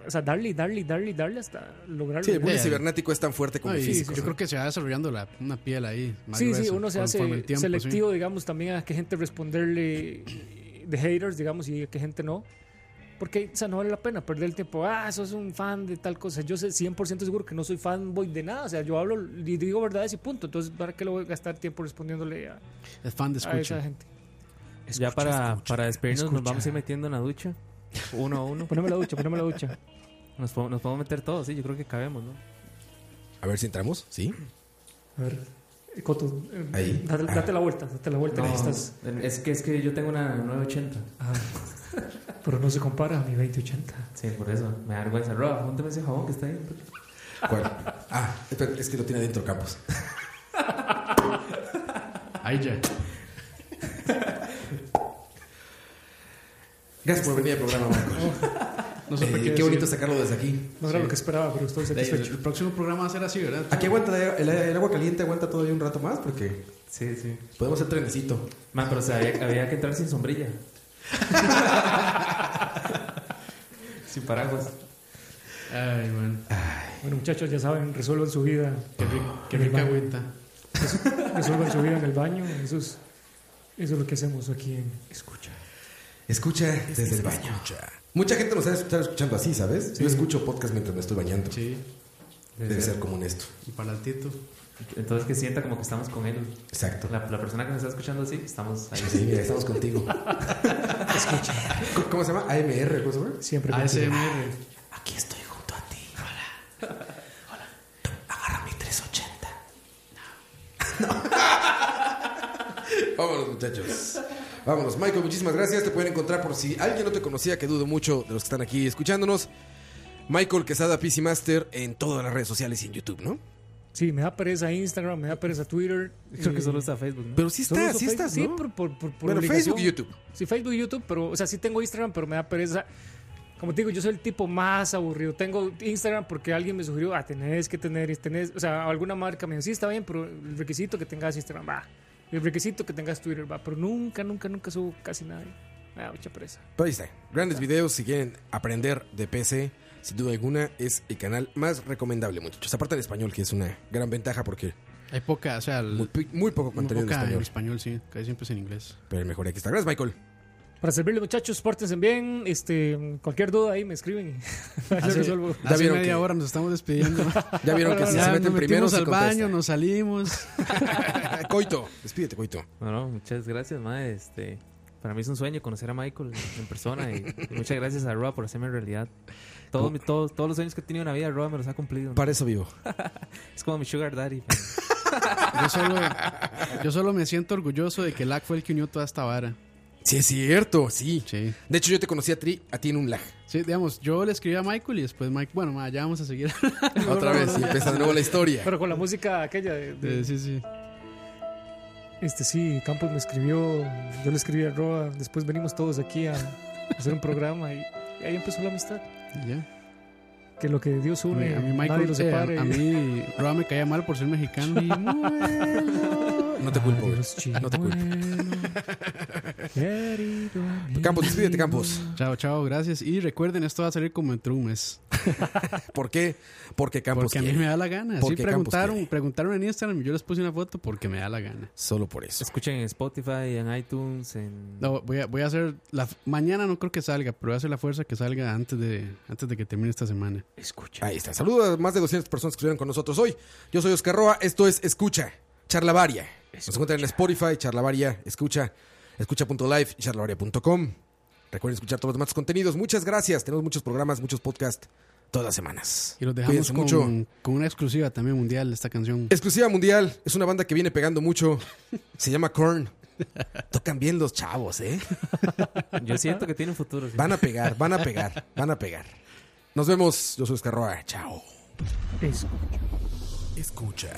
E: o sea, darle, y darle, y darle, y darle hasta lograrlo.
F: Sí, eh. el bullying
D: Sí.
F: cibernético es tan fuerte como
D: No,
F: el
D: y
F: físico.
D: yo creo que se va desarrollando la, una piel ahí. Más
E: Sí, sí,
D: gruesa,
E: uno se hace
D: conforme el tiempo,
E: selectivo, digamos, también a qué gente responderle de haters, digamos, y a qué gente no. Porque, o sea, no vale la pena perder el tiempo. Ah, sos un fan de tal cosa. Yo sé 100% seguro que no soy fanboy de nada. O sea, yo hablo y digo verdades y punto. Entonces, ¿para qué le voy a gastar tiempo respondiéndole a,
D: sí. Es fan de
E: a esa
D: escucha.
E: gente?
C: ya para, para despedirnos nos vamos a ir metiendo en la ducha. Uno a [laughs] uno.
E: Poneme la ducha, poneme la ducha.
C: Nos, po- nos podemos meter todos, sí, yo creo que cabemos, ¿no?
A: A ver si entramos, ¿sí?
E: A ver, Coto, eh,
A: Ahí.
E: Date, date la vuelta, date la vuelta.
C: No, Ah.
E: que estás,
C: es, que, es que yo tengo una 980.
E: pero no se compara a mi 2080.
C: Sí, por eso. Me da vergüenza. Rob, pónteme ese jabón que está ahí.
E: [laughs]
A: ¿Cuál? Ah, espera, es que lo tiene adentro Campos.
D: Ahí ya.
A: Gracias por venir al programa, Marco.
D: No supe
A: Eh,
D: qué
A: qué
D: decir.
A: bonito sacarlo desde aquí.
E: No era lo que esperaba, pero estoy
D: El,
E: satisfecho.
D: el próximo programa va a ser así, ¿verdad?
A: Aquí aguanta el, el- el agua caliente, aguanta todavía un rato más porque
C: Sí, sí.
A: podemos hacer trenecito.
C: Man, pero o sea, había, había que entrar sin sombrilla. sin paraguas.
D: Ay, bueno.
E: Bueno, muchachos, ya saben, resuelvan su vida.
D: Qué, ric- qué rica agüita.
E: [laughs] Resuelvan su vida en el baño. Eso es, eso es lo que hacemos aquí en Escucha.
A: Escucha desde el baño. Mucha gente nos está escuchando así, ¿sabes? Yo escucho podcast mientras me estoy bañando.
D: Sí,
A: Debe ser común esto.
D: y para el tito.
C: Entonces que sienta como que estamos con él.
A: Exacto.
C: La, la persona que nos está escuchando así, estamos ahí.
A: Sí, mira, estamos [laughs] contigo. ¿Cómo- ¿Cómo se llama? AMR, ¿cómo se llama?
E: Siempre contigo.
D: ASMR.
A: Aquí estoy junto a ti. Hola. Hola. Agarra mi 380. No. [laughs] Vámonos, muchachos. Vámonos, Michael, muchísimas gracias. Te pueden encontrar por si alguien no te conocía, que dudo mucho de los que están aquí escuchándonos. Michael Quesada, PC Master, en todas las redes sociales y en YouTube, ¿no?
E: Sí, me da pereza Instagram, me da pereza Twitter.
C: Creo que
E: eh,
C: solo está Facebook, ¿no?
A: Pero sí
E: Solo
A: estás,
E: uso
A: sí
E: Facebook,
A: estás,
E: sí,
A: ¿no?
E: por, por, por- por
A: Bueno,
E: obligación.
A: Facebook y YouTube.
E: Sí, Facebook y YouTube, pero, o sea, sí tengo Instagram, pero me da pereza. Como te digo, yo soy el tipo más aburrido. Tengo Instagram porque alguien me sugirió, ah, tenés que tener, tenés, o sea, alguna marca me dijo, sí, está bien, pero el requisito que tengas Instagram, va. El requisito que tengas Twitter, va. Pero nunca, nunca, nunca subo casi nada. Me da mucha pereza.
A: Pero Pues ahí está. Grandes videos. Si quieren aprender de PC, sin duda alguna, es el canal más recomendable, muchachos. Aparte del español, que es una gran ventaja porque
D: Hay poca, o sea, el-
A: muy, muy poco
D: muy
A: contenido en
D: poca en
A: español.
D: español, sí. Casi siempre es en inglés.
A: Pero el mejor aquí está. Gracias, Michael.
E: Para servirle, muchachos, pórtense bien. Este, cualquier duda ahí me escriben. y [laughs] Yo resuelvo.
A: Ya
D: Hace
A: vieron
D: media
A: que-
D: hora nos estamos despidiendo.
A: Ya vieron que si
D: ya
A: se
D: nos
A: meten primero,
D: metimos
A: se
D: al baño,
A: contesta.
D: nos salimos. [laughs]
A: Coito, despídete, Coito.
C: No, no, muchas gracias, mae. Este, para mí es un sueño conocer a Michael en persona y, y muchas gracias a Roa por hacerme realidad. Todos, mi- todos, todos los sueños que he tenido en la vida, Roa me los ha cumplido.
A: Para eso vivo.
C: Es como mi sugar daddy.
D: Yo solo, yo solo me siento orgulloso de que LAC fue el que unió toda esta vara.
A: Sí, es cierto, sí.
D: Sí.
A: De hecho, yo te conocí a, tri, a ti en
D: [laughs]
A: un lag.
D: Sí, digamos, yo le escribí a Michael y después Mike, bueno, ma, ya vamos a seguir.
A: Otra vez, y empieza de nuevo la historia.
E: Pero con la música aquella de- de,
D: [laughs] sí, sí, sí.
E: Este sí, Campos me escribió, yo le escribí a Roa, después venimos todos aquí a hacer un programa y, y ahí empezó la amistad.
D: Y ya.
E: Que lo que Dios
D: A mí,
E: une,
D: a mí
E: nadie
D: Michael,
E: lo
D: eh, a,
E: separe.
D: a mí Roa me caía mal por ser mexicano.
A: No
E: Ah,
A: te culpo, güey. No te culpo.
E: [laughs]
A: Campos, despídete, Campos.
D: chao, chao, gracias. Y recuerden, esto va a salir como entre un mes.
A: ¿Por qué? Porque Campos
D: Porque a mí
A: quiere.
D: me da la gana. Sí,
A: Porque Campos
D: preguntaron,
A: quiere.
D: preguntaron en Instagram y yo les puse una foto porque me da la gana.
A: Solo por eso.
C: Escuchen en Spotify, en iTunes, en...
D: No, voy a, voy a hacer la mañana no creo que salga, pero voy a hacer la fuerza que salga antes de antes de que termine esta semana.
A: Ahí está. Saludos a más de 200 personas que estuvieron con nosotros hoy. Yo soy Oscar Roa. Esto es Escucha, Charlavaria. Nos encuentran en Spotify, Charlavaria, Escucha, Escucha.live y charlavaria.com. Recuerden escuchar todos los demás contenidos. Muchas gracias. Tenemos muchos programas, muchos podcasts todas las semanas.
D: Y los dejamos
A: Cuídense
D: con, con una exclusiva también mundial esta canción.
A: Exclusiva Mundial. Es una banda que viene pegando mucho. Se llama Korn. Tocan bien los chavos, ¿eh?
C: Yo siento que tienen futuro. sí.
A: Van a pegar, van a pegar, van a pegar. Nos vemos. Yo soy Oscar Roa. Chao.
E: Eso.
A: Escucha.
Q: Escucha.